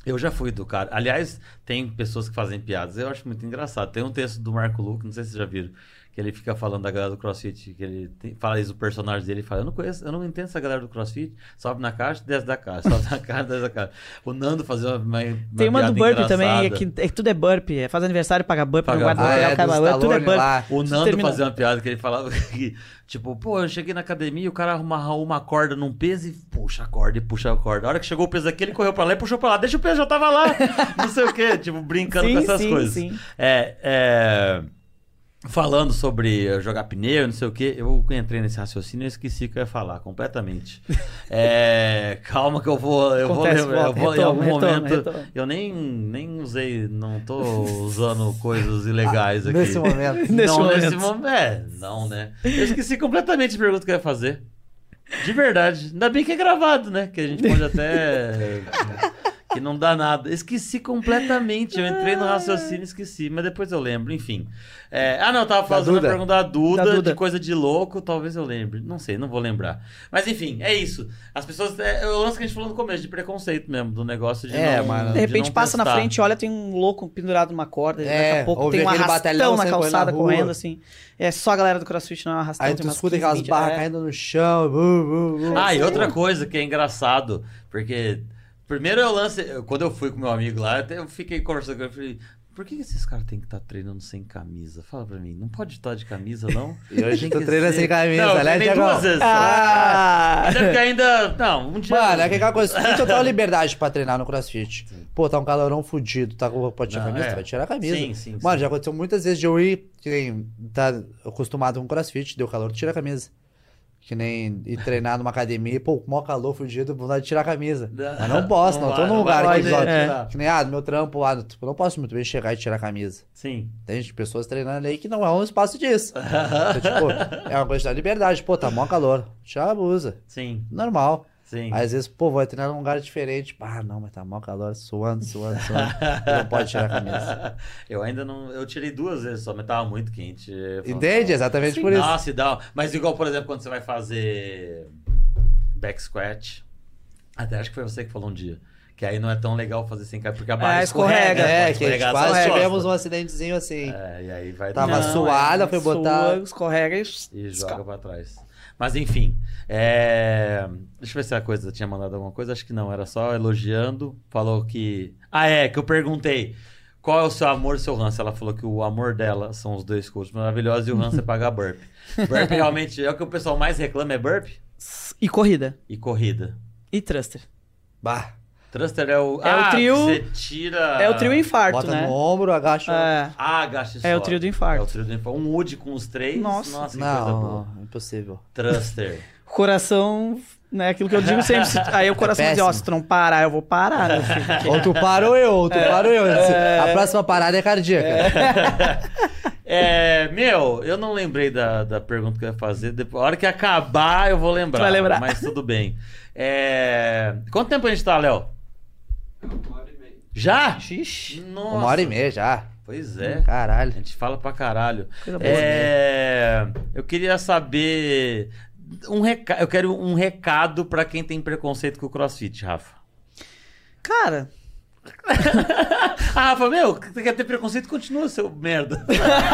Speaker 1: Eu já fui do cara. Aliás, tem pessoas que fazem piadas. Eu acho muito engraçado. Tem um texto do Marco Luque, não sei se vocês já viram, que ele fica falando da galera do CrossFit, que ele tem- fala isso, o personagem dele e fala: Eu não conheço, eu não entendo essa galera do CrossFit. Sobe na caixa, desce da caixa. Sobe na caixa, desce da caixa. O Nando fazia uma. uma
Speaker 3: Tem uma do
Speaker 1: piada
Speaker 3: burpee
Speaker 1: engraçada.
Speaker 3: também, é que, é que tudo é burpee. É, faz aniversário, paga burpee,
Speaker 1: Paga
Speaker 3: não guarda
Speaker 4: Ah,
Speaker 1: burpee.
Speaker 3: material,
Speaker 4: é, do
Speaker 3: acaba- tudo é
Speaker 4: Stallone
Speaker 3: burpee.
Speaker 4: lá.
Speaker 1: O
Speaker 3: Isso
Speaker 1: Nando
Speaker 3: termina-
Speaker 1: fazia uma piada que ele falava que, tipo, pô, eu cheguei na academia, o cara amarrou uma corda num peso e puxa a corda e puxa a corda. A hora que chegou o peso aqui, ele correu pra lá e puxou pra lá. Deixa o peso, já tava lá. Não sei o quê, tipo, brincando
Speaker 3: Sim,
Speaker 1: com essas
Speaker 3: sim,
Speaker 1: coisas.
Speaker 3: sim.
Speaker 1: É, é, Falando sobre eh, jogar pneu, não sei o quê, eu entrei nesse raciocínio e esqueci o que eu ia falar completamente. É, calma que eu vou, eu vou,
Speaker 3: Acontece,
Speaker 1: lembrar, eu
Speaker 3: volta,
Speaker 1: vou em
Speaker 3: retoma,
Speaker 1: algum
Speaker 3: retoma,
Speaker 1: momento.
Speaker 3: retoma.
Speaker 1: Eu nem, nem usei, não tô usando coisas ilegais aqui
Speaker 4: Nesse momento.
Speaker 3: Ah, Nesse
Speaker 1: não,
Speaker 3: momento.
Speaker 1: nesse momento. É, não, né? Eu esqueci completamente a pergunta que eu ia fazer. De verdade. Ainda bem que é gravado, né? Que a gente pode até. que não dá nada. Esqueci completamente. Eu entrei no raciocínio e esqueci. Mas depois eu lembro, enfim. É, Ah, não, eu tava fazendo a
Speaker 4: Duda.
Speaker 1: pergunta da Duda,
Speaker 3: Da Duda.
Speaker 1: de coisa de louco. Talvez eu lembre. Não sei, não vou lembrar. Mas enfim, é isso. As pessoas. É, é o lance que a gente falou no começo, de preconceito mesmo, do negócio de.
Speaker 4: É,
Speaker 1: não,
Speaker 4: mano.
Speaker 3: De repente
Speaker 1: não
Speaker 3: passa na
Speaker 1: testar.
Speaker 3: frente, olha, tem um louco pendurado numa corda.
Speaker 4: É,
Speaker 3: daqui a pouco
Speaker 4: ou
Speaker 3: tem
Speaker 4: vê
Speaker 3: um
Speaker 4: aquele batalhão
Speaker 3: arrastão na
Speaker 4: saindo correndo
Speaker 3: calçada
Speaker 4: na rua.
Speaker 3: correndo, assim. É só a galera do crossfit não é um arrastão.
Speaker 4: Aí
Speaker 3: tem
Speaker 4: tu
Speaker 3: umas
Speaker 4: escuta
Speaker 3: 15,
Speaker 4: aquelas
Speaker 3: 20,
Speaker 4: barras
Speaker 3: é.
Speaker 4: caindo no chão. bu, bu, bu.
Speaker 1: Ah, e outra coisa que é engraçado, porque primeiro eu lance, eu- quando eu fui com meu amigo lá, até eu fiquei conversando com ele, eu falei, por que que esses caras têm que estar treinando sem camisa? Fala pra mim, não pode estar de camisa, não?
Speaker 4: E hoje
Speaker 1: Tem
Speaker 4: tu
Speaker 1: que
Speaker 4: treina
Speaker 1: ser-
Speaker 4: sem camisa,
Speaker 1: não, eu
Speaker 4: né,
Speaker 1: treinei
Speaker 4: Diego?
Speaker 1: duas vezes. só.
Speaker 3: Ah!
Speaker 1: Até porque ainda, não, um dia...
Speaker 4: Mano, é que aquela coisa, tu tem total liberdade pra treinar no crossfit. Pô, tá um calorão fudido, tá com pode tirar a
Speaker 1: Não,
Speaker 4: camisa?
Speaker 1: é.
Speaker 4: Tu vai tirar a camisa.
Speaker 1: Sim, sim,
Speaker 4: Mano,
Speaker 1: sim.
Speaker 4: já aconteceu muitas vezes de eu ir, que nem tá acostumado com crossfit, deu calor, tu tira a camisa. Que nem ir treinar numa academia, pô, mó calor fudido, vontade de tirar a camisa. Mas não posso, não, tô
Speaker 1: vai,
Speaker 4: num lugar
Speaker 1: vai poder
Speaker 4: aqui exótico.
Speaker 1: tirar.
Speaker 4: Que nem, ah, no meu trampo lá, no- eu não posso muito bem chegar e tirar a camisa.
Speaker 1: Sim.
Speaker 4: Tem gente, pessoas treinando aí que não é um espaço disso. Então, tipo, é uma questão de liberdade. Pô, tá mó calor, tira a blusa.
Speaker 1: Sim,
Speaker 4: Normal.
Speaker 1: sim.
Speaker 4: Aí, Às vezes, pô, vai treinar num lugar diferente. Ah, não, mas tá mal calor, suando, suando, suando. não pode tirar a camisa.
Speaker 1: Eu ainda não. Eu tirei duas vezes só, mas tava muito quente. Eu falei,
Speaker 4: Entende?
Speaker 1: "Não,
Speaker 4: Exatamente
Speaker 3: Sim.
Speaker 4: por isso.
Speaker 1: Nossa, e dá. um, Mas igual, por exemplo, quando você vai fazer back squat. Até acho que foi você que falou um dia. Que aí não é tão legal fazer sem cair, porque a barra
Speaker 3: É,
Speaker 1: escorrega.
Speaker 3: escorrega.
Speaker 1: pode
Speaker 4: Ah, é, que a gente
Speaker 1: escorregar as
Speaker 4: quase
Speaker 1: costas.
Speaker 4: tivemos um acidentezinho assim.
Speaker 1: É, e aí vai
Speaker 4: Tava
Speaker 1: dar-
Speaker 4: suado. suada,
Speaker 3: é,
Speaker 4: foi botar-
Speaker 3: Sua, escorrega e...
Speaker 1: E joga pra trás. Mas enfim. é, Deixa eu ver se a coisa tinha mandado alguma coisa. Acho que não, era só elogiando. Falou que. Ah, é, que eu perguntei. Qual é o seu amor e seu ranço? Ela falou que o amor dela são os dois cursos maravilhosos e o ranço é pagar burp. Burp realmente é o que o pessoal mais reclama, é burp
Speaker 3: E corrida.
Speaker 1: e corrida.
Speaker 3: E thruster.
Speaker 4: Bah,
Speaker 1: Thruster é o.
Speaker 3: É o
Speaker 1: ah,
Speaker 3: trio-
Speaker 1: que Você tira.
Speaker 3: É o trio infarto,
Speaker 4: bota
Speaker 3: né?
Speaker 4: no ombro, agacha.
Speaker 3: É.
Speaker 1: Ah, gaste
Speaker 3: É o trio do
Speaker 1: É o
Speaker 3: infarto.
Speaker 1: trio do infarto. Um wood com os três. Nossa, Nossa
Speaker 3: Nossa.
Speaker 1: que coisa
Speaker 4: Não,
Speaker 1: boa.
Speaker 4: não, impossível.
Speaker 1: Thruster.
Speaker 3: Coração, né? Aquilo que eu digo sempre. se- Aí o coração diz, ó,
Speaker 4: péssimo.
Speaker 3: se tu não parar, eu vou parar, meu filho.
Speaker 1: É.
Speaker 3: porque-
Speaker 4: Ou tu para ou eu, ou tu para ou eu. A próxima parada é cardíaca.
Speaker 1: É, meu, eu não lembrei da, da pergunta que eu ia fazer. Depois, a hora que acabar, eu vou lembrar.
Speaker 3: Tu vai lembrar.
Speaker 1: Mas tudo bem. É, Quanto tempo a gente tá, Léo?
Speaker 2: Uma hora e meia.
Speaker 1: Já?
Speaker 3: Xixi.
Speaker 1: Nossa.
Speaker 4: Uma hora e meia já.
Speaker 1: Pois é. A
Speaker 4: Caralho.
Speaker 1: gente fala pra caralho.
Speaker 3: Coisa boa.
Speaker 1: É, eu queria saber. Um reca... Eu quero um recado pra quem tem preconceito com o crossfit, Rafa.
Speaker 3: Cara,
Speaker 1: Ah, Rafa, meu, você quer ter preconceito? Continua, seu merda.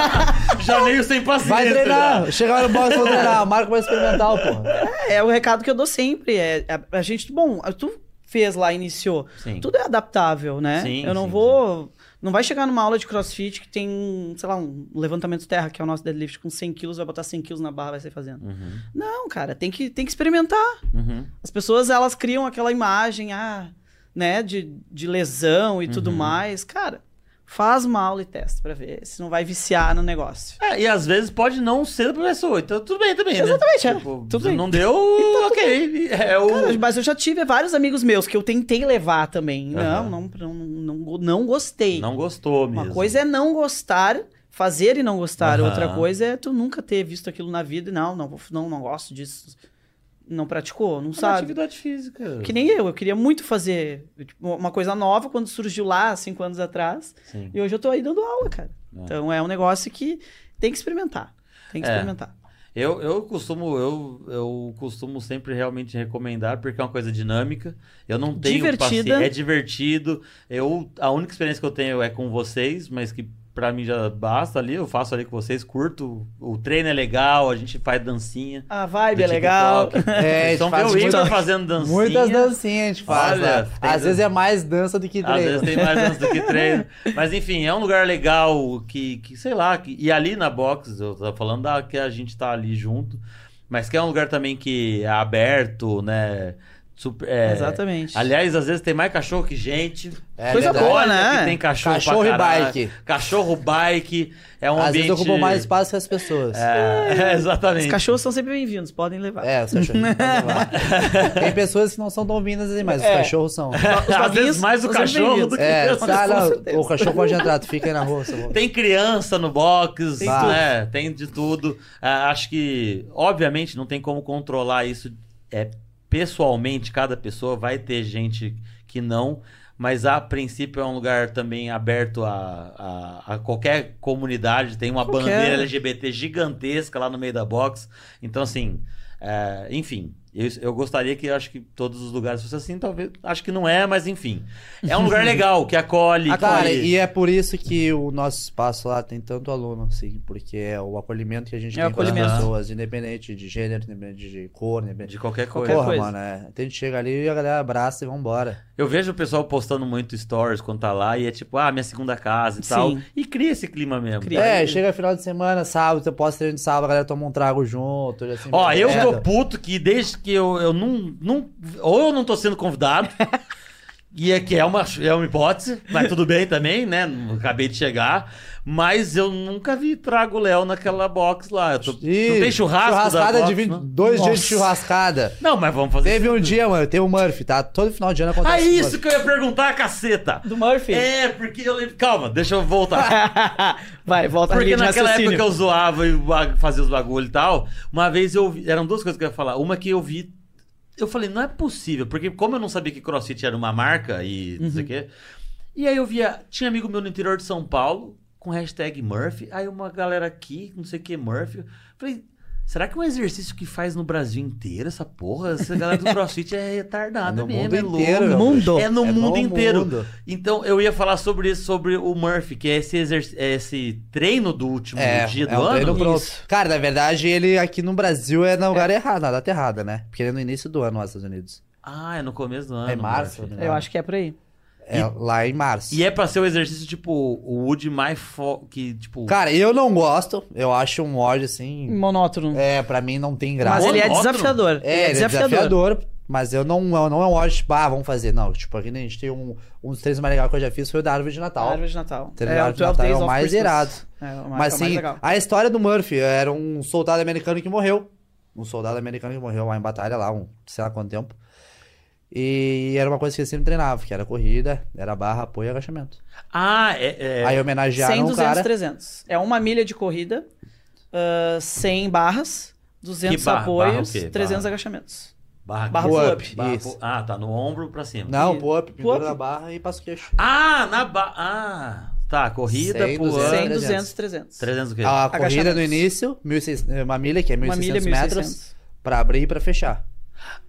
Speaker 1: Já meio sem paciência.
Speaker 4: Vai
Speaker 1: já.
Speaker 4: treinar. Chega lá no box, vou treinar. Marca vai experimental, pô.
Speaker 3: é o recado que eu dou sempre. É, a, a gente, bom, tu fez lá, iniciou.
Speaker 1: Sim.
Speaker 3: Tudo é adaptável, né?
Speaker 1: Sim,
Speaker 3: eu não
Speaker 1: sim,
Speaker 3: vou. Não vai chegar numa aula de crossfit que tem, sei lá, um levantamento terra, que é o nosso deadlift, com 100 quilos, vai botar 100 quilos na barra, vai sair fazendo.
Speaker 1: Uhum,
Speaker 3: Não, cara, tem que, tem que experimentar.
Speaker 1: uhum.
Speaker 3: As pessoas, elas
Speaker 1: Uhum.
Speaker 3: criam aquela imagem, ah, né, de, de lesão e tudo mais. Cara, Faz uma aula e testa pra ver se não vai viciar no negócio.
Speaker 1: É, e às vezes pode não ser do professor, então tudo bem também,
Speaker 3: Exatamente,
Speaker 1: né?
Speaker 3: é. Tudo bem.
Speaker 1: Não deu, ok. É o...
Speaker 3: Cara, mas eu já tive vários amigos meus que eu tentei levar também.
Speaker 1: Aham.
Speaker 3: Não, não, não, não, go- não gostei.
Speaker 1: Não gostou mesmo.
Speaker 3: Uma coisa é não gostar, fazer e não gostar.
Speaker 1: Aham.
Speaker 3: Outra coisa é tu nunca ter visto aquilo na vida e não, não, vou- não, não gosto disso. Não praticou, não
Speaker 1: Uma
Speaker 3: sabe.
Speaker 1: atividade física.
Speaker 3: Que nem eu, eu queria muito fazer tipo, uma coisa nova quando surgiu lá, cinco anos atrás.
Speaker 1: Sim.
Speaker 3: E hoje eu tô aí dando aula, cara.
Speaker 1: É.
Speaker 3: Então é um negócio que tem que experimentar. Tem que
Speaker 1: É.
Speaker 3: experimentar.
Speaker 1: Eu, eu costumo, eu, eu costumo sempre realmente recomendar, porque é uma coisa dinâmica. Eu não tenho
Speaker 3: Divertida.
Speaker 1: paciência. É divertido. Eu, a única experiência que eu tenho é com vocês, mas que pra mim já basta ali. Eu faço ali com vocês, curto. O treino é legal, a gente faz dancinha.
Speaker 3: A vibe
Speaker 1: do
Speaker 3: é legal.
Speaker 1: TikTok.
Speaker 4: É, a gente
Speaker 1: Então vê
Speaker 4: faz
Speaker 1: o Igor
Speaker 4: muita-
Speaker 1: fazendo dancinha.
Speaker 4: Muitas dancinhas a gente faz.
Speaker 1: Olha,
Speaker 4: né?
Speaker 1: tem
Speaker 4: Às vezes é mais dança do que
Speaker 1: Às
Speaker 4: treino.
Speaker 1: vezes tem mais dança do que treino. Mas enfim, é um lugar legal que, que sei lá, que- e ali na box, eu tô falando da, que a gente tá ali junto, mas que é um lugar também que é aberto, né? Super, é,
Speaker 3: Exatamente.
Speaker 1: Aliás, às vezes tem mais cachorro que gente.
Speaker 4: É
Speaker 3: Coisa
Speaker 4: verdade.
Speaker 3: boa,
Speaker 1: Olha
Speaker 3: né?
Speaker 1: que tem cachorro pra
Speaker 4: Cachorro e
Speaker 1: caralho.
Speaker 4: bike.
Speaker 1: Cachorro, bike. É um
Speaker 4: Às
Speaker 1: ambiente...
Speaker 4: vezes ocupam mais espaço que as pessoas.
Speaker 1: É,
Speaker 3: Os
Speaker 1: exatamente.
Speaker 3: cachorros são sempre bem-vindos, podem levar.
Speaker 4: É, os cachorros. Tem pessoas que não são tão vindas assim, mas os
Speaker 3: É.
Speaker 4: cachorros são.
Speaker 1: Às vezes
Speaker 3: doguinhos
Speaker 1: mais o
Speaker 3: são
Speaker 1: cachorro
Speaker 3: sempre
Speaker 1: do que
Speaker 4: É,
Speaker 1: eu.
Speaker 3: Com
Speaker 4: tá, não,
Speaker 3: certeza.
Speaker 4: o cachorro pode entrar, tu fica aí na rua. seu louco.
Speaker 1: Tem criança no box,
Speaker 4: Tem
Speaker 1: né? Tem de tudo. Ah, acho que, obviamente, não tem como controlar isso. É pessoalmente, cada pessoa vai ter gente que não. Mas a princípio é um lugar também aberto a, a, a qualquer comunidade. Tem uma
Speaker 3: Qualquer.
Speaker 1: bandeira LGBT gigantesca lá no meio da box. Então, assim, é, enfim. Eu, eu gostaria que, eu acho que todos os lugares fossem assim, talvez. Acho que não é, mas enfim. É um lugar legal, que acolhe.
Speaker 4: Cara,
Speaker 1: que-
Speaker 4: e é por isso que o nosso espaço lá tem tanto aluno, assim, porque é o acolhimento que a gente
Speaker 3: É o
Speaker 4: tem com as
Speaker 1: acolhimento.
Speaker 4: pessoas, independente de gênero, independente de cor, independente
Speaker 1: De qualquer coisa.
Speaker 3: Qualquer
Speaker 4: Porra,
Speaker 3: coisa.
Speaker 4: mano, é. Então a gente chega ali e a galera abraça e vambora.
Speaker 1: Eu vejo o pessoal postando muito stories quando tá lá e é tipo, ah, minha segunda casa e
Speaker 3: Sim.
Speaker 1: tal. E cria esse clima mesmo.
Speaker 3: Cria. E
Speaker 4: É,
Speaker 3: aí-
Speaker 4: chega final de semana, sábado, eu posso treino de sábado, a galera toma um trago junto. Assim,
Speaker 1: Ó, eu
Speaker 4: merda.
Speaker 1: tô puto que desde que eu, eu não, não. Ou eu não tô sendo convidado. E é que é uma, é uma hipótese, mas tudo bem também, né? Não Acabei de chegar. Mas eu nunca vi Trago Léo naquela box lá. Eu tô- não
Speaker 4: Ih,
Speaker 1: tem churrasco da
Speaker 4: Churrascada
Speaker 1: box,
Speaker 4: de vinte-
Speaker 1: não?
Speaker 4: dois dias de
Speaker 3: Nossa.
Speaker 4: churrascada.
Speaker 1: Não, mas vamos fazer.
Speaker 4: Teve um dia, mano, tem o Murphy, tá? Todo final de ano acontece.
Speaker 1: Ah,
Speaker 4: esse
Speaker 1: isso que eu ia perguntar, caceta!
Speaker 3: Do Murphy.
Speaker 1: É, porque eu lembro. Calma, deixa eu voltar.
Speaker 3: Vai, volta
Speaker 1: Porque
Speaker 3: ali de
Speaker 1: naquela
Speaker 3: raciocínio.
Speaker 1: época que eu zoava e ba- fazia os bagulho e tal, uma vez eu vi, eram duas coisas que eu ia falar. Uma que eu vi, eu falei, não é possível, porque como eu não sabia que CrossFit era uma marca e não
Speaker 3: Uhum.
Speaker 1: sei o quê. E aí eu via, tinha amigo meu no interior de São Paulo com hashtag Murphy, aí uma galera aqui, não sei o que, Murphy. Eu Falei, será que é um exercício que faz no Brasil inteiro essa porra? Essa galera do CrossFit é retardada
Speaker 4: No
Speaker 1: mesmo,
Speaker 4: mundo
Speaker 1: é louco.
Speaker 4: inteiro,
Speaker 3: No
Speaker 4: meu.
Speaker 3: mundo.
Speaker 1: É no
Speaker 4: É
Speaker 1: mundo
Speaker 4: no
Speaker 1: inteiro.
Speaker 4: mundo.
Speaker 1: Então, eu ia falar sobre isso, sobre o Murphy, que é esse, exerc- é esse treino do último
Speaker 4: É,
Speaker 1: dia do
Speaker 4: é um treino
Speaker 1: ano.
Speaker 4: pronto.
Speaker 3: Isso.
Speaker 4: Cara, na verdade, ele aqui no Brasil é no lugar errado, na data errada, né? Porque ele é no início do ano lá nos Estados Unidos.
Speaker 1: Ah, é no começo do ano.
Speaker 4: É março,
Speaker 1: Murphy.
Speaker 4: né?
Speaker 3: Eu acho que é por aí.
Speaker 4: É lá em março.
Speaker 1: E é pra ser o exercício, tipo, o Wood mais fo... que, tipo...
Speaker 4: Cara, eu não gosto. Eu acho um ódio
Speaker 1: Hum.
Speaker 4: assim.
Speaker 3: Monótono.
Speaker 4: É, pra mim não tem
Speaker 3: Mas
Speaker 4: graça.
Speaker 1: Monótono?
Speaker 3: ele é desafiador.
Speaker 4: É, ele é desafiador. Mas eu não, eu não é um ódio, tipo, ah, vamos fazer. Não, tipo, aqui nem a gente tem um, um dos treinos mais legais que eu já fiz foi o da árvore de Natal.
Speaker 3: Árvore de Natal.
Speaker 4: Tá ligado? Natal é o mais irado.
Speaker 3: É, o mais,
Speaker 4: Mas
Speaker 3: é o mais
Speaker 4: sim,
Speaker 3: legal.
Speaker 4: a história do Murphy era um soldado americano que morreu. Um soldado americano que morreu lá em batalha, lá, um, sei lá quanto tempo. E era uma coisa que ele sempre treinava, que era corrida, era barra, apoio e agachamento.
Speaker 1: Ah, é... é-
Speaker 4: Aí homenagearam
Speaker 3: 100,
Speaker 4: um
Speaker 3: 200,
Speaker 4: cara.
Speaker 3: 300. É uma milha de corrida, ah, 100 barras, 200
Speaker 1: Que barra?
Speaker 3: apoios,
Speaker 1: Barra o quê?
Speaker 3: 300
Speaker 1: Barra.
Speaker 3: agachamentos.
Speaker 1: Barra,
Speaker 3: barra
Speaker 1: barra,
Speaker 4: pull-up,
Speaker 1: barra-
Speaker 4: isso.
Speaker 1: Ah, tá, no ombro pra cima.
Speaker 4: Não, pô, pendura
Speaker 3: Pô.
Speaker 4: na barra e passa o queixo.
Speaker 1: Ah, na barra... Ah, tá, corrida,
Speaker 4: 100,
Speaker 1: pull-up,
Speaker 3: 100,
Speaker 4: 300.
Speaker 3: 200, 300.
Speaker 1: 300 o quê?
Speaker 4: A corrida no
Speaker 3: Agachamentos.
Speaker 4: início, 1600, uma milha, que é
Speaker 3: Uma milha,
Speaker 4: 1.600 metros,
Speaker 3: 1.600.
Speaker 4: pra abrir e pra fechar.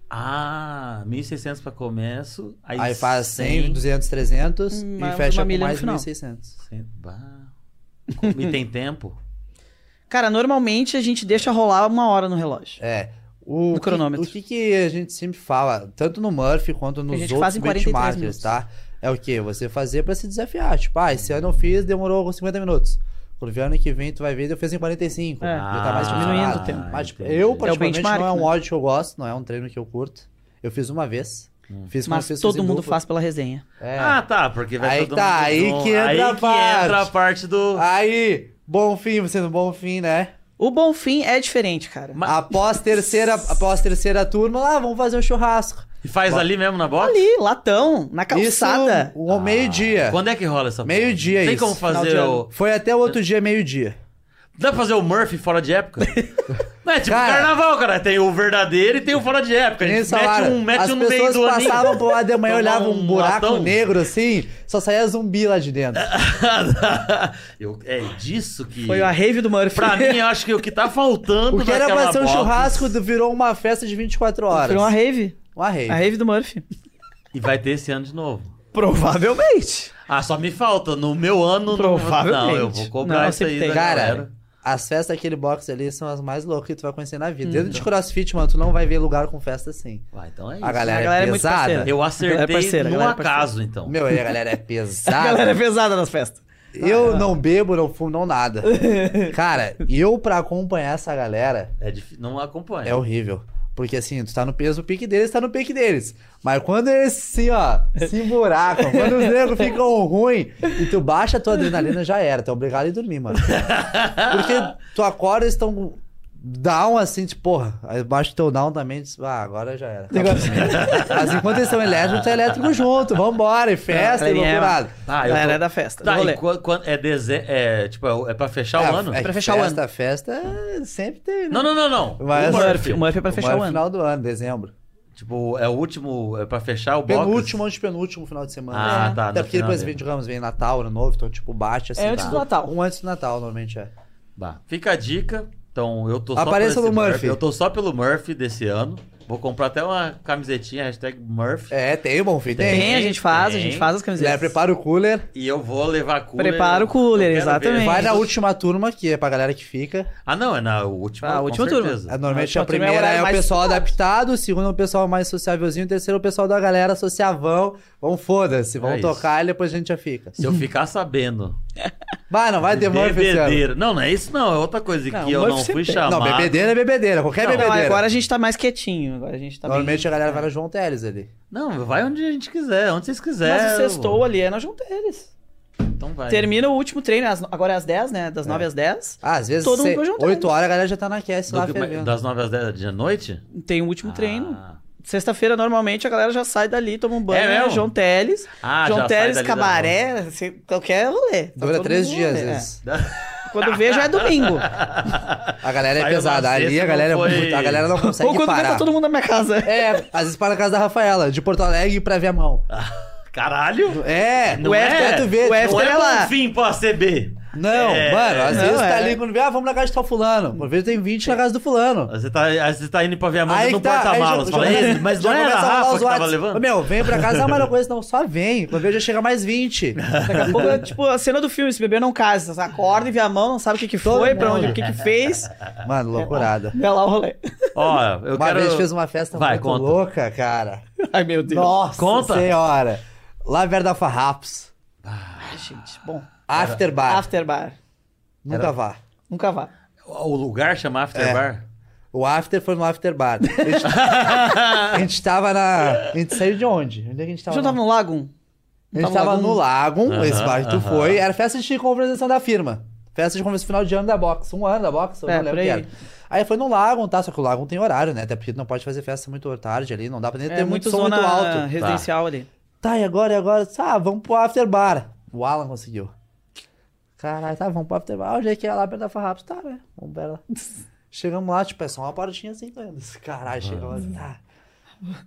Speaker 1: Ah, 1.600 pra começo, aí...
Speaker 4: Aí faz 100, 200, 300
Speaker 3: Mais
Speaker 4: e fecha
Speaker 3: uma
Speaker 4: com
Speaker 3: milha no
Speaker 4: mais
Speaker 3: final.
Speaker 4: 1.600.
Speaker 1: 100, barra. E tem tempo?
Speaker 3: Cara, normalmente a gente deixa rolar uma hora no relógio.
Speaker 4: É. O
Speaker 3: No
Speaker 4: que,
Speaker 3: cronômetro.
Speaker 4: O que, que a gente sempre fala, tanto no Murphy quanto nos
Speaker 3: gente que
Speaker 4: outros
Speaker 3: faz em 43
Speaker 4: benchmarkers,
Speaker 3: minutos.
Speaker 4: tá? É o que? Você fazer pra se desafiar. Tipo, ah, esse ano eu fiz, demorou 50 minutos. Quando vier ano que vem, tu vai ver, eu fiz em 45.
Speaker 3: É.
Speaker 4: Já tá mais
Speaker 3: Ah, É
Speaker 4: diminuindo
Speaker 3: o tempo.
Speaker 4: Mas, tipo,
Speaker 1: entendi.
Speaker 4: eu, particularmente,
Speaker 3: benchmark,
Speaker 4: não é um
Speaker 3: né?
Speaker 4: ódio que eu gosto, não é um treino que eu curto. Eu fiz uma vez. Fiz como
Speaker 3: Hum.
Speaker 4: fiz,
Speaker 3: Mas
Speaker 4: fiz
Speaker 3: todo
Speaker 4: em
Speaker 3: mundo
Speaker 4: dupla.
Speaker 3: faz pela resenha.
Speaker 4: É.
Speaker 1: Ah, tá, porque vai
Speaker 4: Aí
Speaker 1: todo
Speaker 4: tá,
Speaker 1: mundo
Speaker 4: aí
Speaker 1: junto.
Speaker 4: que entra
Speaker 1: aí
Speaker 4: a
Speaker 1: que
Speaker 4: parte.
Speaker 1: entra a parte do...
Speaker 4: Aí, bom fim, você no bom fim, né?
Speaker 3: O bom fim é diferente, cara.
Speaker 1: Mas-
Speaker 4: Após terceira, após terceira turma, lá, vamos fazer um churrasco.
Speaker 1: E faz ali mesmo na box?
Speaker 3: Ali, latão, na calçada.
Speaker 4: Isso, um meio-dia.
Speaker 1: Quando é que rola essa porra?
Speaker 4: Meio-dia
Speaker 1: Tem
Speaker 4: isso.
Speaker 1: como fazer
Speaker 4: Final de
Speaker 1: o...
Speaker 4: ano. Foi até o outro dia, meio-dia.
Speaker 1: Dá pra fazer o Murphy fora de época? Não, é tipo
Speaker 4: Cara-
Speaker 1: carnaval, cara. Tem o verdadeiro e tem o fora de época. A
Speaker 4: Nem
Speaker 1: gente mete
Speaker 4: salário.
Speaker 1: um, mete
Speaker 4: As
Speaker 1: um no meio
Speaker 4: pessoas
Speaker 1: do aninho.
Speaker 4: passavam pro lado de manhã,
Speaker 1: Tomar
Speaker 4: olhavam
Speaker 1: um
Speaker 4: um buraco
Speaker 1: latão. É,
Speaker 4: negro assim, só saía zumbi lá de dentro.
Speaker 1: Eu- é disso que...
Speaker 3: Foi a rave do Murphy.
Speaker 1: Pra mim, eu acho que o que tá faltando
Speaker 4: O que era
Speaker 1: naquela
Speaker 4: pra ser um
Speaker 1: box-
Speaker 4: churrasco do- virou uma festa de 24 horas.
Speaker 3: Foi uma rave.
Speaker 4: Uma rave.
Speaker 3: A rave do Murphy.
Speaker 1: E vai ter esse ano de novo.
Speaker 3: Provavelmente.
Speaker 1: Ah, só me falta. No meu ano... não-
Speaker 3: Provavelmente.
Speaker 1: Não, eu vou cobrar
Speaker 3: Não,
Speaker 1: isso
Speaker 3: sempre
Speaker 1: aí
Speaker 3: tem.
Speaker 1: da galera.
Speaker 4: Cara, as festas daquele box ali são as mais loucas que tu vai conhecer na vida. Dentro
Speaker 1: Uhum.
Speaker 4: de crossfit, mano, tu não vai ver lugar com festa assim.
Speaker 1: Vai, então é isso.
Speaker 4: A galera,
Speaker 3: A galera é
Speaker 4: é
Speaker 3: muito
Speaker 4: pesada.
Speaker 3: parceira.
Speaker 1: Eu
Speaker 3: A galera
Speaker 1: acertei
Speaker 3: é parceira, a
Speaker 1: num
Speaker 3: galera é parceira.
Speaker 1: acaso, então.
Speaker 4: Meu, e a galera é
Speaker 1: Tá.
Speaker 3: A galera
Speaker 4: pesada.
Speaker 3: é pesada nas festas.
Speaker 4: eu não bebo, não fumo, não nada.
Speaker 1: Ah,
Speaker 4: Cara, eu pra acompanhar essa galera
Speaker 1: É difícil, não acompanha.
Speaker 4: é horrível. Porque assim, tu tá no peso pique deles, tá no pique deles. Mas quando eles assim, ó, se buracam, quando os negros ficam ruim e tu baixa a tua adrenalina, já era. Tu é obrigado a ir dormir, mano. Porque tu acorda eles estão down assim, tipo, porra, aí baixa o teu down também, diz, ah, agora já era. acabou
Speaker 3: Negócio-
Speaker 4: comigo. Mas enquanto eles estão elétricos, tu é elétrico junto, vambora, e festa e
Speaker 3: Não, galerinha,
Speaker 4: loucurado.
Speaker 1: Tá, eu
Speaker 3: Galera é
Speaker 1: tô-
Speaker 3: da festa. do
Speaker 1: Tá,
Speaker 3: rolê.
Speaker 1: e quan- quan- é, deze... é, tipo, é é pra fechar o ano?
Speaker 4: É, é
Speaker 3: Pra
Speaker 4: que
Speaker 3: fechar o
Speaker 4: festa, Festa, sempre tem, né?
Speaker 1: Não, não, não, não.
Speaker 4: Mas-
Speaker 1: o um Murphy.
Speaker 3: O Murphy é pra
Speaker 4: O
Speaker 3: fechar
Speaker 4: maior
Speaker 3: o ano.
Speaker 4: final do ano, dezembro.
Speaker 1: Tipo, é o último, é pra fechar o box?
Speaker 4: Penúltimo, antes penúltimo final de semana.
Speaker 1: Ah,
Speaker 4: né?
Speaker 1: tá,
Speaker 4: Até
Speaker 1: no
Speaker 4: porque
Speaker 1: final
Speaker 4: depois
Speaker 1: dele.
Speaker 4: vem, digamos, vem Natal, Ano Novo, então, tipo, bate assim.
Speaker 3: É antes
Speaker 4: tá?
Speaker 3: do Natal.
Speaker 4: Um antes do Natal, normalmente é.
Speaker 1: Bah, Fica a dica. Então, eu tô só
Speaker 4: Apareça
Speaker 1: por esse
Speaker 4: no Murphy.
Speaker 1: Eu tô só pelo Murphy desse ano. Vou comprar até uma camisetinha, hashtag Murphy.
Speaker 4: É, tem, bom filho, tem.
Speaker 3: Tem, a gente faz, a
Speaker 1: tem.
Speaker 3: gente faz as
Speaker 4: Ele
Speaker 3: camisetas.
Speaker 4: é, prepara o cooler.
Speaker 1: E eu vou levar cooler.
Speaker 3: Prepara
Speaker 1: Eu
Speaker 3: o cooler,
Speaker 1: quero ver.
Speaker 3: exatamente.
Speaker 4: Vai na última turma, que é pra galera que fica.
Speaker 1: Ah, não, é na última,
Speaker 3: Ah, a
Speaker 1: com
Speaker 3: última turma.
Speaker 1: certeza.
Speaker 4: Ah, Normalmente
Speaker 3: Na última
Speaker 4: a primeira
Speaker 3: turma é o
Speaker 4: é, o
Speaker 3: mais
Speaker 4: pessoal adaptado, o segundo é o pessoal mais sociávelzinho, o terceiro é o pessoal da galera sociavão. Vão foda-se, vão
Speaker 1: É isso.
Speaker 4: tocar e depois a gente já fica.
Speaker 1: Se eu ficar sabendo.
Speaker 4: Vai, não vai ter Murphy esse ano.
Speaker 1: bebedeira. Não, não é isso não. É outra coisa
Speaker 3: Não,
Speaker 1: que eu
Speaker 3: Murphy
Speaker 1: não fui
Speaker 3: sempre tem.
Speaker 1: chamado.
Speaker 4: Não, bebedeira é bebedeira, qualquer
Speaker 1: Não,
Speaker 3: Não,
Speaker 4: bebedeira.
Speaker 3: agora a gente tá mais quietinho. Agora a gente tá
Speaker 4: Normalmente
Speaker 3: bem...
Speaker 4: a galera vai no João Teles ali.
Speaker 1: Não, vai onde a gente quiser, onde vocês quiserem.
Speaker 3: Mas o
Speaker 1: eu vou.
Speaker 3: sextou ali é nós juntamos eles.
Speaker 1: Então vai.
Speaker 3: Termina o último treino, às- agora é às 10, né? Das 9 às 10.
Speaker 4: Ah, às vezes,
Speaker 3: Todo mundo
Speaker 4: se...
Speaker 3: vai João
Speaker 4: 8
Speaker 3: Teles.
Speaker 4: horas a galera já tá na QS lá
Speaker 1: Do que-
Speaker 4: fervendo.
Speaker 1: das 9 às 10 de noite?
Speaker 3: Tem o último
Speaker 1: Ah.
Speaker 3: treino. Sexta-feira, normalmente, a galera já sai dali, toma um banho,
Speaker 1: É mesmo?
Speaker 3: João Teles.
Speaker 1: Ah, já
Speaker 3: João
Speaker 1: sai
Speaker 3: Teles,
Speaker 1: dali da
Speaker 3: cabaré, assim, qualquer rolê. Tá
Speaker 4: Dura
Speaker 3: todo
Speaker 4: três
Speaker 3: mundo
Speaker 4: dias, às
Speaker 3: rolê, é.
Speaker 4: vezes.
Speaker 3: Quando vê, já é domingo.
Speaker 4: A galera
Speaker 1: Saiu
Speaker 4: é
Speaker 1: na
Speaker 4: pesada. Ali
Speaker 1: sexta,
Speaker 4: a galera, é
Speaker 1: não foi-
Speaker 4: muito- a galera não
Speaker 3: Ou
Speaker 4: consegue
Speaker 3: quando vê,
Speaker 4: parar.
Speaker 3: tá todo mundo na minha casa.
Speaker 4: É, às vezes para na casa da Rafaela, de Porto Alegre pra ver a mão.
Speaker 1: Caralho!
Speaker 4: É,
Speaker 1: Não
Speaker 4: o
Speaker 1: é?
Speaker 4: After, tu vê,
Speaker 3: O
Speaker 4: tu-
Speaker 3: After
Speaker 1: Não é
Speaker 3: é lá.
Speaker 1: bom fim pra CB.
Speaker 4: Não,
Speaker 1: É,
Speaker 4: mano, às
Speaker 3: não,
Speaker 4: vezes
Speaker 3: é.
Speaker 4: tá ali quando vê, ah, vamos na casa de tal fulano. Por vezes tem 20 na casa do fulano.
Speaker 1: Você tá, aí você tá indo pra ver a mãe
Speaker 4: Aí
Speaker 1: no
Speaker 4: que tá, aí
Speaker 1: porta-malas.
Speaker 4: já-
Speaker 1: Fala,
Speaker 4: já
Speaker 1: "Ei,
Speaker 4: começa-
Speaker 1: Mas
Speaker 4: já
Speaker 1: não era
Speaker 4: começa
Speaker 1: a
Speaker 4: rolar
Speaker 1: Rafa
Speaker 4: os
Speaker 1: que tava
Speaker 4: whats.
Speaker 1: levando?
Speaker 4: Meu, vem pra casa, ah, mas não conheço não, só vem. Quando vê, já chega mais 20.
Speaker 3: Daqui a pouco, é, tipo, a cena do filme, esse bebê não casa. Você acorda e vê a mão, não sabe o que que
Speaker 4: Todo
Speaker 3: foi, pra onde,
Speaker 4: mundo.
Speaker 3: o que que fez.
Speaker 4: Mano, loucurada.
Speaker 3: Vê lá o rolê.
Speaker 1: Ó, eu
Speaker 4: Uma
Speaker 1: quero...
Speaker 4: vez fez um- uma festa
Speaker 1: Vai,
Speaker 4: muito
Speaker 1: conta.
Speaker 4: louca, cara.
Speaker 3: Ai, meu Deus.
Speaker 4: Nossa
Speaker 1: Conta.
Speaker 4: senhora. Lá perto da Farrapos.
Speaker 3: Ai, gente, bom.
Speaker 4: After bar.
Speaker 3: After bar.
Speaker 4: Nunca vá.
Speaker 3: Nunca vá.
Speaker 1: O lugar chama After
Speaker 4: É.
Speaker 1: Bar?
Speaker 4: O after foi no after bar. A gente, a gente tava na. A gente saiu de onde? Onde é que a gente
Speaker 3: Você
Speaker 4: tava?
Speaker 3: não tava no lago?
Speaker 4: a gente tava no Lago,
Speaker 1: Aham,
Speaker 4: esse bar que tu
Speaker 1: aham.
Speaker 4: foi. Era festa de conversação da firma. Festa de conversação final de ano da box. Um ano da box, eu
Speaker 3: É,
Speaker 4: não lembro
Speaker 3: por
Speaker 4: o que
Speaker 3: aí.
Speaker 4: era. Aí foi no Lago, tá? Só que o Lago tem horário, né? Até porque tu não pode fazer festa muito tarde ali. Não dá pra
Speaker 3: É,
Speaker 4: nem ter muito som muito alto.
Speaker 3: residencial ali.
Speaker 4: Tá, e agora, e agora? Tá, vamos pro after bar. O Alan conseguiu. Caralho, tá, vamos pro after bar. Onde é que é lá perto da Farrapos? Tá, né? Vamos pra lá. Chegamos lá, tipo, é só uma paradinha assim, tá? Caralho, chegamos lá. Tá.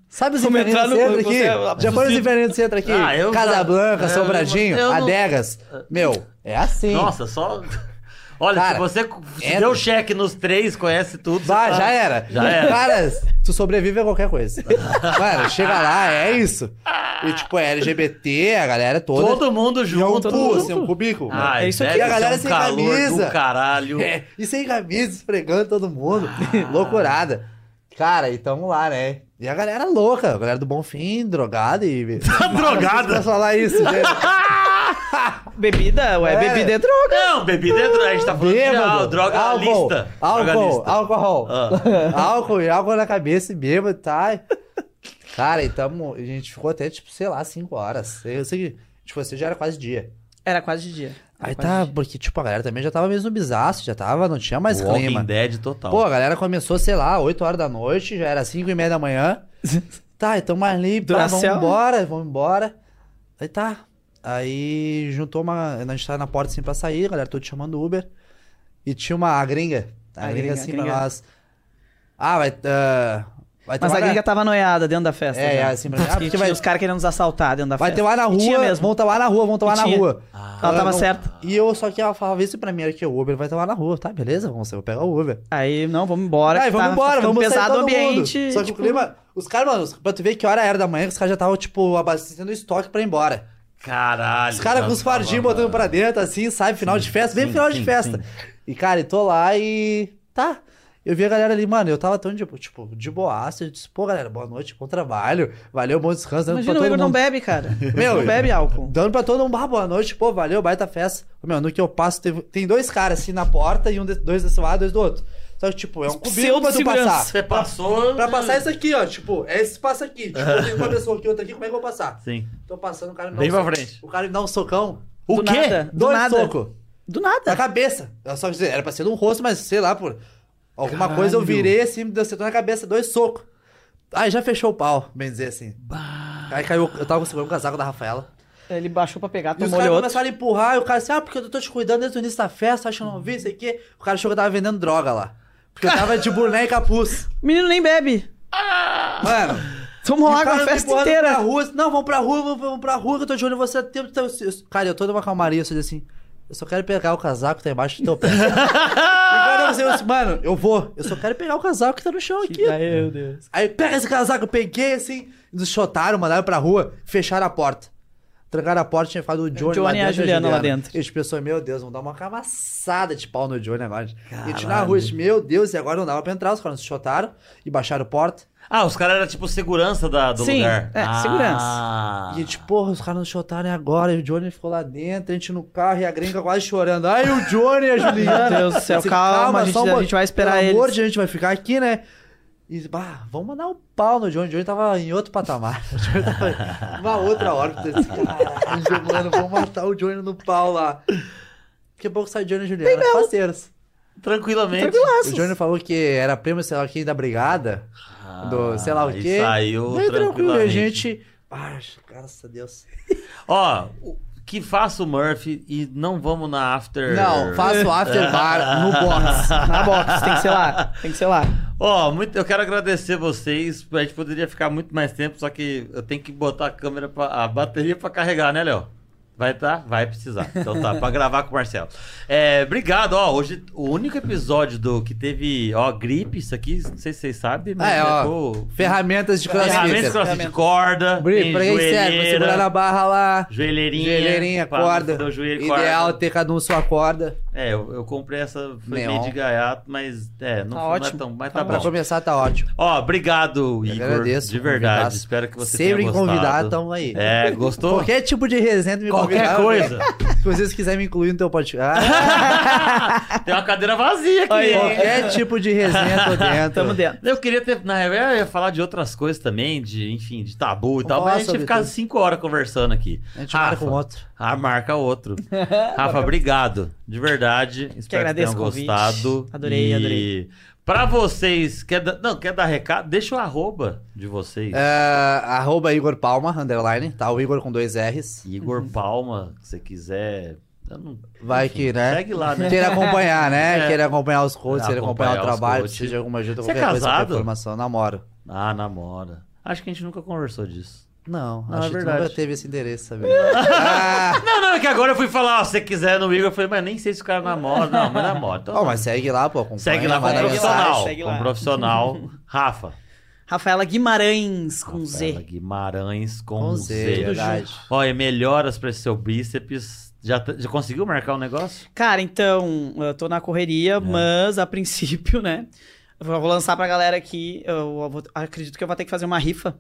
Speaker 4: Sabe os
Speaker 3: Como
Speaker 4: inferninhos
Speaker 3: entrar no-
Speaker 4: centro aqui?
Speaker 3: você é abduzido.
Speaker 4: Já foram os inferninhos do centro aqui?
Speaker 1: né? Ah, eu-
Speaker 4: Casablanca,
Speaker 1: eu-
Speaker 4: Sobradinho,
Speaker 1: eu não-
Speaker 4: Adegas. Meu, é assim.
Speaker 1: Nossa, só... Olha,
Speaker 4: Cara,
Speaker 1: se você se
Speaker 4: é-
Speaker 1: deu cheque nos três, conhece tudo...
Speaker 4: Bah,
Speaker 1: você tá-
Speaker 4: já é era.
Speaker 1: Já era.
Speaker 4: Cara, tu sobrevive a qualquer coisa. Mano, chega lá, é isso. E tipo, é LGBT, a galera toda.
Speaker 1: Todo mundo
Speaker 4: E é um
Speaker 1: junto. Ah,
Speaker 4: cu,
Speaker 3: mundo
Speaker 4: assim, um cubico.
Speaker 1: Ai,
Speaker 3: É isso aqui.
Speaker 1: deve
Speaker 4: E a galera
Speaker 1: ser um
Speaker 4: sem
Speaker 1: calor
Speaker 4: camisa.
Speaker 1: do caralho.
Speaker 4: É, e sem camisa, esfregando todo mundo. Loucurada. Cara, e tamo lá, né? E a galera louca, a galera do Bonfim, drogada e.
Speaker 1: Tá drogada.
Speaker 4: Pra falar isso, né?
Speaker 3: Bebida, ué,
Speaker 4: É.
Speaker 3: bebida é droga.
Speaker 1: Não, bebida é droga. A gente tá falando de
Speaker 4: Bêbado.
Speaker 1: álcool, droga
Speaker 4: álcool,
Speaker 1: lista. Ah. Droga
Speaker 4: Álcool,
Speaker 1: lista.
Speaker 4: álcool.
Speaker 1: Ah.
Speaker 4: tá? Cara, e tamo, a gente ficou até, tipo, sei lá, 5 horas. Eu sei que, tipo, você já era quase dia.
Speaker 3: Era quase de dia. Era
Speaker 4: Aí
Speaker 3: quase
Speaker 4: tá,
Speaker 3: de dia.
Speaker 4: porque, tipo, a galera também já tava meio zumbizaço, já tava, não tinha mais
Speaker 1: Walking
Speaker 4: clima.
Speaker 1: Dead total.
Speaker 4: Pô, a galera começou, sei lá, 8 horas da noite, já era 5 e meia da manhã. Tá, então mais livre, tá, vamos
Speaker 3: Duracell.
Speaker 4: embora, vamos embora. Aí tá. Aí juntou uma. A gente tava na porta assim pra sair, a galera toda chamando Uber. E tinha uma a gringa. A,
Speaker 3: A
Speaker 4: gringa,
Speaker 3: gringa,
Speaker 4: assim
Speaker 3: a gringa.
Speaker 4: pra nós. Ah, vai. ah, vai ter
Speaker 3: Mas
Speaker 4: uma
Speaker 3: a
Speaker 4: ga-
Speaker 3: gringa tava noiada dentro da festa.
Speaker 4: É,
Speaker 3: já.
Speaker 4: é, assim, pra mim, ah,
Speaker 3: E
Speaker 4: porque
Speaker 3: tinha
Speaker 4: vai-
Speaker 3: os caras querendo nos assaltar dentro da
Speaker 4: Vai ter
Speaker 3: festa.
Speaker 4: um ar na
Speaker 3: E tinha
Speaker 4: rua,
Speaker 3: mesmo.
Speaker 4: vão tomar na rua, vão tomar
Speaker 3: E
Speaker 4: na
Speaker 3: tinha.
Speaker 4: rua.
Speaker 1: Ah,
Speaker 3: Ela tava
Speaker 4: não-
Speaker 3: certa.
Speaker 4: E eu só que ela falava isso pra mim, era que o Uber vai tomar na rua. Tá, beleza, vamos, eu vou pegar o Uber.
Speaker 3: Aí, não, vamos embora.
Speaker 4: Aí,
Speaker 3: que
Speaker 4: vamos
Speaker 3: tá
Speaker 4: embora,
Speaker 3: ficando
Speaker 4: vamos sair
Speaker 3: pesado
Speaker 4: todo
Speaker 3: o ambiente.
Speaker 4: mundo. Só que
Speaker 3: tipo,
Speaker 4: o clima... Os caras, mano, os- pra tu ver que hora era da manhã, os caras já estavam, tipo, abastecendo o estoque pra ir embora.
Speaker 1: Caralho.
Speaker 4: Os caras com os
Speaker 1: tava-
Speaker 4: fardinhos botando pra dentro, assim, sabe? Final de festa, bem
Speaker 1: sim,
Speaker 4: final de
Speaker 1: sim,
Speaker 4: festa.
Speaker 1: sim.
Speaker 4: E, cara, e tô lá e... Tá. Eu vi a galera ali, mano, eu tava tão, tipo, tipo de boaça. Eu disse, pô, galera, boa noite, bom trabalho. Valeu, bom descanso. dando
Speaker 3: Imagina,
Speaker 4: pra
Speaker 3: o
Speaker 4: todo
Speaker 3: Igor não
Speaker 4: mundo.
Speaker 3: bebe, cara.
Speaker 4: Meu,
Speaker 3: não bebe álcool.
Speaker 4: Dando pra todo mundo, ah, boa noite, pô, valeu, baita festa. Ô, Meu, no que eu passo, teve- tem dois caras assim na porta e um de- dois desse lado, dois do outro. Só que, tipo, é um cubículo pra tu
Speaker 3: Pseudo-segurança.
Speaker 4: passar.
Speaker 1: Você passou.
Speaker 4: Pra
Speaker 3: Hum.
Speaker 4: passar isso aqui, ó, tipo, é esse passa aqui. Tipo, tem uma pessoa aqui, outra aqui, como é que eu vou passar?
Speaker 1: Sim.
Speaker 4: Tô passando, o cara me dá
Speaker 1: Bem
Speaker 4: um
Speaker 1: pra
Speaker 4: so-
Speaker 1: frente.
Speaker 4: O cara me dá um socão,
Speaker 1: O
Speaker 3: Do
Speaker 1: quê?
Speaker 3: nada. Do
Speaker 4: dois
Speaker 3: nada.
Speaker 4: socos.
Speaker 3: Do
Speaker 4: Na
Speaker 3: nada.
Speaker 4: cabeça. Eu só dizer, era pra ser num rosto, mas sei lá, por. Alguma
Speaker 1: Caralho.
Speaker 4: coisa eu virei assim, me deu setor na cabeça, dois socos. Aí já fechou o pau, bem dizer assim. Aí caiu, eu tava segurando o casaco da Rafaela.
Speaker 3: Ele baixou pra
Speaker 4: E
Speaker 3: pegar,
Speaker 4: os
Speaker 3: tomou
Speaker 4: caras
Speaker 3: ele outro.
Speaker 4: começaram a empurrar, e o cara assim, ah, porque eu tô te cuidando desde o início da festa, acho que eu não vi, sei o quê. O cara achou que eu tava vendendo droga lá. Porque eu tava de boné e capuz.
Speaker 3: O menino nem bebe.
Speaker 4: Mano.
Speaker 3: Tomou
Speaker 4: e o
Speaker 3: água
Speaker 4: cara
Speaker 3: a
Speaker 4: me
Speaker 3: festa
Speaker 4: empurrando Pra
Speaker 3: inteira.
Speaker 4: rua, assim, não, vamos pra rua, vamos, vamos pra rua, que eu tô de olho em você há tempo. Então, eu- eu- cara, eu tô numa calmaria, eu só disse assim, eu só quero pegar o casaco que tá embaixo do teu pé. e cara, eu disse assim, mano, eu vou, eu só quero pegar o casaco que tá no chão aqui.
Speaker 3: Ai, meu Deus.
Speaker 4: Aí pega esse casaco, eu peguei assim, nos chotaram, mandaram pra rua, fecharam a porta. Trancaram a porta, tinha ficado o Johnny, lá
Speaker 3: Johnny e
Speaker 4: dentro.
Speaker 3: a Juliana lá dentro.
Speaker 4: E a gente né? pensou, meu Deus, vão dar uma camaçada de pau no Johnny agora. E a gente na rua, a gente, meu Deus, e agora não dava pra entrar, os caras nos chotaram e baixaram a porta.
Speaker 1: Ah, os caras eram tipo segurança da, do
Speaker 3: Sim,
Speaker 1: lugar.
Speaker 3: é,
Speaker 1: ah.
Speaker 4: E tipo, a gente, porra, os caras nos chotaram e agora, e o Johnny ficou lá dentro, a gente no carro e a gringa quase chorando. Ai, o Johnny e a Juliana.
Speaker 3: Meu Deus do céu,
Speaker 4: Assim,
Speaker 3: calma, a gente-
Speaker 4: só um
Speaker 3: a
Speaker 4: pouco.
Speaker 3: gente vai esperar
Speaker 4: Pelo amor
Speaker 3: eles.
Speaker 4: de Deus, a gente vai ficar aqui, né? E, bah, vamos mandar um pau no Johnny. O Johnny tava em outro patamar. O Johnny tava em uma outra órbita. Esse cara, mano, vamos matar o Johnny no pau lá. Daqui a pouco sai o Johnny e a Juliana, parceiros.
Speaker 1: Tranquilamente.
Speaker 4: O Johnny falou que era primo, sei lá, quem da brigada. do sei lá o
Speaker 1: Ah, e
Speaker 4: quê.
Speaker 1: saiu
Speaker 4: Bem tranquilo, a
Speaker 1: tranquilamente.
Speaker 4: gente. Ah, graças a Deus.
Speaker 1: Ó, o- que faça o Murphy e não vamos na after.
Speaker 4: Não, faço after bar
Speaker 3: Ah.
Speaker 4: no box.
Speaker 3: Na box, tem que ser lá. Tem que ser lá.
Speaker 1: Ó, muito, eu quero agradecer vocês. A gente poderia ficar muito mais tempo, só que eu tenho que botar a câmera, pra, a bateria pra carregar, né, Léo? Vai tá? Vai precisar. Então tá, pra gravar com o Marcelo. É, obrigado, ó. Hoje, o único episódio do que teve, ó, gripe, isso aqui, não sei se vocês sabem, mas
Speaker 4: Ah, é, ó.
Speaker 1: pegou-
Speaker 4: Ferramentas de
Speaker 1: Ferramentas
Speaker 4: crossfit.
Speaker 1: crossfit, corda,
Speaker 4: Brito,
Speaker 1: tem
Speaker 4: pra que que serve? Pra
Speaker 1: joelheira,
Speaker 4: segurar na barra lá.
Speaker 1: joelheirinha,
Speaker 4: Geleirinha,
Speaker 1: pra você dar
Speaker 4: corda.
Speaker 1: o joelho,
Speaker 4: Ideal
Speaker 1: corda.
Speaker 4: ter cada um sua corda.
Speaker 1: É, eu, eu comprei essa, foi
Speaker 4: Neon.
Speaker 1: meio de gaiato, mas é, não,
Speaker 3: Tá
Speaker 1: não
Speaker 3: ótimo.
Speaker 1: é tão, mas
Speaker 3: Tá
Speaker 1: tá
Speaker 4: Pra
Speaker 1: bom.
Speaker 4: começar, tá ótimo.
Speaker 1: Ó, obrigado,
Speaker 4: Eu
Speaker 1: Igor.
Speaker 4: agradeço,
Speaker 1: de verdade.
Speaker 4: convidaço.
Speaker 1: Espero que você
Speaker 4: Sempre
Speaker 1: tenha
Speaker 4: que
Speaker 1: gostado.
Speaker 4: convidar, tamo aí.
Speaker 1: É, gostou?
Speaker 4: Qualquer tipo de resenha, tu me
Speaker 1: Qualquer
Speaker 4: convidar,
Speaker 1: coisa.
Speaker 4: velho. Se vocês quiserem me incluir no teu podcast. Ah,
Speaker 1: Tem uma cadeira vazia aqui.
Speaker 3: Aí,
Speaker 1: hein?
Speaker 4: qualquer tipo de resenha, tô dentro.
Speaker 3: Tamo dentro.
Speaker 1: Eu queria ter. Na real, eu ia falar de outras coisas também, de, enfim, de tabu e
Speaker 4: Vamos
Speaker 1: tal,
Speaker 4: falar
Speaker 1: mas a gente ia
Speaker 4: sobre
Speaker 1: ficar
Speaker 4: tudo.
Speaker 1: cinco horas conversando aqui.
Speaker 4: A gente
Speaker 1: Rafa.
Speaker 4: marca um outro.
Speaker 1: Ah, marca outro. Rafa, obrigado. De verdade. Espero que,
Speaker 3: agradeço
Speaker 1: tenham
Speaker 3: o convite.
Speaker 1: gostado.
Speaker 3: Adorei,
Speaker 1: e...
Speaker 3: adorei.
Speaker 1: Pra vocês, quer dar... Não, quer dar recado? Deixa o arroba de vocês.
Speaker 4: É, arroba Igor Palma, underline, tá? O Igor com dois R's.
Speaker 3: Uhum.
Speaker 1: Igor Palma, se você quiser. Eu não-
Speaker 4: Vai que,
Speaker 3: É.
Speaker 4: né?
Speaker 1: Segue lá, né?
Speaker 4: Queira acompanhar, né?
Speaker 1: É.
Speaker 4: Queira acompanhar os coaches, queira
Speaker 1: Acompanhar
Speaker 4: acompanhar o
Speaker 1: os
Speaker 4: trabalho,
Speaker 1: coaches.
Speaker 4: precisa de alguma ajuda,
Speaker 1: Você é
Speaker 4: qualquer coisa, qualquer
Speaker 1: casado?
Speaker 4: informação, namoro.
Speaker 1: Ah, namora. Acho que a gente nunca conversou disso.
Speaker 4: Não,
Speaker 1: Não, é
Speaker 4: acho que tu
Speaker 1: verdade.
Speaker 4: nunca teve esse endereço, sabe? ah,
Speaker 1: Não, não, é que agora eu fui falar, ó, se você quiser no Igor, eu falei, mas nem sei se o cara namora. Não, mas namora. Então,
Speaker 4: ó, mas segue lá, pô, acompanha,
Speaker 1: segue lá com o
Speaker 4: manda
Speaker 3: vai,
Speaker 1: profissional.
Speaker 3: segue lá.
Speaker 1: Com o profissional. Rafa.
Speaker 3: Rafaela Guimarães, com
Speaker 1: Rafaela
Speaker 3: Z.
Speaker 1: Guimarães com,
Speaker 4: Com
Speaker 1: Z.
Speaker 4: Z, é verdade.
Speaker 1: Olha, melhoras pra esse seu bíceps. Já, tá- já conseguiu marcar o negócio?
Speaker 3: Cara, então, eu tô na
Speaker 1: É.
Speaker 3: correria, mas a princípio, né? Eu vou lançar pra galera aqui. Eu vou- acredito que eu vou ter que fazer uma rifa.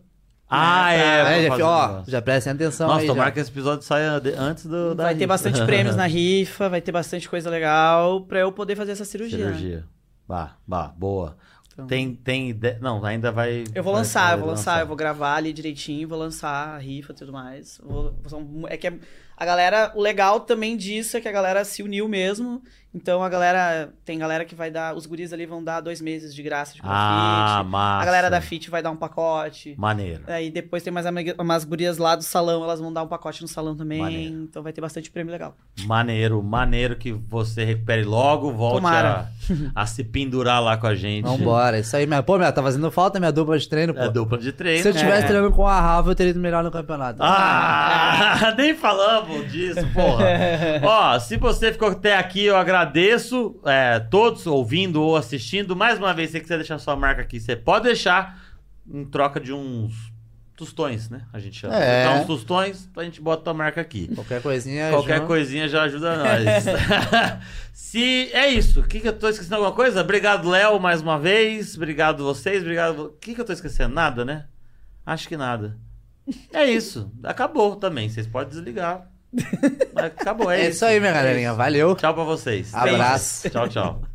Speaker 1: Ah,
Speaker 3: tá.
Speaker 1: é.
Speaker 4: Ah,
Speaker 1: vou
Speaker 4: já,
Speaker 1: fazer
Speaker 4: fi- ó,
Speaker 1: um negócio.
Speaker 4: já prestem atenção
Speaker 1: Nossa,
Speaker 4: aí.
Speaker 1: tomara
Speaker 4: já.
Speaker 1: que esse episódio saia de- antes do, da
Speaker 3: vai ter
Speaker 1: rifa.
Speaker 3: bastante prêmios na rifa, vai ter bastante coisa legal pra eu poder fazer essa cirurgia. né?
Speaker 1: cirurgia. Bah, bah, boa.
Speaker 4: Então,
Speaker 1: Tem, tem ideia. Não, ainda vai.
Speaker 3: Eu vou
Speaker 1: vai-
Speaker 3: lançar,
Speaker 1: vai
Speaker 3: eu vou lançar, eu vou gravar ali direitinho, vou lançar a rifa e tudo mais. Vou- são- é que é- a galera, o legal também disso é que a galera se uniu mesmo. Então a galera, tem galera que vai dar, os guris ali vão dar dois meses de graça de grafite.
Speaker 1: Ah, massa.
Speaker 3: a galera da FIT vai dar um pacote.
Speaker 1: Maneiro.
Speaker 3: Aí depois tem mais amiga- umas gurias lá do salão, elas vão dar um pacote no salão também.
Speaker 1: Maneiro.
Speaker 3: Então vai ter bastante prêmio legal.
Speaker 1: Maneiro, maneiro que você recupere logo, volte a,
Speaker 3: Tomara.
Speaker 1: a se pendurar lá com a gente.
Speaker 4: Vambora, isso aí, minha. Pô, minha, tá fazendo falta minha dupla de treino, pô.
Speaker 1: É dupla de treino.
Speaker 4: Se eu tivesse
Speaker 1: É.
Speaker 4: treinando com a Rafa, eu teria ido melhor no campeonato.
Speaker 1: Ah, nem falamos disso, porra. Ó, se você ficou até aqui, eu agradeço é, todos ouvindo ou assistindo. Mais uma vez, se você quiser deixar sua marca aqui, você pode deixar em troca de uns tostões, né? A gente chama.
Speaker 4: É.
Speaker 1: Você dá uns tostões, a gente bota tua marca aqui.
Speaker 4: Qualquer coisinha.
Speaker 1: Qualquer
Speaker 4: É, João.
Speaker 1: coisinha já ajuda nós. Se é isso, o que, que eu tô esquecendo alguma coisa? Obrigado, Léo, mais uma vez. Obrigado vocês, obrigado. O que, que eu tô esquecendo? Nada, né? Acho que nada. É isso. Acabou também. Vocês podem desligar. Acabou, é,
Speaker 4: É isso aí, minha
Speaker 1: É
Speaker 4: galerinha.
Speaker 1: isso.
Speaker 4: Valeu.
Speaker 1: Tchau pra vocês.
Speaker 4: Abraço.
Speaker 1: Tchau, tchau.